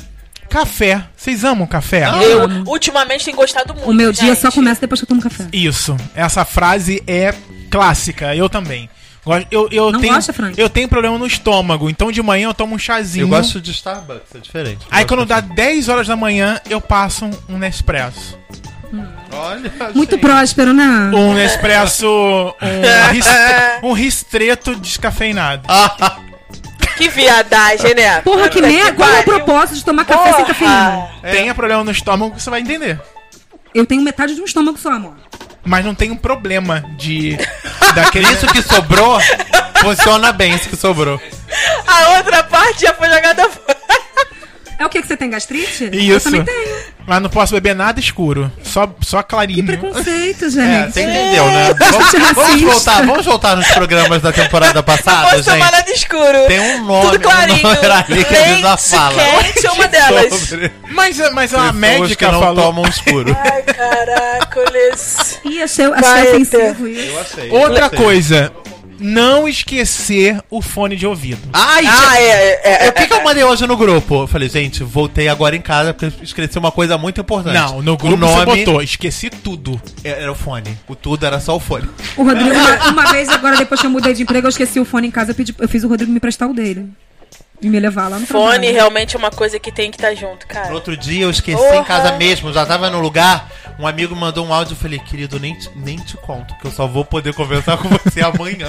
Speaker 1: café. Vocês amam café?
Speaker 4: Eu ultimamente tenho gostado muito.
Speaker 2: Ah. O meu dia é
Speaker 4: gente.
Speaker 2: só começa depois que eu tomo café.
Speaker 1: Isso. Essa frase é clássica. Eu também. Go- Eu, eu
Speaker 2: Não
Speaker 1: tenho,
Speaker 2: gosta, Frank?
Speaker 1: Eu tenho problema no estômago, então de manhã eu tomo um chazinho.
Speaker 3: Eu gosto de Starbucks, é diferente.
Speaker 1: Aí
Speaker 3: Eu
Speaker 1: quando dá
Speaker 3: gosto
Speaker 1: 10 horas da manhã, eu passo um- um Nespresso.
Speaker 3: de- Olha,
Speaker 2: Muito
Speaker 3: gente.
Speaker 2: próspero, né?
Speaker 1: Um Nespresso. Um, ris- um ristreto descafeinado.
Speaker 4: Que viadagem, né?
Speaker 2: Porra, que
Speaker 4: Puta
Speaker 2: merda. Qual é o
Speaker 4: pariu.
Speaker 2: propósito de tomar café sem
Speaker 4: Porra.
Speaker 2: cafeína?
Speaker 1: Tenha problema no estômago, você vai entender.
Speaker 2: Eu tenho metade de um estômago só, amor.
Speaker 1: Mas não tem um problema de. daquele.
Speaker 3: Isso que sobrou, funciona bem, isso que sobrou.
Speaker 4: A outra parte já foi jogada fora.
Speaker 2: É o que que você tem, gastrite? Eu
Speaker 1: Isso.
Speaker 2: também tenho.
Speaker 1: Mas não posso beber nada escuro. Só, só
Speaker 2: Que
Speaker 1: clarinho.
Speaker 2: preconceito,
Speaker 3: É,
Speaker 2: gente.
Speaker 3: você entendeu, né? Vamos,
Speaker 2: Gente
Speaker 3: vamos
Speaker 2: racista.
Speaker 3: voltar, vamos voltar nos programas da temporada
Speaker 4: Não
Speaker 3: passada,
Speaker 4: posso tomar
Speaker 3: gente.
Speaker 4: nada escuro.
Speaker 3: Tem um nome,
Speaker 4: Tudo clarinho.
Speaker 3: um nome ali que a gente já
Speaker 4: Leite
Speaker 3: fala.
Speaker 4: quente é uma delas.
Speaker 3: Sobre
Speaker 1: Mas, mas a
Speaker 3: pessoas
Speaker 1: médica
Speaker 3: que não
Speaker 1: falou.
Speaker 3: tomam escuro.
Speaker 4: Ai, caracoles.
Speaker 2: Ih, achei,
Speaker 4: Vai,
Speaker 2: achei ofensivo isso.
Speaker 3: Eu achei.
Speaker 1: Outra
Speaker 3: eu achei.
Speaker 1: coisa. Não esquecer o fone de ouvido.
Speaker 3: Ai,
Speaker 4: Ah,
Speaker 3: gente,
Speaker 4: é, é, é,
Speaker 3: o que, que eu mandei hoje no grupo? Eu falei, gente, voltei agora em casa porque eu esqueci uma coisa muito importante.
Speaker 1: Não, no grupo
Speaker 3: o nome É,
Speaker 1: você botou. Esqueci tudo.
Speaker 3: Era o fone. O tudo era só o fone.
Speaker 2: O Rodrigo, uma, uma vez agora, depois que eu mudei de emprego, eu esqueci o fone em casa. Eu, pedi, eu fiz o Rodrigo me prestar o dele. E me levar lá no
Speaker 4: Fone
Speaker 2: trabalho.
Speaker 4: realmente é uma coisa que tem que estar junto,
Speaker 3: No
Speaker 4: cara.
Speaker 3: outro dia eu esqueci
Speaker 4: Porra.
Speaker 3: em casa mesmo, já tava no lugar. Um amigo mandou um áudio, eu falei, querido, nem te, nem te conto, que eu só vou poder conversar com você amanhã.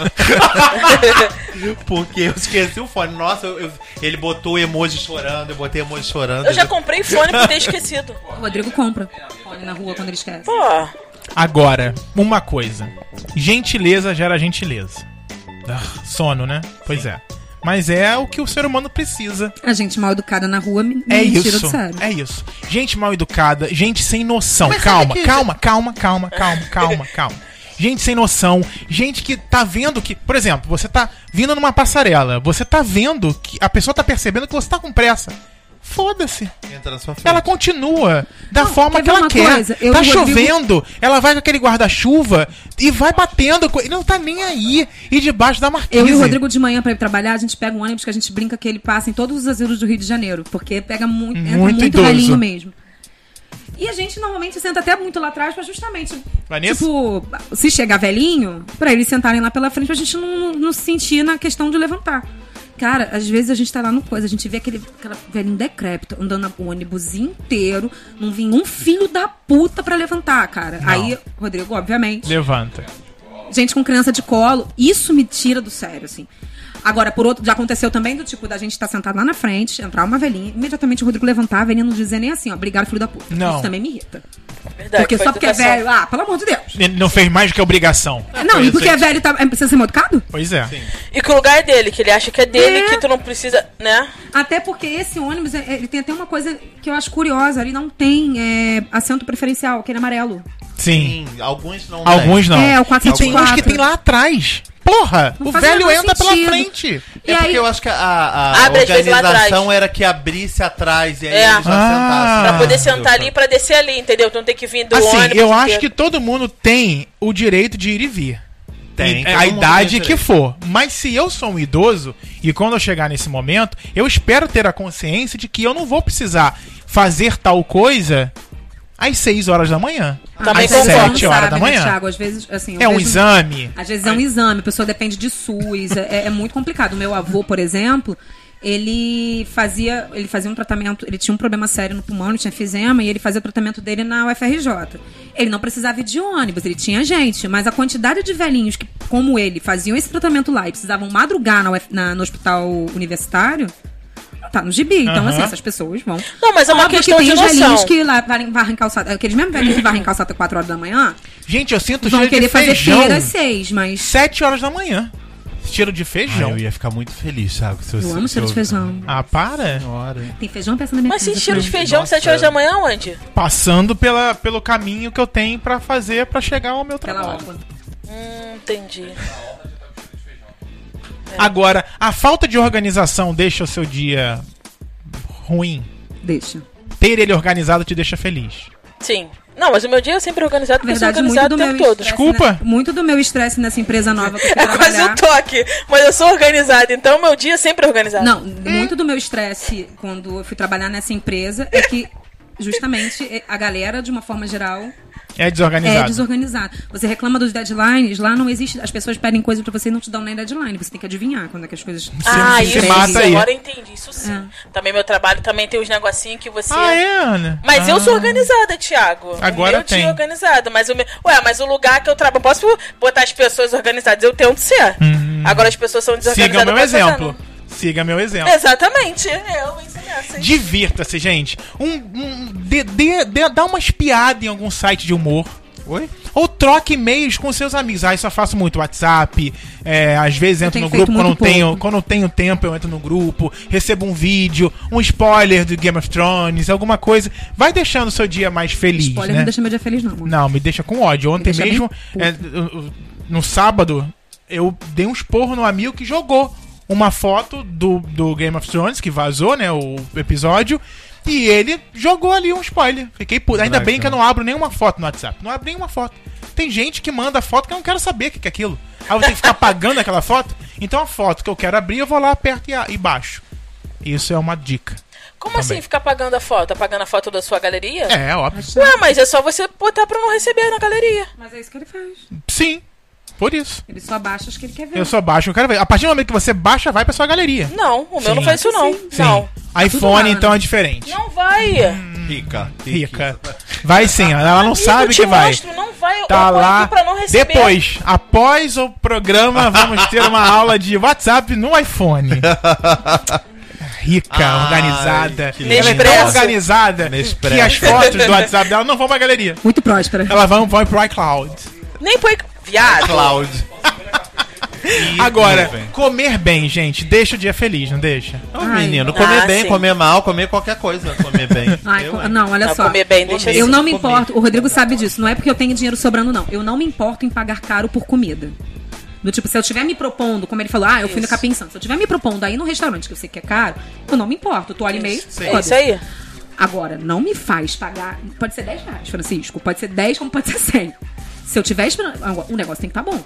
Speaker 3: Porque eu esqueci o fone. Nossa, eu- eu- ele botou emoji chorando, eu botei emoji chorando.
Speaker 4: Eu já
Speaker 3: ele-
Speaker 4: comprei fone por ter esquecido.
Speaker 2: O Rodrigo compra fone na rua quando ele esquece.
Speaker 4: Pô,
Speaker 1: Agora, uma coisa. Gentileza gera gentileza. Ah, sono, né? Pois é. Mas é o que o ser humano precisa.
Speaker 2: A gente mal educada na rua me, me
Speaker 1: É
Speaker 2: tira
Speaker 1: isso.
Speaker 2: do sério.
Speaker 1: É isso. Gente mal educada, gente sem noção.
Speaker 3: Mas
Speaker 1: calma,
Speaker 3: sabe que-
Speaker 1: calma, calma, calma, calma, calma, calma. Gente sem noção, gente que tá vendo que, por exemplo, você tá vindo numa passarela, você tá vendo que a pessoa tá percebendo que você tá com pressa. Foda-se.
Speaker 3: Entra na sua frente.
Speaker 1: Ela continua da
Speaker 2: Não,
Speaker 1: forma
Speaker 2: quer
Speaker 1: que
Speaker 2: ver
Speaker 1: ela
Speaker 2: uma
Speaker 1: quer.
Speaker 2: coisa? Eu e
Speaker 1: tá
Speaker 2: o Rodrigo-
Speaker 1: chovendo, ela vai com aquele guarda-chuva e vai batendo. co- Ele não tá nem aí. E debaixo da marquise.
Speaker 2: Eu e o Rodrigo de manhã pra ir trabalhar, a gente pega um ônibus que a gente brinca que ele passa em todos os asilos do Rio de Janeiro, porque pega muito, entra
Speaker 1: Muito
Speaker 2: muito,
Speaker 1: idoso.
Speaker 2: velhinho mesmo. E a gente normalmente senta até muito lá atrás pra justamente,
Speaker 1: Vanessa?
Speaker 2: tipo, se chegar velhinho, pra eles sentarem lá pela frente, pra gente não, não se sentir na questão de levantar. Cara, às vezes a gente tá lá no coisa, a gente vê aquele aquela velhinho decrépito andando no ônibus inteiro, não vinha um filho da puta pra levantar, cara. Aí, Rodrigo, obviamente,
Speaker 1: Levanta.
Speaker 2: gente com criança de colo, isso me tira do sério, assim. Agora, por outro, já aconteceu também do tipo da gente estar sentado lá na frente, entrar uma velhinha, imediatamente o Rodrigo levantar, a velhinha não dizer nem assim, ó, obrigado, filho da puta.
Speaker 1: Não.
Speaker 2: Isso também me irrita.
Speaker 4: verdade.
Speaker 2: porque
Speaker 4: foi
Speaker 2: só porque é
Speaker 4: educação.
Speaker 2: velho, ah, pelo amor de Deus.
Speaker 1: Ele não fez mais do que obrigação.
Speaker 2: não,
Speaker 3: foi
Speaker 2: e porque
Speaker 3: isso,
Speaker 2: é velho, tá, é- precisa ser mal educado?
Speaker 1: Pois é.
Speaker 4: E que o lugar é dele, que ele acha que é dele,
Speaker 2: É.
Speaker 4: que tu não precisa, né?
Speaker 2: Até porque esse ônibus, é- ele tem até uma coisa que eu acho curiosa, ele não tem é, assento preferencial, aquele amarelo.
Speaker 4: Tipo,
Speaker 1: Sim.
Speaker 3: Sim, alguns não. né?
Speaker 1: Alguns não.
Speaker 2: É, o
Speaker 1: e tem uns
Speaker 2: 474.
Speaker 1: que tem lá atrás. Porra!
Speaker 2: Não
Speaker 1: o
Speaker 2: faz
Speaker 1: velho
Speaker 2: menor
Speaker 1: entra pela
Speaker 2: sentido.
Speaker 1: frente.
Speaker 2: E
Speaker 3: É porque
Speaker 2: aí,
Speaker 3: eu acho que a, a
Speaker 4: Abre às vezes lá
Speaker 3: organização
Speaker 4: atrás.
Speaker 3: era que abrisse atrás e aí
Speaker 4: É.
Speaker 3: eles já
Speaker 1: Ah.
Speaker 3: sentassem.
Speaker 4: Pra poder
Speaker 1: Ah,
Speaker 4: sentar ali e pra descer ali, entendeu? Tu não tem que vir do
Speaker 1: Assim,
Speaker 4: ônibus.
Speaker 1: eu acho que
Speaker 4: inteiro.
Speaker 1: todo mundo tem o direito de ir e vir.
Speaker 3: Tem,
Speaker 1: E-
Speaker 3: todo
Speaker 1: a
Speaker 3: mundo
Speaker 1: idade
Speaker 3: tem
Speaker 1: que
Speaker 3: direito.
Speaker 1: for. Mas se eu sou um idoso e quando eu chegar nesse momento, eu espero ter a consciência de que eu não vou precisar fazer tal coisa às 6 horas da manhã.
Speaker 4: Também
Speaker 1: às
Speaker 2: às vezes
Speaker 4: concordo.
Speaker 2: não
Speaker 1: 7 horas da
Speaker 2: é sabe, né,
Speaker 1: manhã.
Speaker 2: Thiago? Às vezes, assim, eu
Speaker 1: É um
Speaker 2: vejo-
Speaker 1: exame.
Speaker 2: Às vezes é um exame, a pessoa depende de SUS, é, é muito complicado. O meu avô, por exemplo, ele fazia, ele fazia um tratamento, ele tinha um problema sério no pulmão, ele tinha enfisema, e ele fazia o tratamento dele na UFRJ. Ele não precisava ir de ônibus, ele tinha gente, mas a quantidade de velhinhos que, como ele, faziam esse tratamento lá e precisavam madrugar na UF na- no hospital universitário, não tá no gibi. Então,
Speaker 1: Aham.
Speaker 2: assim, essas pessoas vão.
Speaker 4: Não, mas é uma
Speaker 2: Óbvio
Speaker 4: questão
Speaker 2: que
Speaker 4: de
Speaker 2: tem os velhinhos
Speaker 4: noção.
Speaker 2: que lá varrem, varrem calçada, aqueles mesmos velhinhos que varrem calçada 4 horas da manhã,
Speaker 1: Gente, eu sinto
Speaker 2: vão
Speaker 1: cheiro
Speaker 2: querer
Speaker 1: de
Speaker 2: fazer
Speaker 1: feijão
Speaker 2: feira às 6, mas...
Speaker 1: 7 horas da manhã. Cheiro de
Speaker 3: Ai,
Speaker 1: feijão.
Speaker 3: eu ia ficar muito feliz, Thiago. Se
Speaker 2: Eu amo cheiro de feijão.
Speaker 1: Ah, para.
Speaker 3: Senhora.
Speaker 2: Tem feijão peça na minha
Speaker 4: Mas
Speaker 2: casa.
Speaker 4: sem cheiro de
Speaker 2: Fran.
Speaker 4: feijão,
Speaker 3: Nossa.
Speaker 4: 7 horas da manhã, onde?
Speaker 1: Passando pela, pelo caminho que eu tenho pra fazer pra chegar ao meu
Speaker 2: Pela
Speaker 1: trabalho.
Speaker 2: obra.
Speaker 4: Hum, entendi.
Speaker 1: Agora, a falta de organização deixa o seu dia ruim.
Speaker 4: é
Speaker 2: Deixa.
Speaker 1: Ter ele organizado te deixa feliz.
Speaker 4: Sim. Não, mas o meu dia é sempre
Speaker 2: Na
Speaker 4: organizado porque eu sou
Speaker 2: verdade, muito
Speaker 4: organizado
Speaker 2: do
Speaker 4: o
Speaker 2: meu
Speaker 4: tempo todo.
Speaker 2: estresse
Speaker 1: Desculpa?
Speaker 2: na- muito do meu estresse nessa empresa nova que eu fui
Speaker 4: É quase
Speaker 2: trabalhar-
Speaker 4: um toque, mas eu sou organizada, então meu dia é sempre organizado.
Speaker 2: Não, muito do meu estresse quando eu fui trabalhar nessa empresa é que justamente a galera, de uma forma geral,
Speaker 1: É
Speaker 2: é
Speaker 1: desorganizado.
Speaker 2: desorganizada. Você reclama dos deadlines, lá não existe. As pessoas pedem coisa pra você e não te dão nem deadline. Você tem que adivinhar quando é que as coisas.
Speaker 4: Ah,
Speaker 1: se
Speaker 4: isso,
Speaker 1: mata
Speaker 4: isso
Speaker 1: aí.
Speaker 4: agora eu entendi, isso sim.
Speaker 2: Ah.
Speaker 4: Também meu trabalho também tem uns negocinhos que você.
Speaker 1: Ah, é, Ana?
Speaker 4: Mas
Speaker 1: Ah.
Speaker 4: eu sou organizada, Thiago.
Speaker 1: Agora
Speaker 4: o meu
Speaker 1: tem.
Speaker 4: Dia é organizado, mas o meu... Ué, mas o lugar que eu trabalho. Posso botar as pessoas organizadas? Eu tenho que ser. Agora as pessoas são desorganizadas.
Speaker 1: Uhum. Siga meu
Speaker 4: mas eu já
Speaker 1: exemplo. Siga meu exemplo.
Speaker 4: não. Exatamente. É, Eu ensino essa. hein?
Speaker 1: Divirta-se, gente. Um, um- dê, dê- dê- dá umas piadas em algum site de humor.
Speaker 3: Oi?
Speaker 1: Ou troque e-mails com seus amigos. Ah, isso eu faço muito WhatsApp. é, às vezes entro
Speaker 2: tenho
Speaker 1: no
Speaker 2: feito
Speaker 1: grupo quando eu
Speaker 2: muito
Speaker 1: tenho,
Speaker 2: pouco.
Speaker 1: quando eu tenho tempo, eu entro no grupo, recebo um vídeo, um spoiler do Game of Thrones, alguma coisa. Vai deixando o seu dia mais feliz.
Speaker 2: Spoiler
Speaker 1: né?
Speaker 2: não deixa meu dia feliz, não. amor.
Speaker 1: Não, me deixa com ódio. Ontem
Speaker 2: Me deixa
Speaker 1: mesmo, é, eu- eu- no sábado, eu dei um esporro no amigo que jogou uma foto do, do Game of Thrones, que vazou, né, o episódio, e ele jogou ali um spoiler. Fiquei puto. Ainda
Speaker 3: Caraca.
Speaker 1: bem que eu não abro nenhuma foto no WhatsApp. Não abro nenhuma foto. Tem gente que manda foto que eu não quero saber o que que é aquilo. Aí eu tenho que ficar apagando aquela foto. Então a foto que eu quero abrir, eu vou lá, aperto e, a- e baixo. Isso é uma dica.
Speaker 4: Como
Speaker 1: Também.
Speaker 4: assim ficar pagando a foto? Apagando a foto da sua galeria?
Speaker 2: Tá.
Speaker 1: É, óbvio.
Speaker 2: Mas,
Speaker 4: Ué, mas é só você botar pra não receber na galeria.
Speaker 2: mas é isso que ele faz.
Speaker 1: Sim, por isso.
Speaker 2: Ele só baixa as que ele quer ver.
Speaker 1: Eu só baixo, eu quero ver. A partir do momento que você baixa, vai pra sua galeria.
Speaker 4: Não, o meu
Speaker 1: Sim.
Speaker 4: não faz isso não.
Speaker 1: Sim.
Speaker 4: Não. Tá
Speaker 1: iPhone,
Speaker 2: lá,
Speaker 1: então,
Speaker 2: né?
Speaker 1: é diferente.
Speaker 4: Não vai.
Speaker 3: Hum. Rica.
Speaker 1: Rica. Vai sim, ela não sabe
Speaker 4: eu
Speaker 1: que
Speaker 4: te
Speaker 1: vai.
Speaker 4: mostro, não vai. Eu
Speaker 1: Tá
Speaker 4: ponho aqui
Speaker 1: lá.
Speaker 4: pra não receber.
Speaker 1: Depois, após o programa, vamos ter uma aula de WhatsApp no iPhone. Rica,
Speaker 3: Ai,
Speaker 1: organizada.
Speaker 3: que
Speaker 1: Ela é tão
Speaker 4: Nespresso.
Speaker 1: organizada
Speaker 3: Nespresso.
Speaker 1: que as fotos do WhatsApp dela não vão pra galeria.
Speaker 2: Muito próspera.
Speaker 1: Elas vão, vão pro iCloud.
Speaker 4: Nem põe. Viado.
Speaker 3: Cloud.
Speaker 1: Agora,
Speaker 3: nuvem.
Speaker 1: comer bem, gente, deixa o dia feliz, não deixa?
Speaker 3: Ô,
Speaker 2: Ai.
Speaker 3: menino, comer
Speaker 4: Ah,
Speaker 3: bem,
Speaker 4: sim.
Speaker 3: comer mal, comer qualquer coisa, comer bem.
Speaker 2: Ai,
Speaker 3: Eu,
Speaker 2: co-
Speaker 3: hein?
Speaker 2: não, olha
Speaker 4: Não,
Speaker 2: só.
Speaker 4: comer bem, deixa
Speaker 2: eu
Speaker 4: assim.
Speaker 2: não me
Speaker 3: Comer.
Speaker 2: importo, o Rodrigo sabe disso, não é porque eu tenho dinheiro sobrando, não. Eu não me importo em pagar caro por comida. Do tipo, se eu estiver me propondo, como ele falou, ah, eu fui no Capim Santo. Se eu estiver me propondo aí no restaurante que eu sei que é caro, eu não me importo. Eu tô ali meio.
Speaker 4: É isso aí.
Speaker 2: Agora, não me faz pagar. Pode ser 10 reais, Francisco. Pode ser 10, como pode ser 100. Se eu tiver esperando. agora, O negócio tem que estar bom.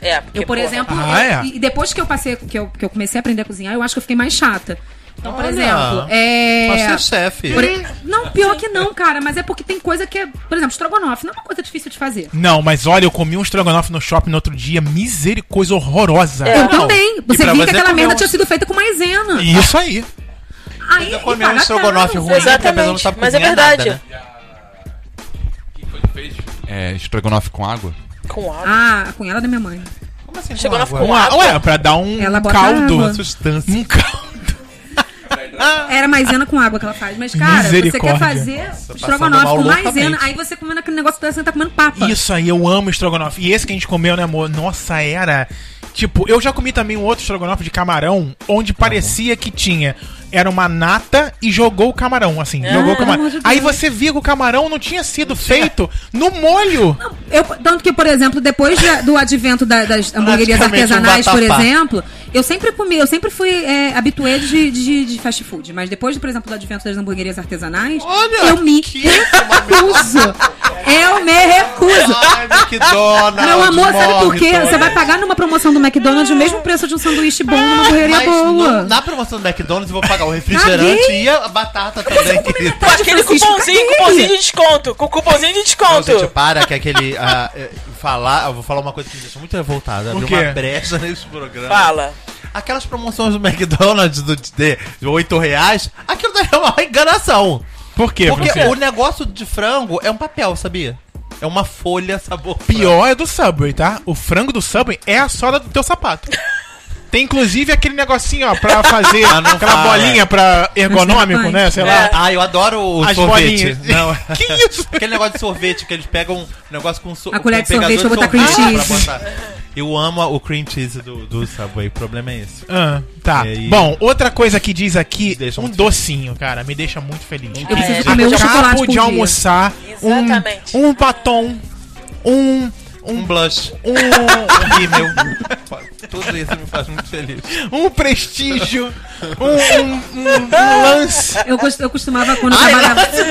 Speaker 4: É, porque,
Speaker 2: Eu, por
Speaker 4: porra,
Speaker 2: exemplo,
Speaker 1: Ah,
Speaker 2: eu-
Speaker 1: é?
Speaker 2: e depois que eu passei, que eu, que eu comecei a aprender a cozinhar, eu acho que eu fiquei mais chata. Então, por
Speaker 3: Olha,
Speaker 2: exemplo, é.
Speaker 3: Pode ser chefe.
Speaker 2: Por e- Não, pior que não, cara, mas é porque tem coisa que é. Por exemplo, estrogonofe não é uma coisa difícil de fazer.
Speaker 1: Não, mas olha, eu comi um estrogonofe no shopping no outro dia, misericórdia horrorosa.
Speaker 2: Eu
Speaker 1: Não.
Speaker 2: também. Então Você
Speaker 3: É, pra
Speaker 2: viu
Speaker 3: você
Speaker 2: que aquela
Speaker 3: comer
Speaker 2: merda
Speaker 3: um-
Speaker 2: tinha sido feita com maisena.
Speaker 1: Isso aí.
Speaker 2: Aí "Ah,
Speaker 3: Eu
Speaker 2: eu
Speaker 3: comi um estrogonofe ruim, porque a pessoa não
Speaker 4: Exatamente,
Speaker 3: sabe
Speaker 4: mas é
Speaker 3: cozinhar
Speaker 4: verdade.
Speaker 3: nada, né?
Speaker 5: que foi que fez? É, estrogonofe com água.
Speaker 4: Com água.
Speaker 2: Ah, a cunhada da minha mãe.
Speaker 3: Como assim?
Speaker 4: Chegou
Speaker 3: com
Speaker 4: na
Speaker 3: água?
Speaker 1: Um, a- ué, pra dar um
Speaker 2: Ela bota
Speaker 1: caldo.
Speaker 2: água.
Speaker 3: Sustância.
Speaker 1: Um caldo.
Speaker 2: Era maisena com água que ela faz. Mas, cara, você
Speaker 1: Misericórdia.
Speaker 2: quer fazer
Speaker 3: passando
Speaker 2: estrogonofe
Speaker 3: mal
Speaker 2: com maisena,
Speaker 3: loucamente.
Speaker 2: aí você comendo aquele negócio parece que você tá comendo papa.
Speaker 1: Isso aí, eu amo estrogonofe. E esse que a gente comeu, né, amor? Nossa, era. Tipo, eu já comi também um outro estrogonofe de camarão, onde parecia que tinha. Era uma nata e jogou o camarão, assim. jogou o camarão.
Speaker 2: amor de
Speaker 1: Aí
Speaker 2: Deus.
Speaker 1: você via que o camarão não tinha sido feito no molho.
Speaker 2: Eu- tanto que, por exemplo, depois da- do advento da- das hamburguerias
Speaker 3: Praticamente um
Speaker 2: artesanais, por
Speaker 3: vatapá.
Speaker 2: exemplo, eu sempre comi, eu sempre fui é, habituê de, de, de fast food. Mas depois, por exemplo, do advento das hamburguerias artesanais,
Speaker 3: Olha,
Speaker 2: eu me
Speaker 3: que
Speaker 2: recuso. eu me recuso.
Speaker 3: Ai, McDonald's.
Speaker 2: Meu amor, sabe por quê?
Speaker 3: morre,
Speaker 2: Você vai pagar numa promoção do McDonald's o mesmo preço de um sanduíche bom numa hamburgueria
Speaker 3: Ah, Mas
Speaker 2: boa.
Speaker 3: no, na promoção do McDonald's eu vou pagar o refrigerante
Speaker 2: Caguei.
Speaker 3: e a batata também, querido.
Speaker 4: Com aquele
Speaker 2: Ah, Francisco,
Speaker 4: cupomzinho,
Speaker 2: cadê
Speaker 4: cupomzinho
Speaker 2: ele?
Speaker 4: de desconto. Com cupomzinho de
Speaker 3: Não,
Speaker 4: desconto.
Speaker 3: gente, para que aquele. ah, eh, falar, eu vou falar uma coisa que me deixa muito revoltada. Abriu
Speaker 1: quê?
Speaker 3: uma brecha nesse programa.
Speaker 4: Fala.
Speaker 3: Aquelas promoções do McDonald's do, de, de 8 reais, aquilo daí é uma enganação.
Speaker 1: Por quê?
Speaker 3: Porque
Speaker 1: Francisco?
Speaker 3: o negócio de frango é um papel, sabia? É uma folha sabor. frango.
Speaker 1: pior é do Subway, tá? O frango do Subway é a sola do teu sapato. Tem inclusive aquele negocinho, ó, pra fazer
Speaker 3: Ah, não
Speaker 1: aquela
Speaker 3: fala.
Speaker 1: bolinha pra ergonômico, né? Sei lá.
Speaker 4: É.
Speaker 3: Ah, eu adoro o
Speaker 1: As
Speaker 3: sorvete.
Speaker 1: bolinhas.
Speaker 3: Não.
Speaker 1: que isso?
Speaker 3: Aquele negócio de sorvete que eles pegam um negócio com so
Speaker 2: A colher
Speaker 3: com
Speaker 2: de sorvete
Speaker 3: pegador
Speaker 2: pra
Speaker 3: de
Speaker 2: botar
Speaker 3: sorvete
Speaker 2: cream cheese.
Speaker 3: pra botar. Eu amo o cream cheese do, do Subway, o problema é esse.
Speaker 1: Ah, tá.
Speaker 3: E aí?
Speaker 1: Bom, outra coisa que diz aqui,
Speaker 3: deixa
Speaker 1: um
Speaker 3: muito
Speaker 1: docinho, cara, me deixa muito feliz.
Speaker 2: Eu preciso
Speaker 4: É,
Speaker 2: comer um
Speaker 1: Acabo
Speaker 2: chocolate por
Speaker 1: de
Speaker 2: dia.
Speaker 1: almoçar um,
Speaker 4: Exatamente.
Speaker 1: um batom, um
Speaker 3: Um blush.
Speaker 1: um,
Speaker 3: Um rímel. Tudo isso me faz muito feliz.
Speaker 1: um prestígio, um, um- um- um lance. Ah,
Speaker 2: Eu, cos- eu costumava, quando eu
Speaker 3: Ai,
Speaker 2: trabalhava.
Speaker 3: lance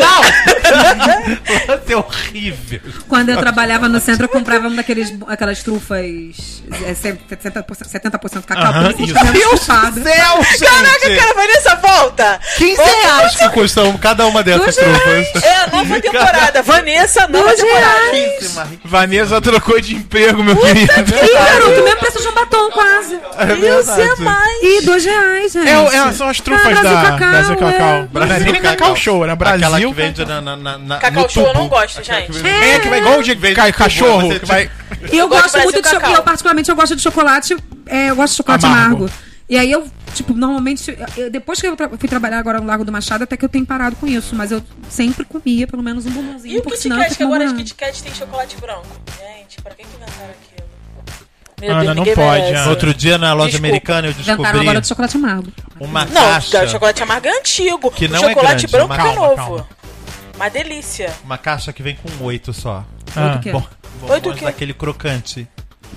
Speaker 3: não! Lance é horrível.
Speaker 2: Quando eu trabalhava no centro, eu comprava um daqueles, aquelas trufas é, se- 70%, 70% cacau.
Speaker 1: Aham,
Speaker 2: por isso que
Speaker 1: isso.
Speaker 2: eu ficava chupada.
Speaker 3: Céu,
Speaker 4: Caraca, cara, Vanessa, volta!
Speaker 3: 15 reais que custam cada uma
Speaker 2: Dois
Speaker 3: dessas trufas.
Speaker 4: É a nova temporada. Vanessa, nova
Speaker 2: Dois
Speaker 4: temporada.
Speaker 1: Vanessa trocou de emprego, meu querido.
Speaker 2: Ih, garoto, o mesmo preço de um batom, quase.
Speaker 4: Deus é mais.
Speaker 2: Ih, dois reais, gente.
Speaker 1: É, é, são as trufas
Speaker 2: Ah, Brasil
Speaker 1: da
Speaker 2: Cacau,
Speaker 1: Brasil
Speaker 2: é.
Speaker 1: Cacau. Brasil Não é nem Cacau Show, era
Speaker 3: Aquela
Speaker 1: Brasil.
Speaker 3: que vende na, na, na, na,
Speaker 4: Cacau
Speaker 3: no
Speaker 4: show eu
Speaker 3: tubo.
Speaker 4: não gosto,
Speaker 3: Aquela
Speaker 4: gente.
Speaker 3: que vende-
Speaker 1: É, que vai igual de ca-
Speaker 3: Você
Speaker 1: cachorro. Que
Speaker 3: tira-
Speaker 1: vai...
Speaker 2: E eu
Speaker 4: gosto
Speaker 2: gosto
Speaker 4: do
Speaker 2: muito de
Speaker 4: Brasil
Speaker 2: chocolate.
Speaker 4: é Cacau.
Speaker 2: Eu, particularmente, eu gosto de chocolate. é, eu gosto de chocolate
Speaker 1: Amargo.
Speaker 2: amargo. E aí eu, tipo, normalmente. eu- eu- depois que eu tra- fui trabalhar agora no Largo do Machado, até que eu tenho parado com isso. Mas eu sempre comia pelo menos um bombonzinho.
Speaker 4: E o
Speaker 2: porque
Speaker 4: Kit
Speaker 2: senão eu
Speaker 4: Kat, que
Speaker 2: fico
Speaker 4: agora de
Speaker 2: namorando.
Speaker 4: Kit Kat tem chocolate branco. Gente, pra que que inventaram aquilo? Meu
Speaker 1: Ana, Ah, não
Speaker 4: ninguém
Speaker 1: pode,
Speaker 4: merece.
Speaker 1: Ana.
Speaker 3: Outro dia na loja
Speaker 4: Desculpa.
Speaker 3: americana eu
Speaker 2: Inventaram agora de
Speaker 3: descobri
Speaker 2: chocolate amargo.
Speaker 3: uma
Speaker 4: Não, o
Speaker 3: caixa.
Speaker 4: chocolate amargo é antigo.
Speaker 3: Que não
Speaker 4: o
Speaker 3: é grande,
Speaker 4: chocolate branco
Speaker 1: calma,
Speaker 4: é novo.
Speaker 1: calma.
Speaker 4: Uma delícia.
Speaker 3: Uma caixa que vem com oito só.
Speaker 1: Ah,
Speaker 2: que é?
Speaker 3: Bom,
Speaker 4: Oito o
Speaker 3: bombons
Speaker 4: quê?
Speaker 3: daquele crocante.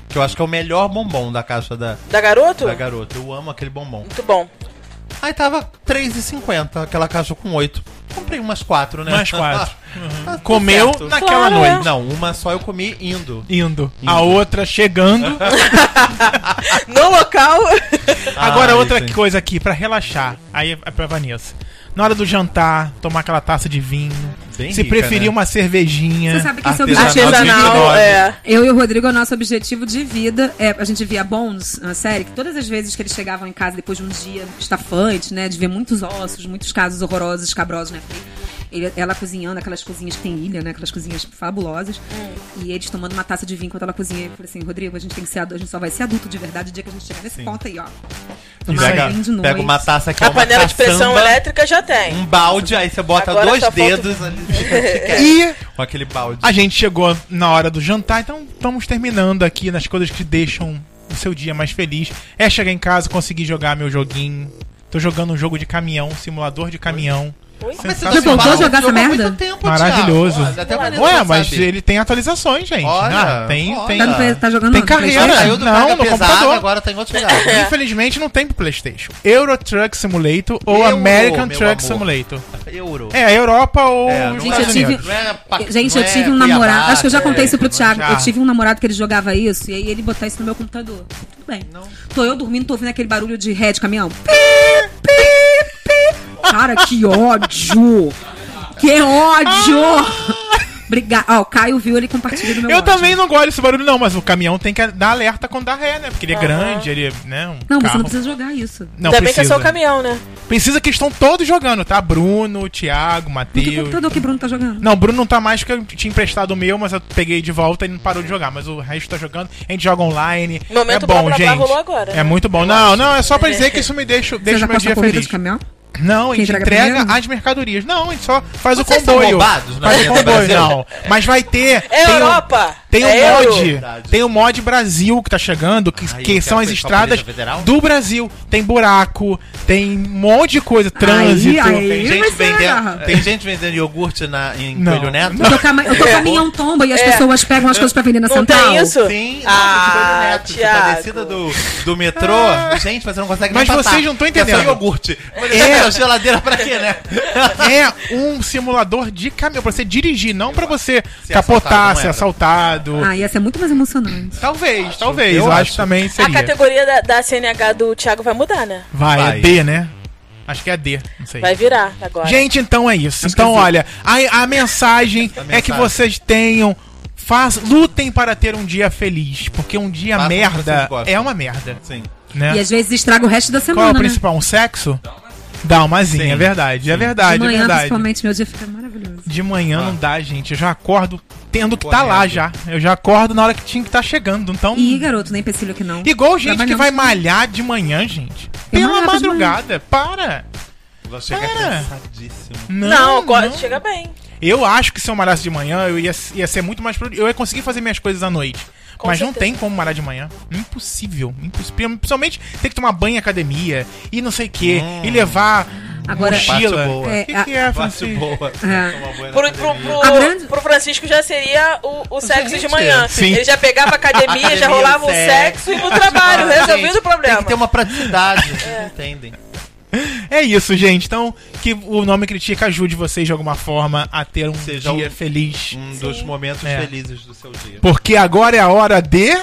Speaker 3: Que eu acho que é o melhor bombom da caixa da,
Speaker 4: Da garoto?
Speaker 3: da garota. Eu amo aquele bombom.
Speaker 4: Muito bom.
Speaker 3: Aí tava 3,50 aquela caixa com oito. Comprei umas quatro, né?
Speaker 1: Mais quatro. Uhum.
Speaker 3: Tá tudo
Speaker 1: Comeu
Speaker 3: certo.
Speaker 1: naquela
Speaker 4: Claro,
Speaker 1: noite.
Speaker 3: Não, uma só eu comi indo.
Speaker 1: Indo. A outra chegando.
Speaker 4: No local.
Speaker 1: Agora,
Speaker 3: Ah,
Speaker 1: outra
Speaker 3: sim.
Speaker 1: coisa aqui, pra relaxar. Aí é pra Vanessa. Na hora do jantar, tomar aquela taça de vinho.
Speaker 3: Bem
Speaker 1: se
Speaker 3: rica,
Speaker 1: preferir
Speaker 3: né?
Speaker 1: uma cervejinha.
Speaker 2: Você sabe que esse é o
Speaker 3: Artesanal.
Speaker 2: objetivo.
Speaker 4: Artesanal,
Speaker 3: 29.
Speaker 4: é.
Speaker 2: Eu e o Rodrigo, o nosso objetivo de vida é. A gente via Bones, uma série, que todas as vezes que eles chegavam em casa depois de um dia estafante, né? De ver muitos ossos, muitos casos horrorosos, escabrosos, né? ele- ela cozinhando aquelas cozinhas que tem ilha, né? Aquelas cozinhas fabulosas. E eles tomando uma taça de vinho enquanto ela cozinha. Eu falei assim, Rodrigo, a gente tem que ser adulto, a gente só vai ser adulto de verdade o dia que a gente chegar nesse ponto aí, ó. Tomar
Speaker 3: Pega,
Speaker 2: vinho de noite.
Speaker 3: pega uma taça que é
Speaker 4: A
Speaker 1: Então
Speaker 3: uma
Speaker 4: panela de pressão
Speaker 3: caçamba,
Speaker 4: elétrica já tem.
Speaker 1: Hum,
Speaker 3: Um balde, aí você bota
Speaker 4: Agora
Speaker 3: dois
Speaker 4: só falta-
Speaker 3: dedos ali.
Speaker 1: E
Speaker 3: com aquele balde.
Speaker 1: a gente chegou na hora do jantar, então estamos terminando aqui nas coisas que deixam o seu dia mais feliz. É chegar em casa, conseguir jogar meu joguinho. Tô jogando um jogo de caminhão, simulador de caminhão.
Speaker 4: Oi?
Speaker 3: tá
Speaker 2: você voltou a Tá jogar essa merda?
Speaker 1: Maravilhoso.
Speaker 3: Até
Speaker 1: Ué, mas ele tem atualizações, gente.
Speaker 3: Olha,
Speaker 1: ah, tem,
Speaker 3: olha.
Speaker 1: tem.
Speaker 2: Tá, no play- tá jogando
Speaker 1: Tem
Speaker 2: no
Speaker 1: carreira.
Speaker 2: PlayStation?
Speaker 3: saiu do
Speaker 1: Não,
Speaker 3: carga
Speaker 1: no
Speaker 3: pesada,
Speaker 1: computado.
Speaker 3: agora tá em outro lugar.
Speaker 4: É.
Speaker 1: Infelizmente não tem pro PlayStation. Euro Truck Simulator ou
Speaker 3: Meu,
Speaker 1: American
Speaker 3: meu
Speaker 1: Truck
Speaker 3: amor.
Speaker 1: Simulator.
Speaker 3: Euro.
Speaker 1: É, a Europa ou
Speaker 3: É,
Speaker 1: os
Speaker 3: não
Speaker 2: Gente, eu
Speaker 1: Estados
Speaker 2: tive-
Speaker 1: Unidos.
Speaker 3: Não é pa-
Speaker 2: Gente,
Speaker 3: não
Speaker 2: eu
Speaker 3: é
Speaker 2: tive um
Speaker 3: Cuiabá,
Speaker 2: namorado. Acho que eu já contei isso pro
Speaker 3: não é
Speaker 2: Thiago.
Speaker 1: Thiago.
Speaker 2: Eu tive um namorado que ele jogava isso e aí ele botar isso no meu computador. Tudo bem. Tô eu dormindo, tô ouvindo aquele barulho de ré de caminhão. Pi, pi, pi. Cara, que ódio! Que ódio! Obrigada. Ó, o Caio viu ele compartilhando meu
Speaker 1: Eu
Speaker 2: ódio.
Speaker 1: também não gosto desse barulho, não, mas o caminhão tem que dar alerta quando dá ré, né? Porque ele é grande, ele é, né? Um
Speaker 2: Não,
Speaker 1: carro.
Speaker 2: você não precisa jogar isso.
Speaker 1: Não
Speaker 4: Ainda bem que é
Speaker 1: precisa.
Speaker 4: só o caminhão, né?
Speaker 1: Precisa que estão todos jogando, tá? Bruno, Thiago,
Speaker 2: No que
Speaker 1: Matheus.
Speaker 2: computador que o Bruno tá jogando?
Speaker 1: Não, o Bruno não tá mais porque eu tinha emprestado o meu, mas eu peguei de volta e não parou de jogar. Mas o resto tá jogando, a gente joga online.
Speaker 4: Momento
Speaker 1: é bom,
Speaker 4: blá, blá, blá
Speaker 1: gente.
Speaker 4: rolou agora,
Speaker 1: é
Speaker 4: né?
Speaker 1: muito bom. Não, não, é só pra dizer que isso me deixa,
Speaker 2: Você
Speaker 1: deixa
Speaker 2: já
Speaker 1: o meu
Speaker 2: passa
Speaker 1: dia
Speaker 2: corrida
Speaker 1: feliz.
Speaker 2: de caminhão?
Speaker 1: Não, a
Speaker 2: Quem
Speaker 1: gente
Speaker 2: entrega
Speaker 1: entrega
Speaker 2: primeiro?
Speaker 1: as mercadorias. Não, a gente só faz o
Speaker 3: Vocês são
Speaker 1: comboio.
Speaker 3: roubados né? É na
Speaker 1: faz o
Speaker 3: Avenida
Speaker 1: comboio,
Speaker 3: Brasil?
Speaker 1: não. Mas vai ter. tem
Speaker 4: É
Speaker 1: um-
Speaker 4: Europa!
Speaker 1: Tem um
Speaker 4: é euro.
Speaker 1: mod,
Speaker 3: Verdade.
Speaker 1: tem o mod Brasil que tá chegando, que,
Speaker 3: Ai, eu
Speaker 1: que
Speaker 3: quero
Speaker 1: são as
Speaker 3: conhecer a
Speaker 1: estradas
Speaker 3: Polícia Federal.
Speaker 1: do Brasil. Tem buraco, tem um monte de coisa, trânsito.
Speaker 2: aí.
Speaker 3: Tem
Speaker 2: Ih,
Speaker 3: gente,
Speaker 2: mas é você agarra.
Speaker 3: vendendo, tem gente vendendo iogurte na, em
Speaker 1: Não.
Speaker 3: Coelho Neto?
Speaker 2: O teu cama- o teu caminhão tomba e as
Speaker 4: É.
Speaker 2: pessoas pegam as coisas pra vender na
Speaker 4: Não
Speaker 2: central.
Speaker 4: tem isso?
Speaker 3: Sim,
Speaker 4: Ah,
Speaker 3: ah, Neto, tipo, a
Speaker 4: Thiago.
Speaker 3: descida do, do metrô.
Speaker 2: Ah.
Speaker 3: Gente, mas você não consegue
Speaker 1: Mas
Speaker 3: nem passar.
Speaker 1: vocês não tão
Speaker 3: porque É só
Speaker 1: entendendo.
Speaker 3: iogurte. Mas
Speaker 1: É.
Speaker 3: é. geladeira pra quê, né?
Speaker 1: É um simulador de caminhão, pra você dirigir, não pra você
Speaker 3: Ser
Speaker 1: capotar,
Speaker 3: assaltado, não
Speaker 1: ser
Speaker 3: é?
Speaker 1: assaltado.
Speaker 2: Ah, ia ser muito mais emocionante.
Speaker 1: Talvez, talvez.
Speaker 3: eu
Speaker 1: Eu acho
Speaker 3: acho.
Speaker 1: que também
Speaker 4: A
Speaker 1: seria.
Speaker 4: categoria da, da CNH do Thiago vai mudar, né?
Speaker 1: Vai,
Speaker 3: Vai.
Speaker 1: é D, né? Acho que é D, não sei.
Speaker 4: Vai virar agora.
Speaker 1: Gente, então é isso. então, olha, a, a mensagem é que
Speaker 3: mensagem.
Speaker 1: vocês tenham. Faz, lutem para ter um dia feliz. Porque um dia
Speaker 3: Façam o que
Speaker 1: merda
Speaker 3: vocês gostam.
Speaker 1: é uma merda.
Speaker 3: Sim.
Speaker 1: Né?
Speaker 2: E às vezes estraga o resto da
Speaker 1: Qual é o
Speaker 2: semana, né?
Speaker 1: principal? Um sexo? Dá umazinha,
Speaker 3: Sim. Ah.
Speaker 1: é verdade, é verdade,
Speaker 2: De manhã,
Speaker 1: é verdade.
Speaker 2: principalmente, meu dia fica maravilhoso.
Speaker 1: De manhã não dá, gente. Eu já acordo tendo que tá
Speaker 3: Correto.
Speaker 1: lá já. Eu já acordo na hora que tinha que tá chegando. Então.
Speaker 2: Ih, garoto, nem empecilho que não.
Speaker 1: Igual gente que
Speaker 2: Trabalhamos
Speaker 1: vai
Speaker 2: de
Speaker 1: malhar de manhã, gente.
Speaker 2: Eu
Speaker 1: Pela
Speaker 2: malhava de
Speaker 1: madrugada. Para!
Speaker 3: Ela chega
Speaker 1: Para.
Speaker 3: cansadíssimo.
Speaker 4: não, agora
Speaker 1: não.
Speaker 4: chega bem.
Speaker 1: Eu acho que se eu malhasse de manhã, eu ia, ia ser muito mais produtivo. Eu ia conseguir fazer minhas coisas à noite.
Speaker 4: Com
Speaker 1: mas não
Speaker 4: certeza.
Speaker 1: tem como malhar de manhã. Impossível. Impossível. Principalmente tem que tomar banho em academia e não sei o quê. E levar
Speaker 2: Agora,
Speaker 3: Hum. Fácil,
Speaker 1: Mochila.
Speaker 3: boa.
Speaker 1: O que, que é,
Speaker 3: Fácil,
Speaker 1: Francisco?
Speaker 3: boa.
Speaker 2: É.
Speaker 3: Uma boa
Speaker 4: Pro,
Speaker 3: na
Speaker 4: pro,
Speaker 3: academia.
Speaker 4: pro,
Speaker 2: A grande-
Speaker 4: pro Francisco já seria o, o sexo de manhã.
Speaker 1: Sim.
Speaker 4: Ele já pegava a academia, já
Speaker 3: Academia,
Speaker 4: rolava o
Speaker 3: sexo.
Speaker 4: sexo e no trabalho,
Speaker 3: Gente,
Speaker 4: resolvido o
Speaker 3: Tem
Speaker 4: problema.
Speaker 3: que ter uma praticidade, vocês entendem?
Speaker 1: É isso, gente. Então, que o Nome Critica ajude vocês de alguma forma a ter um
Speaker 3: Seja
Speaker 1: dia
Speaker 3: um-
Speaker 1: feliz.
Speaker 3: Um dos momentos
Speaker 1: É.
Speaker 3: felizes do seu dia.
Speaker 1: Porque agora é a hora de.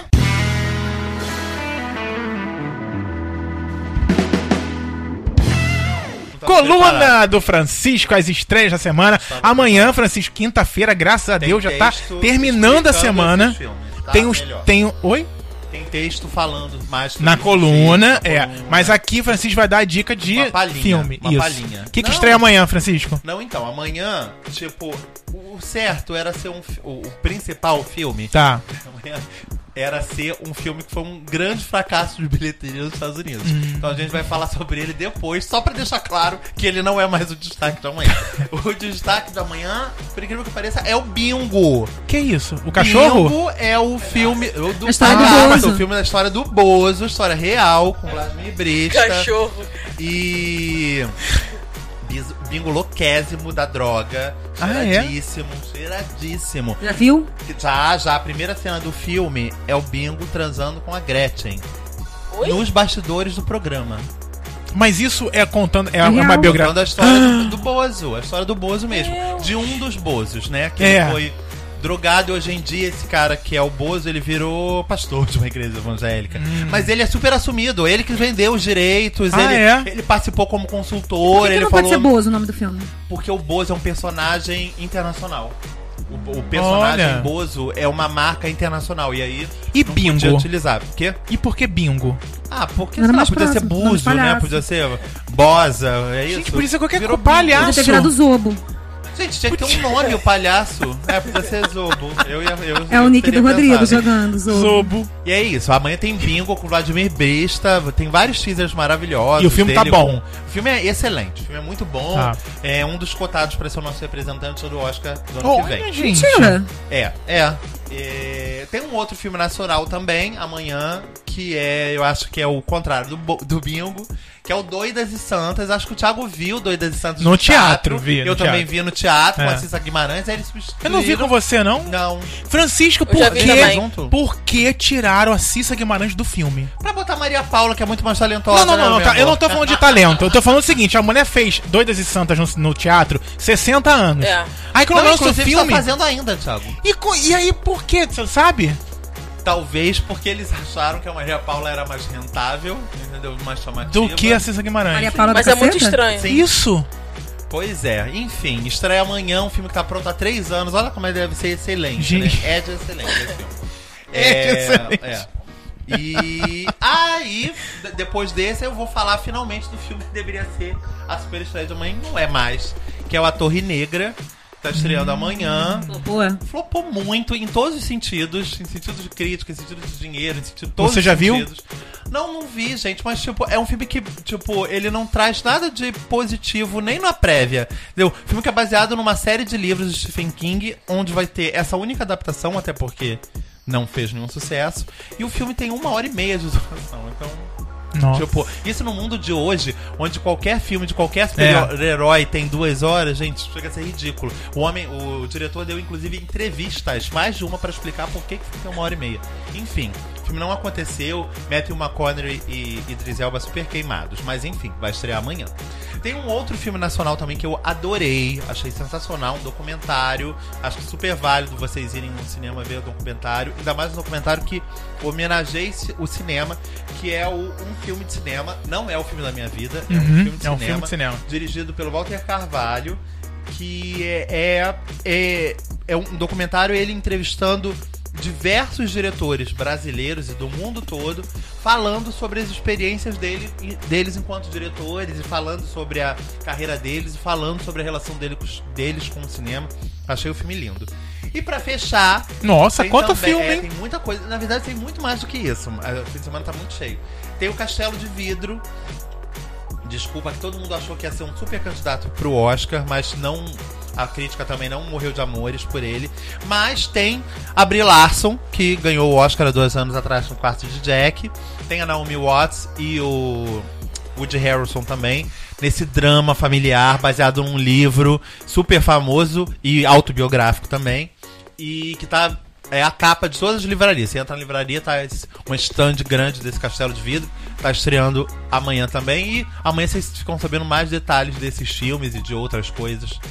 Speaker 3: Então, tá
Speaker 1: Coluna do Francisco, as estreias da semana. Amanhã, Francisco, quinta-feira, graças a Deus, já tá
Speaker 3: é? texto
Speaker 1: terminando a
Speaker 3: explicando
Speaker 1: semana.
Speaker 3: esses filmes, tá?
Speaker 1: Tem os.
Speaker 3: Melhor.
Speaker 1: Tem. o- Oi?
Speaker 3: Tem texto falando mais sobre
Speaker 1: Na
Speaker 3: esses
Speaker 1: coluna,
Speaker 3: filmes, na
Speaker 1: é.
Speaker 3: coluna.
Speaker 1: Mas aqui, Francisco vai dar a dica de
Speaker 3: Uma palhinha,
Speaker 1: filme.
Speaker 3: uma
Speaker 1: isso.
Speaker 3: palhinha.
Speaker 1: O que, que
Speaker 3: Não.
Speaker 1: estreia amanhã, Francisco?
Speaker 3: Não, então, amanhã, tipo, o certo era ser um. fi- O, o principal filme
Speaker 1: Tá.
Speaker 3: amanhã era ser um filme que foi um grande fracasso de bilheteria nos Estados Unidos.
Speaker 1: Hum.
Speaker 3: Então a gente vai falar sobre ele depois, só pra deixar claro que ele não é mais o destaque de amanhã. o destaque de amanhã, por incrível que pareça, é o Bingo.
Speaker 1: Que isso? O cachorro?
Speaker 3: Bingo é o filme o do
Speaker 2: A história do
Speaker 3: Pará,
Speaker 2: Bozo.
Speaker 3: o filme da história do Bozo, história real com Vladimir Brista
Speaker 4: Cachorro.
Speaker 3: e Bis- Bingo louquésimo da droga,
Speaker 1: Ah, é?
Speaker 3: cheiradíssimo, cheiradíssimo.
Speaker 2: já viu?
Speaker 3: Que Já, já, a primeira cena do filme é o Bingo transando com a Gretchen.
Speaker 4: Oi?
Speaker 3: Nos bastidores do programa.
Speaker 1: Mas isso é contando. É, uma
Speaker 2: Real.
Speaker 1: biografia.
Speaker 3: Contando a história do, do Bozo, a história do Bozo mesmo. De um dos Bozos, né? Que
Speaker 1: É.
Speaker 3: ele foi drogado e hoje em dia esse cara que é o Bozo, ele virou pastor de uma igreja evangélica. Mas ele é super assumido, ele que vendeu os direitos,
Speaker 1: Hum. Ah,
Speaker 3: ele,
Speaker 1: é?
Speaker 3: ele participou como
Speaker 2: Por
Speaker 3: consultor,
Speaker 2: que que
Speaker 3: ele
Speaker 2: não
Speaker 3: falou...
Speaker 2: pode ser Bozo o nome do filme?
Speaker 3: Porque o Bozo é um personagem internacional. O, o personagem
Speaker 1: Olha.
Speaker 3: Bozo é uma marca internacional. E aí
Speaker 1: E
Speaker 3: não
Speaker 1: bingo?
Speaker 3: podia utilizar. Por quê?
Speaker 1: E por que bingo?
Speaker 3: Ah, porque
Speaker 2: Era
Speaker 3: sei lá,
Speaker 2: mais
Speaker 3: podia ser
Speaker 2: próximo, nome de
Speaker 3: Buzo, né?
Speaker 2: palhaço.
Speaker 3: Podia ser Bosa, é isso?
Speaker 1: Gente, podia ser qualquer
Speaker 3: Virou
Speaker 1: co- palhaço.
Speaker 2: Podia
Speaker 1: Aço.
Speaker 2: ter virado Zobo.
Speaker 3: Buzo. Gente, tinha que ter um nome, o palhaço. É, podia ser Zobo. Eu ia, eu,
Speaker 2: É o
Speaker 3: eu
Speaker 2: nick do
Speaker 3: teria
Speaker 2: Rodrigo
Speaker 3: pensado.
Speaker 2: jogando Zobo.
Speaker 1: Zobo.
Speaker 3: E é isso, amanhã tem bingo com Vladimir Besta, tem vários teasers maravilhosos.
Speaker 1: E o filme tá
Speaker 3: dele
Speaker 1: bom.
Speaker 3: com- O filme é excelente, o filme é muito bom.
Speaker 1: Tá.
Speaker 3: É um dos cotados pra ser o nosso representante do Oscar do ano que
Speaker 1: Olha,
Speaker 3: vem.
Speaker 1: gente.
Speaker 2: Mentira.
Speaker 3: É, é. É, Tem um outro filme nacional também, amanhã, que é, eu acho que é o contrário do, bo- do bingo, que é o Doidas e Santas. Acho que o Thiago viu Doidas e Santas
Speaker 1: No teatro, vi, no
Speaker 3: Eu também
Speaker 1: teatro.
Speaker 3: vi no teatro com
Speaker 1: É.
Speaker 3: a Cissa Guimarães, aí eles
Speaker 1: Eu não vi com
Speaker 3: substituíram-
Speaker 1: você, não?
Speaker 3: Não.
Speaker 1: Francisco,
Speaker 4: Eu já
Speaker 1: por
Speaker 4: vi
Speaker 1: que,
Speaker 4: também.
Speaker 3: Junto?
Speaker 1: por que tiraram a Cissa Guimarães do filme?
Speaker 3: Pra botar Maria Paula, que é muito mais
Speaker 1: Não,
Speaker 3: talentosa.
Speaker 1: não, não,
Speaker 3: né,
Speaker 1: não,
Speaker 3: meu
Speaker 1: tá, eu
Speaker 3: amor?
Speaker 1: não tô falando de talento. Eu tô falando o seguinte: a mulher fez Doidas e Santas no, no teatro 60 anos.
Speaker 4: É.
Speaker 1: Aí quando
Speaker 3: Não,
Speaker 1: lança o
Speaker 3: inclusive
Speaker 1: filme.
Speaker 3: tá fazendo ainda, Thiago.
Speaker 1: E, co- e aí, por quê? Você sabe?
Speaker 3: Talvez porque eles acharam que a Maria Paula era mais rentável, entendeu? Mais chamativa.
Speaker 1: Do que a Cissa Guimarães.
Speaker 2: Maria Paula
Speaker 4: Mas
Speaker 2: da
Speaker 4: é muito
Speaker 2: Caceta?
Speaker 4: estranho.
Speaker 3: Sim.
Speaker 1: Isso.
Speaker 3: Pois é, enfim, estreia amanhã um filme que tá pronto há três anos. Olha como ele deve ser excelente,
Speaker 1: Gente.
Speaker 3: né? É de excelente esse filme.
Speaker 1: É de excelente.
Speaker 3: é. E aí, d- depois desse, eu vou falar finalmente do filme que deveria ser a super estreia de amanhã, e não é mais, que é o A Torre Negra, que tá
Speaker 1: Hum.
Speaker 3: estreando amanhã.
Speaker 2: Boa.
Speaker 3: Flopou muito em todos os sentidos, em sentido de crítica, em sentido de dinheiro, em sentido todos
Speaker 1: Você
Speaker 3: os
Speaker 1: já viu?
Speaker 3: sentidos. Não, não vi, gente, mas tipo, é um filme que, tipo, ele não traz nada de positivo nem na prévia. Entendeu? Filme que é baseado numa série de livros de Stephen King, onde vai ter essa única adaptação, até porque não fez nenhum sucesso. E o filme tem uma hora e meia de duração, então.
Speaker 1: Nossa.
Speaker 3: Tipo, isso no mundo de hoje, onde qualquer filme de qualquer super-herói tem duas horas, gente, chega a ser ridículo. O homem, o diretor deu inclusive entrevistas, mais de uma, pra explicar por que, que tem uma hora e meia. Enfim, o filme não aconteceu, Matthew McConaughey e Idris Elba super queimados, mas enfim, vai estrear amanhã. Tem um outro filme nacional também que eu adorei, achei sensacional, um documentário. Acho que super válido vocês irem no cinema ver o documentário, ainda mais um documentário que homenageia esse- o cinema, que é o, um filme de cinema, não é o filme da minha vida, é um
Speaker 1: Uhum,
Speaker 3: filme de
Speaker 1: é um
Speaker 3: cinema.
Speaker 1: filme de cinema.
Speaker 3: Dirigido pelo Walter Carvalho, que é, é, é um documentário ele entrevistando diversos diretores brasileiros e do mundo todo falando sobre as experiências dele, deles enquanto diretores e falando sobre a carreira deles e falando sobre a relação dele com os- deles com o cinema. Achei o filme lindo. E pra fechar,
Speaker 1: Nossa,
Speaker 3: tem
Speaker 1: quanto
Speaker 3: também-
Speaker 1: filme,
Speaker 3: é,
Speaker 1: hein?
Speaker 3: Tem muita coisa. Na verdade, tem muito mais do que isso. A- O fim de semana tá muito cheio. Tem o Castelo de Vidro. Desculpa que todo mundo achou que ia ser um super candidato pro Oscar, mas não. A crítica também não morreu de amores por ele. Mas tem a Brie Larson, que ganhou o Oscar há dois anos atrás com o quarto de Jack. Tem a Naomi Watts e o Woody Harrelson também, nesse drama familiar baseado num livro super famoso e autobiográfico também, e que tá é a capa de todas as livrarias. Você entra na livraria, tá esse- um stand grande desse Castelo de Vidro, tá estreando amanhã também e amanhã vocês ficam sabendo mais detalhes desses filmes e de outras coisas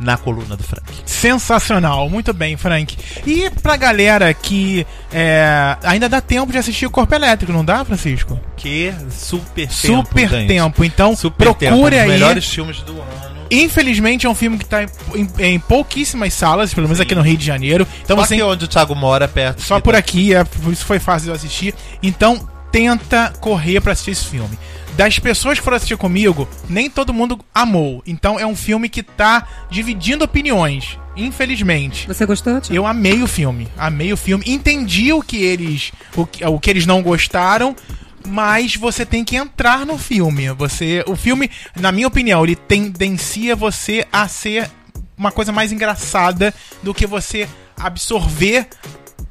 Speaker 3: na coluna do Frank.
Speaker 1: Sensacional, muito bem, Frank. E pra galera que é, ainda dá tempo de assistir o Corpo Elétrico, não dá, Francisco?
Speaker 3: Que super tempo,
Speaker 1: Super
Speaker 3: gente.
Speaker 1: tempo. Então
Speaker 3: Super tempo, um
Speaker 1: procure
Speaker 3: dos
Speaker 1: aí.
Speaker 3: melhores filmes do ano.
Speaker 1: Infelizmente é um filme que tá em, em- em pouquíssimas salas, pelo menos aqui no Rio de Janeiro. Então
Speaker 3: Só
Speaker 1: você
Speaker 3: que onde o Thiago mora, perto.
Speaker 1: Só por aqui, é, por isso foi fácil de eu assistir. Então, tenta correr pra assistir esse filme. Das pessoas que foram assistir comigo, nem todo mundo amou. Então, é um filme que tá dividindo opiniões, infelizmente.
Speaker 2: Você gostou, Thiago?
Speaker 1: Eu amei o filme, amei o filme, entendi o que eles, o que, o que eles não gostaram, mas você tem que entrar no filme. Você, o filme, na minha opinião, ele tendencia você a ser uma coisa mais engraçada do que você absorver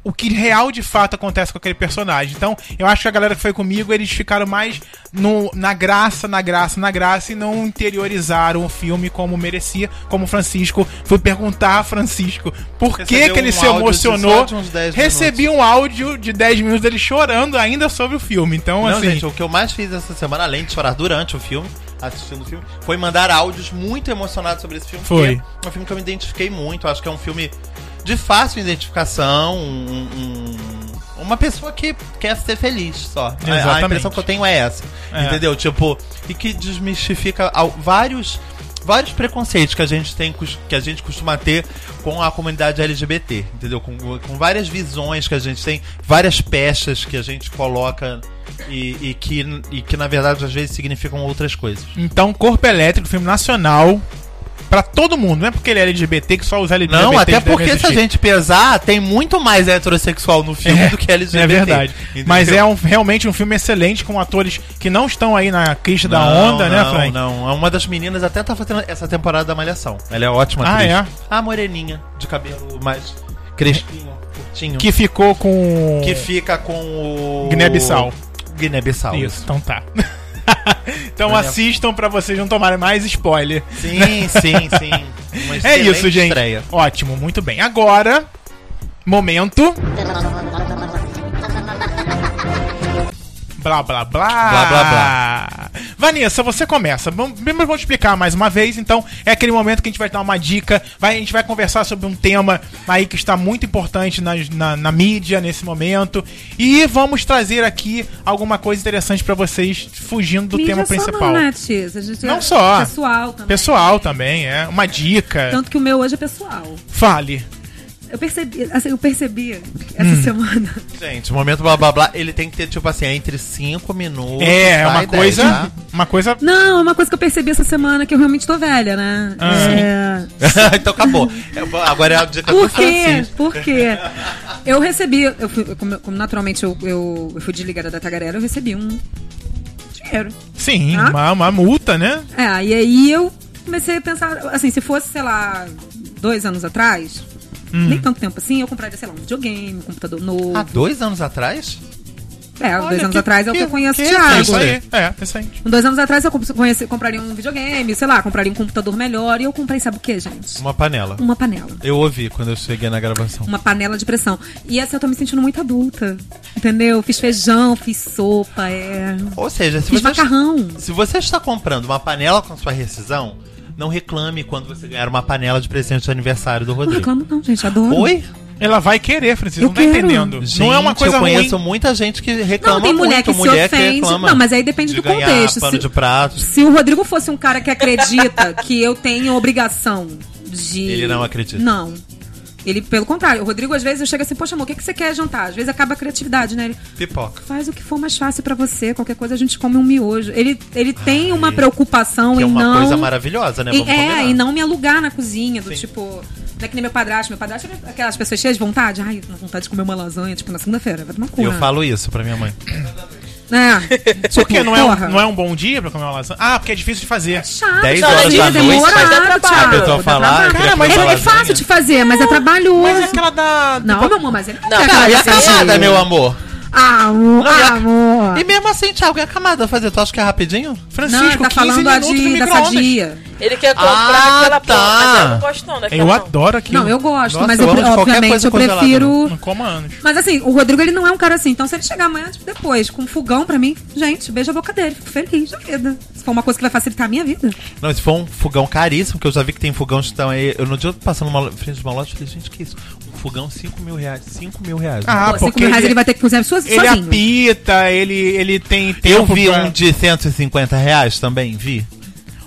Speaker 1: o que real de fato acontece com aquele personagem. Então, eu acho que a galera que foi comigo, eles ficaram mais no, na graça, na graça, na graça e não interiorizaram o filme como merecia, como o Francisco. Fui perguntar a Francisco por que,
Speaker 3: Recebeu
Speaker 1: que ele
Speaker 3: um
Speaker 1: se
Speaker 3: áudio de
Speaker 1: emocionou.
Speaker 3: só de uns 10
Speaker 1: Recebi um áudio de 10 minutos dele chorando ainda sobre o filme. Então,
Speaker 3: Não,
Speaker 1: assim.
Speaker 3: gente, o que eu mais fiz essa semana, além de chorar durante o filme, assistindo o filme, foi mandar áudios muito emocionados sobre esse filme.
Speaker 1: Foi.
Speaker 3: porque É um filme que eu me identifiquei muito. Acho que é um filme de fácil identificação, um- um- uma pessoa que quer ser feliz só. A- A,
Speaker 1: Exatamente.
Speaker 3: impressão que eu tenho é essa.
Speaker 1: É.
Speaker 3: Entendeu? Tipo, e que desmistifica ao- vários. Vários preconceitos que a gente tem, cos- que a gente costuma ter com a comunidade LGBT, entendeu? Com, com várias visões que a gente tem, várias peças que a gente coloca e, e que, e que, na verdade, às vezes significam outras coisas.
Speaker 1: Então, Corpo Elétrico, filme nacional. Pra todo mundo, não é porque ele é LGBT que só os LGBT.
Speaker 3: Não, até
Speaker 1: devem
Speaker 3: porque se a
Speaker 1: assistir.
Speaker 3: gente pesar, tem muito mais heterossexual no filme do que LGBT.
Speaker 1: É verdade.
Speaker 3: entendeu?
Speaker 1: Mas é um- realmente um filme excelente com atores que não estão aí na crista da
Speaker 3: Não,
Speaker 1: onda,
Speaker 3: não,
Speaker 1: né, Frank?
Speaker 3: Não, uma das meninas até tá fazendo essa temporada da Malhação. Ela é ótima
Speaker 1: Ah,
Speaker 3: atriz.
Speaker 1: é?
Speaker 3: A moreninha, de cabelo mais crespinho, curtinho.
Speaker 1: Que ficou com.
Speaker 3: que fica com o...
Speaker 1: Guiné-Bissau.
Speaker 3: Guiné-Bissau,
Speaker 1: Isso, então tá. então assistam pra vocês não tomarem mais spoiler.
Speaker 3: Sim, sim, sim. Uma
Speaker 1: É
Speaker 3: excelente
Speaker 1: isso, gente.
Speaker 3: estreia.
Speaker 1: Ótimo, muito bem. Agora, momento. Blá blá blá.
Speaker 3: Blá, blá,
Speaker 1: blá. Vanessa, você começa. Vamos- Primeiro eu vou te explicar mais uma vez, então é aquele momento que a gente vai dar uma dica, vai, a gente vai conversar sobre um tema aí que está muito importante nas- na, na mídia nesse momento. E vamos trazer aqui alguma coisa interessante pra vocês, fugindo do
Speaker 2: Mídia
Speaker 1: tema
Speaker 2: só
Speaker 1: principal.
Speaker 2: Não, né, Tia? A gente é
Speaker 1: Não só.
Speaker 2: Pessoal também.
Speaker 1: Pessoal também, é. Uma dica.
Speaker 2: Tanto que o meu hoje é pessoal.
Speaker 1: Fale.
Speaker 2: Eu percebi, assim, eu percebi essa
Speaker 1: Hum.
Speaker 2: semana.
Speaker 3: Gente, o momento blá blá blá, ele tem que ter, tipo assim, entre 5 minutos.
Speaker 1: É, é
Speaker 3: vai
Speaker 1: uma
Speaker 3: 10,
Speaker 1: coisa.
Speaker 3: tá?
Speaker 1: Uma coisa.
Speaker 2: Não, é uma coisa que eu percebi essa semana que eu realmente tô velha, né?
Speaker 1: Ah,
Speaker 2: é...
Speaker 3: então acabou. É, bo- Agora é a
Speaker 1: Tá
Speaker 3: dica do
Speaker 2: Por quê?
Speaker 3: Francisco.
Speaker 2: Por quê? Eu recebi, eu fui, eu- como, como naturalmente eu, eu, eu fui desligada da Tagarela, eu recebi um dinheiro.
Speaker 1: Sim,
Speaker 2: Hã?
Speaker 1: uma, uma multa, né?
Speaker 2: É, e aí eu comecei a pensar, assim, se fosse, sei lá, dois anos atrás,
Speaker 1: Hum.
Speaker 2: nem tanto tempo assim, eu compraria, sei lá, um videogame, um computador novo.
Speaker 3: Há dois anos atrás?
Speaker 2: é,
Speaker 1: Ah, Olha,
Speaker 2: dois anos
Speaker 1: que-
Speaker 2: atrás é o que eu conheço o
Speaker 1: É
Speaker 2: Thiago.
Speaker 1: isso aí, é, recente.
Speaker 2: Com Dois anos atrás eu comp- conheci- compraria um videogame, sei lá, compraria um computador melhor. E eu comprei, sabe o que, gente?
Speaker 3: Uma panela.
Speaker 2: Uma panela.
Speaker 3: Eu ouvi quando eu cheguei na gravação.
Speaker 2: Uma panela de pressão. E assim, eu tô me sentindo muito adulta. Entendeu? Fiz feijão, fiz sopa, é.
Speaker 3: Ou seja, se
Speaker 2: Fiz
Speaker 3: você,
Speaker 2: macarrão.
Speaker 3: se você está comprando uma panela com sua rescisão, não reclame quando você ganhar uma panela de presente de aniversário do
Speaker 2: Não
Speaker 3: Rodrigo.
Speaker 2: reclamo, não, gente. Adoro.
Speaker 3: Oi?
Speaker 1: Ela vai querer, Francisco,
Speaker 2: Eu
Speaker 1: não tá
Speaker 2: quero.
Speaker 1: entendendo. não é uma coisa
Speaker 3: eu conheço
Speaker 1: ruim.
Speaker 3: muita gente que reclama
Speaker 2: Não, tem mulher
Speaker 3: muito,
Speaker 2: que se ofende. Não, mas aí depende
Speaker 3: de
Speaker 2: do
Speaker 3: ganhar
Speaker 2: contexto,
Speaker 3: pano
Speaker 2: se-
Speaker 3: de prato.
Speaker 2: Se o Rodrigo fosse um cara que acredita que eu tenho obrigação de.
Speaker 3: Ele não acredita.
Speaker 2: Não. Ele, pelo contrário, o Rodrigo às vezes eu chego assim, poxa, amor, o que, que você quer jantar? Às vezes acaba a criatividade, né? Ele
Speaker 3: Pipoca.
Speaker 2: faz o que for mais fácil pra você, qualquer coisa a gente come um miojo. Ele, ele tem uma preocupação
Speaker 3: Que
Speaker 2: em
Speaker 3: é uma
Speaker 2: não.
Speaker 3: coisa maravilhosa, né?
Speaker 2: E-
Speaker 3: Vamos combinar.
Speaker 2: é, e não me alugar na cozinha, do tipo. Não é que nem meu padrasto. Meu padrasto é aquelas pessoas cheias de vontade. Ai, tô com vontade de comer uma lasanha, tipo, na segunda-feira. Vai tomar
Speaker 3: E
Speaker 2: cura.
Speaker 3: eu falo isso pra minha mãe.
Speaker 2: É.
Speaker 1: Por quê? Não é,
Speaker 2: porra.
Speaker 1: um, não é um bom dia pra comer uma lasanha? Ah, porque é difícil de fazer.
Speaker 2: Chato,
Speaker 3: 10
Speaker 2: chato,
Speaker 4: horas da
Speaker 2: é
Speaker 4: noite, mas dá
Speaker 2: demorado,
Speaker 4: trabalho.
Speaker 2: Thiago,
Speaker 4: A
Speaker 3: pessoa
Speaker 2: dá
Speaker 3: falar,
Speaker 2: trabalho.
Speaker 3: queria
Speaker 2: Cara,
Speaker 3: comer
Speaker 2: mas é,
Speaker 3: uma
Speaker 2: é
Speaker 3: lasanha.
Speaker 2: fácil de fazer, mas é trabalhoso.
Speaker 1: Mas é aquela da.
Speaker 2: Não, meu amor, mas ele não,
Speaker 4: Não,
Speaker 2: quer
Speaker 4: cara,
Speaker 2: aquela
Speaker 4: e a
Speaker 2: lasanha.
Speaker 3: Nada, é meu amor.
Speaker 2: Amor,
Speaker 3: Não, e a-
Speaker 2: amor.
Speaker 3: E mesmo assim, Thiago, e a camada fazer? Tu acha que é
Speaker 2: Ah.
Speaker 3: rapidinho?
Speaker 2: Não, ele
Speaker 1: Francisco,
Speaker 2: tá
Speaker 1: 15
Speaker 2: falando a
Speaker 1: minutos no
Speaker 2: de, da
Speaker 1: micro-ondas.
Speaker 2: sadia.
Speaker 4: Ele quer
Speaker 3: Ah,
Speaker 4: comprar
Speaker 3: tá.
Speaker 4: aquela porra, mas eu não gosto não daquela
Speaker 1: Eu
Speaker 4: não.
Speaker 1: adoro aquilo.
Speaker 2: Não, eu gosto,
Speaker 3: Nossa,
Speaker 2: mas
Speaker 3: eu
Speaker 2: eu,
Speaker 3: amo de qualquer
Speaker 2: obviamente
Speaker 3: coisa
Speaker 2: eu
Speaker 3: congelada,
Speaker 2: prefiro.
Speaker 1: Não como há anos.
Speaker 2: Mas assim, o Rodrigo ele não é um cara assim. Então, se ele chegar amanhã, tipo, depois, com um fogão pra mim, gente, beijo a boca dele, fico feliz da vida. Se for uma coisa que vai facilitar a minha vida.
Speaker 3: Não, esse foi um fogão caríssimo, que eu já vi que tem fogão que estão aí. Eu no dia eu passando uma lo- frente de uma loja, eu falei, gente, que isso? Um fogão 5 mil reais. 5 mil reais.
Speaker 1: Ah,
Speaker 2: Pô, 5 mil reais ele vai ter que cozinhar so,
Speaker 1: ele é
Speaker 2: sozinho.
Speaker 1: apita, ele, ele tem
Speaker 3: eu
Speaker 1: tempo
Speaker 3: vi
Speaker 1: pra-
Speaker 3: um de 150 reais também, vi.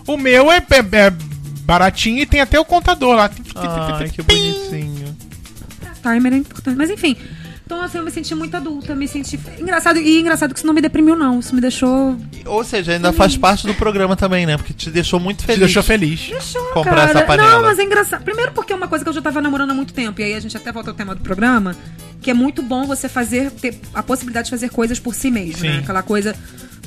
Speaker 1: O meu é, é- é baratinho e tem até o contador lá.
Speaker 3: Ai, que bonitinho.
Speaker 2: Timer é importante. Mas enfim. Então, assim, eu me senti muito adulta, me senti. Engraçado, e engraçado que isso não me deprimiu, não. Isso me deixou.
Speaker 3: Ou seja, ainda faz parte do programa também, né? Porque te deixou muito
Speaker 1: Te
Speaker 3: feliz.
Speaker 1: deixou feliz.
Speaker 2: Deixou,
Speaker 3: Comprar
Speaker 2: cara.
Speaker 3: essa panela.
Speaker 2: Não, mas é engraçado. Primeiro porque é uma coisa que eu já tava namorando há muito tempo. E aí a gente até volta ao tema do programa. Que é muito bom você fazer, ter a possibilidade de fazer coisas por si mesmo,
Speaker 1: Sim.
Speaker 2: né? Aquela coisa.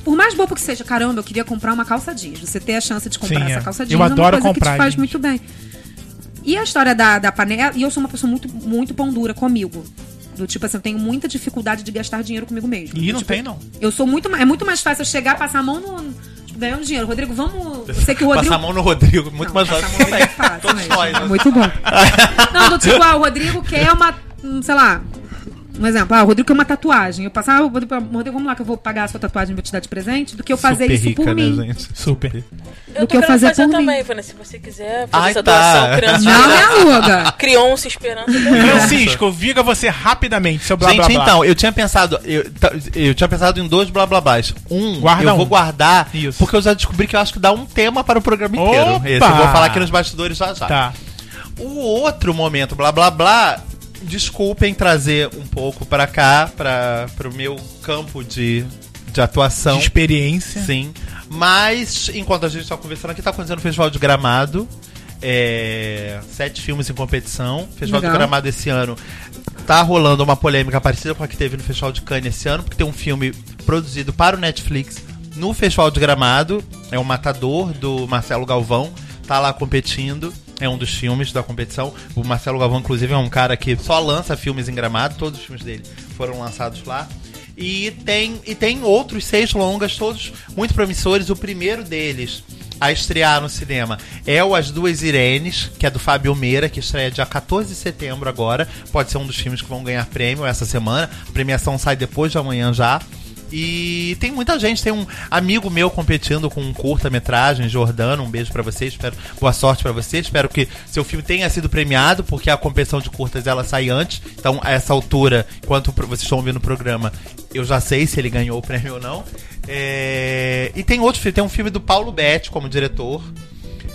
Speaker 2: Por mais bobo que seja, caramba, eu queria comprar uma calça jeans. Você ter a chance de comprar
Speaker 1: Sim,
Speaker 2: essa
Speaker 1: é.
Speaker 2: calça
Speaker 1: Eu
Speaker 2: jeans é uma
Speaker 1: adoro
Speaker 2: coisa que
Speaker 1: comprar
Speaker 2: te faz
Speaker 1: jeans.
Speaker 2: muito bem. E a história da, da panela, e eu sou uma pessoa muito, muito pão dura comigo. Do tipo assim, eu tenho muita dificuldade de gastar dinheiro comigo mesmo.
Speaker 1: E não
Speaker 2: Tipo,
Speaker 1: tem, não.
Speaker 2: Eu sou muito. ma- É muito mais fácil eu chegar, passar a mão no. Tipo, ganhar um dinheiro. Rodrigo, vamos. Eu sei que o Rodrigo.
Speaker 3: Passar a mão no Rodrigo, muito
Speaker 2: Não,
Speaker 3: mais
Speaker 2: passar
Speaker 3: fácil
Speaker 2: a mão é
Speaker 3: também.
Speaker 2: fácil,
Speaker 3: Todos
Speaker 2: né,
Speaker 3: nós,
Speaker 2: gente?
Speaker 3: né?
Speaker 2: Muito bom. Não, do tipo, ah, o Rodrigo quer uma. hum, Sei lá. Um exemplo, ah, o Rodrigo quer uma tatuagem. Eu passar, ah, o Rodrigo, Rodrigo, vamos lá que eu vou pagar a sua tatuagem e vou te dar de presente, do que eu fazer isso por mim.
Speaker 3: né, gente?
Speaker 1: Super.
Speaker 2: Do
Speaker 4: Eu tô
Speaker 2: que eu
Speaker 4: querendo
Speaker 2: fazer
Speaker 4: fazer,
Speaker 2: por mim.
Speaker 4: também, Vanessa. Se você quiser fazer
Speaker 3: Ai,
Speaker 4: essa
Speaker 3: tá.
Speaker 4: doação, criança. né? um
Speaker 2: Não me aluga.
Speaker 4: Criou-se esperança.
Speaker 1: Francisco, viga você rapidamente, seu blá
Speaker 3: gente,
Speaker 1: blá blá.
Speaker 3: então, eu tinha pensado. Eu, ta- eu tinha pensado em dois blá blá blás. Um,
Speaker 1: Guarda
Speaker 3: eu
Speaker 1: um.
Speaker 3: vou guardar,
Speaker 1: Isso.
Speaker 3: porque eu já descobri que eu acho que dá um tema para o programa inteiro.
Speaker 1: Opa!
Speaker 3: Esse eu vou falar aqui nos bastidores já já.
Speaker 1: Tá.
Speaker 3: O um outro momento, blá blá blá, desculpem trazer um pouco pra cá, para pro meu campo de, de atuação.
Speaker 1: De experiência.
Speaker 3: Sim. Mas, enquanto a gente tá conversando aqui, tá acontecendo o Festival de Gramado. É, sete filmes em competição. Festival de
Speaker 2: Legal.
Speaker 3: Gramado esse ano tá rolando uma polêmica parecida com a que teve no Festival de Cannes esse ano, porque tem um filme produzido para o Netflix no Festival de Gramado. É o Matador, do Marcelo Galvão. Tá lá competindo. É um dos filmes da competição. O Marcelo Galvão, inclusive, é um cara que só lança filmes em Gramado. Todos os filmes dele foram lançados lá. E tem, e tem outros seis longas, todos muito promissores. O primeiro deles a estrear no cinema é o As Duas Irenes, que é do Fábio Meira, que estreia dia 14 de setembro agora. Pode ser um dos filmes que vão ganhar prêmio essa semana. A premiação sai depois de amanhã já. E tem muita gente, tem um amigo meu competindo com um curta-metragem, Jordano, um beijo pra você, espero boa sorte pra você, espero que seu filme tenha sido premiado, porque a competição de curtas ela sai antes. Então, a essa altura, enquanto pro- vocês estão ouvindo o programa, eu já sei se ele ganhou o prêmio ou não. É, E tem outro filme, tem um filme do Paulo Betti como diretor,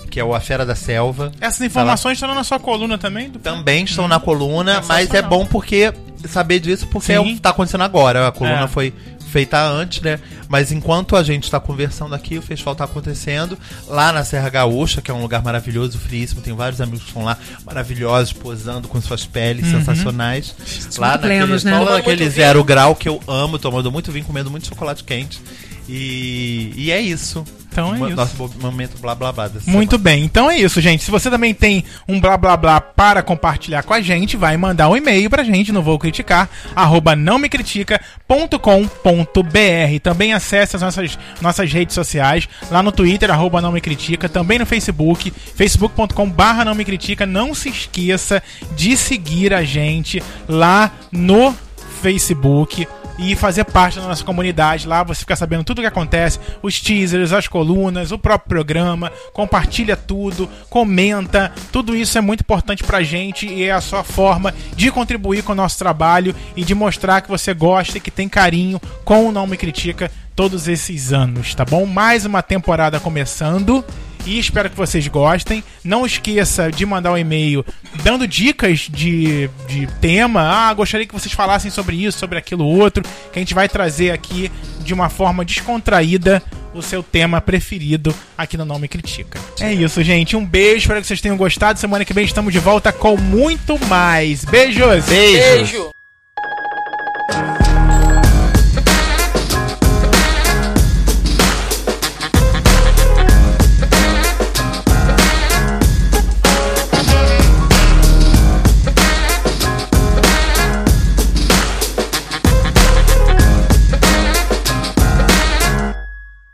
Speaker 3: que é o A Fera da Selva.
Speaker 1: Essas informações estão na sua coluna também? Do...
Speaker 3: Também estão
Speaker 1: Uhum.
Speaker 3: na coluna, mas é
Speaker 1: Sensacional.
Speaker 3: bom porque saber disso porque
Speaker 1: Sim.
Speaker 3: é o que tá acontecendo agora. A coluna
Speaker 1: É.
Speaker 3: foi feita antes, né? Mas enquanto a gente tá conversando aqui, o festival tá acontecendo lá na Serra Gaúcha, que é um lugar maravilhoso, friíssimo. Tem vários amigos que estão lá maravilhosos, posando com suas peles
Speaker 1: Uhum.
Speaker 3: sensacionais. Lá
Speaker 2: muito
Speaker 3: naquele,
Speaker 2: plenos, né?
Speaker 3: só
Speaker 2: Tomando
Speaker 3: naquele
Speaker 4: muito
Speaker 3: zero grau que eu amo, tomando muito vinho, comendo muito chocolate quente. E, e é isso.
Speaker 1: Então é
Speaker 3: Mo-
Speaker 1: isso.
Speaker 3: Nosso bo- momento blá blá blá. dessa
Speaker 1: Muito bem, então é isso, gente. Se você também tem um blá blá blá para compartilhar com a gente, vai mandar um e-mail pra gente no vou criticar, arroba não me critica.com.br. Também acesse as nossas, nossas redes sociais, lá no Twitter, arroba não me critica, também no Facebook, facebook.com barra não me critica. Não se esqueça de seguir a gente lá no Facebook e fazer parte da nossa comunidade. Lá você fica sabendo tudo o que acontece, os teasers, as colunas, o próprio programa, compartilha tudo, comenta. Tudo isso é muito importante pra gente e é a sua forma de contribuir com o nosso trabalho e de mostrar que você gosta e que tem carinho com o Não Me Critica todos esses anos, tá bom? Mais uma temporada começando e espero que vocês gostem. Não esqueça de mandar um e-mail dando dicas de, de tema. Ah, gostaria que vocês falassem sobre isso, sobre aquilo outro, que a gente vai trazer aqui de uma forma descontraída o seu tema preferido aqui no Não Me Critica. É isso, gente. Um beijo, espero que vocês tenham gostado. Semana que vem estamos de volta com muito mais. Beijos!
Speaker 3: Beijo.
Speaker 4: Beijo.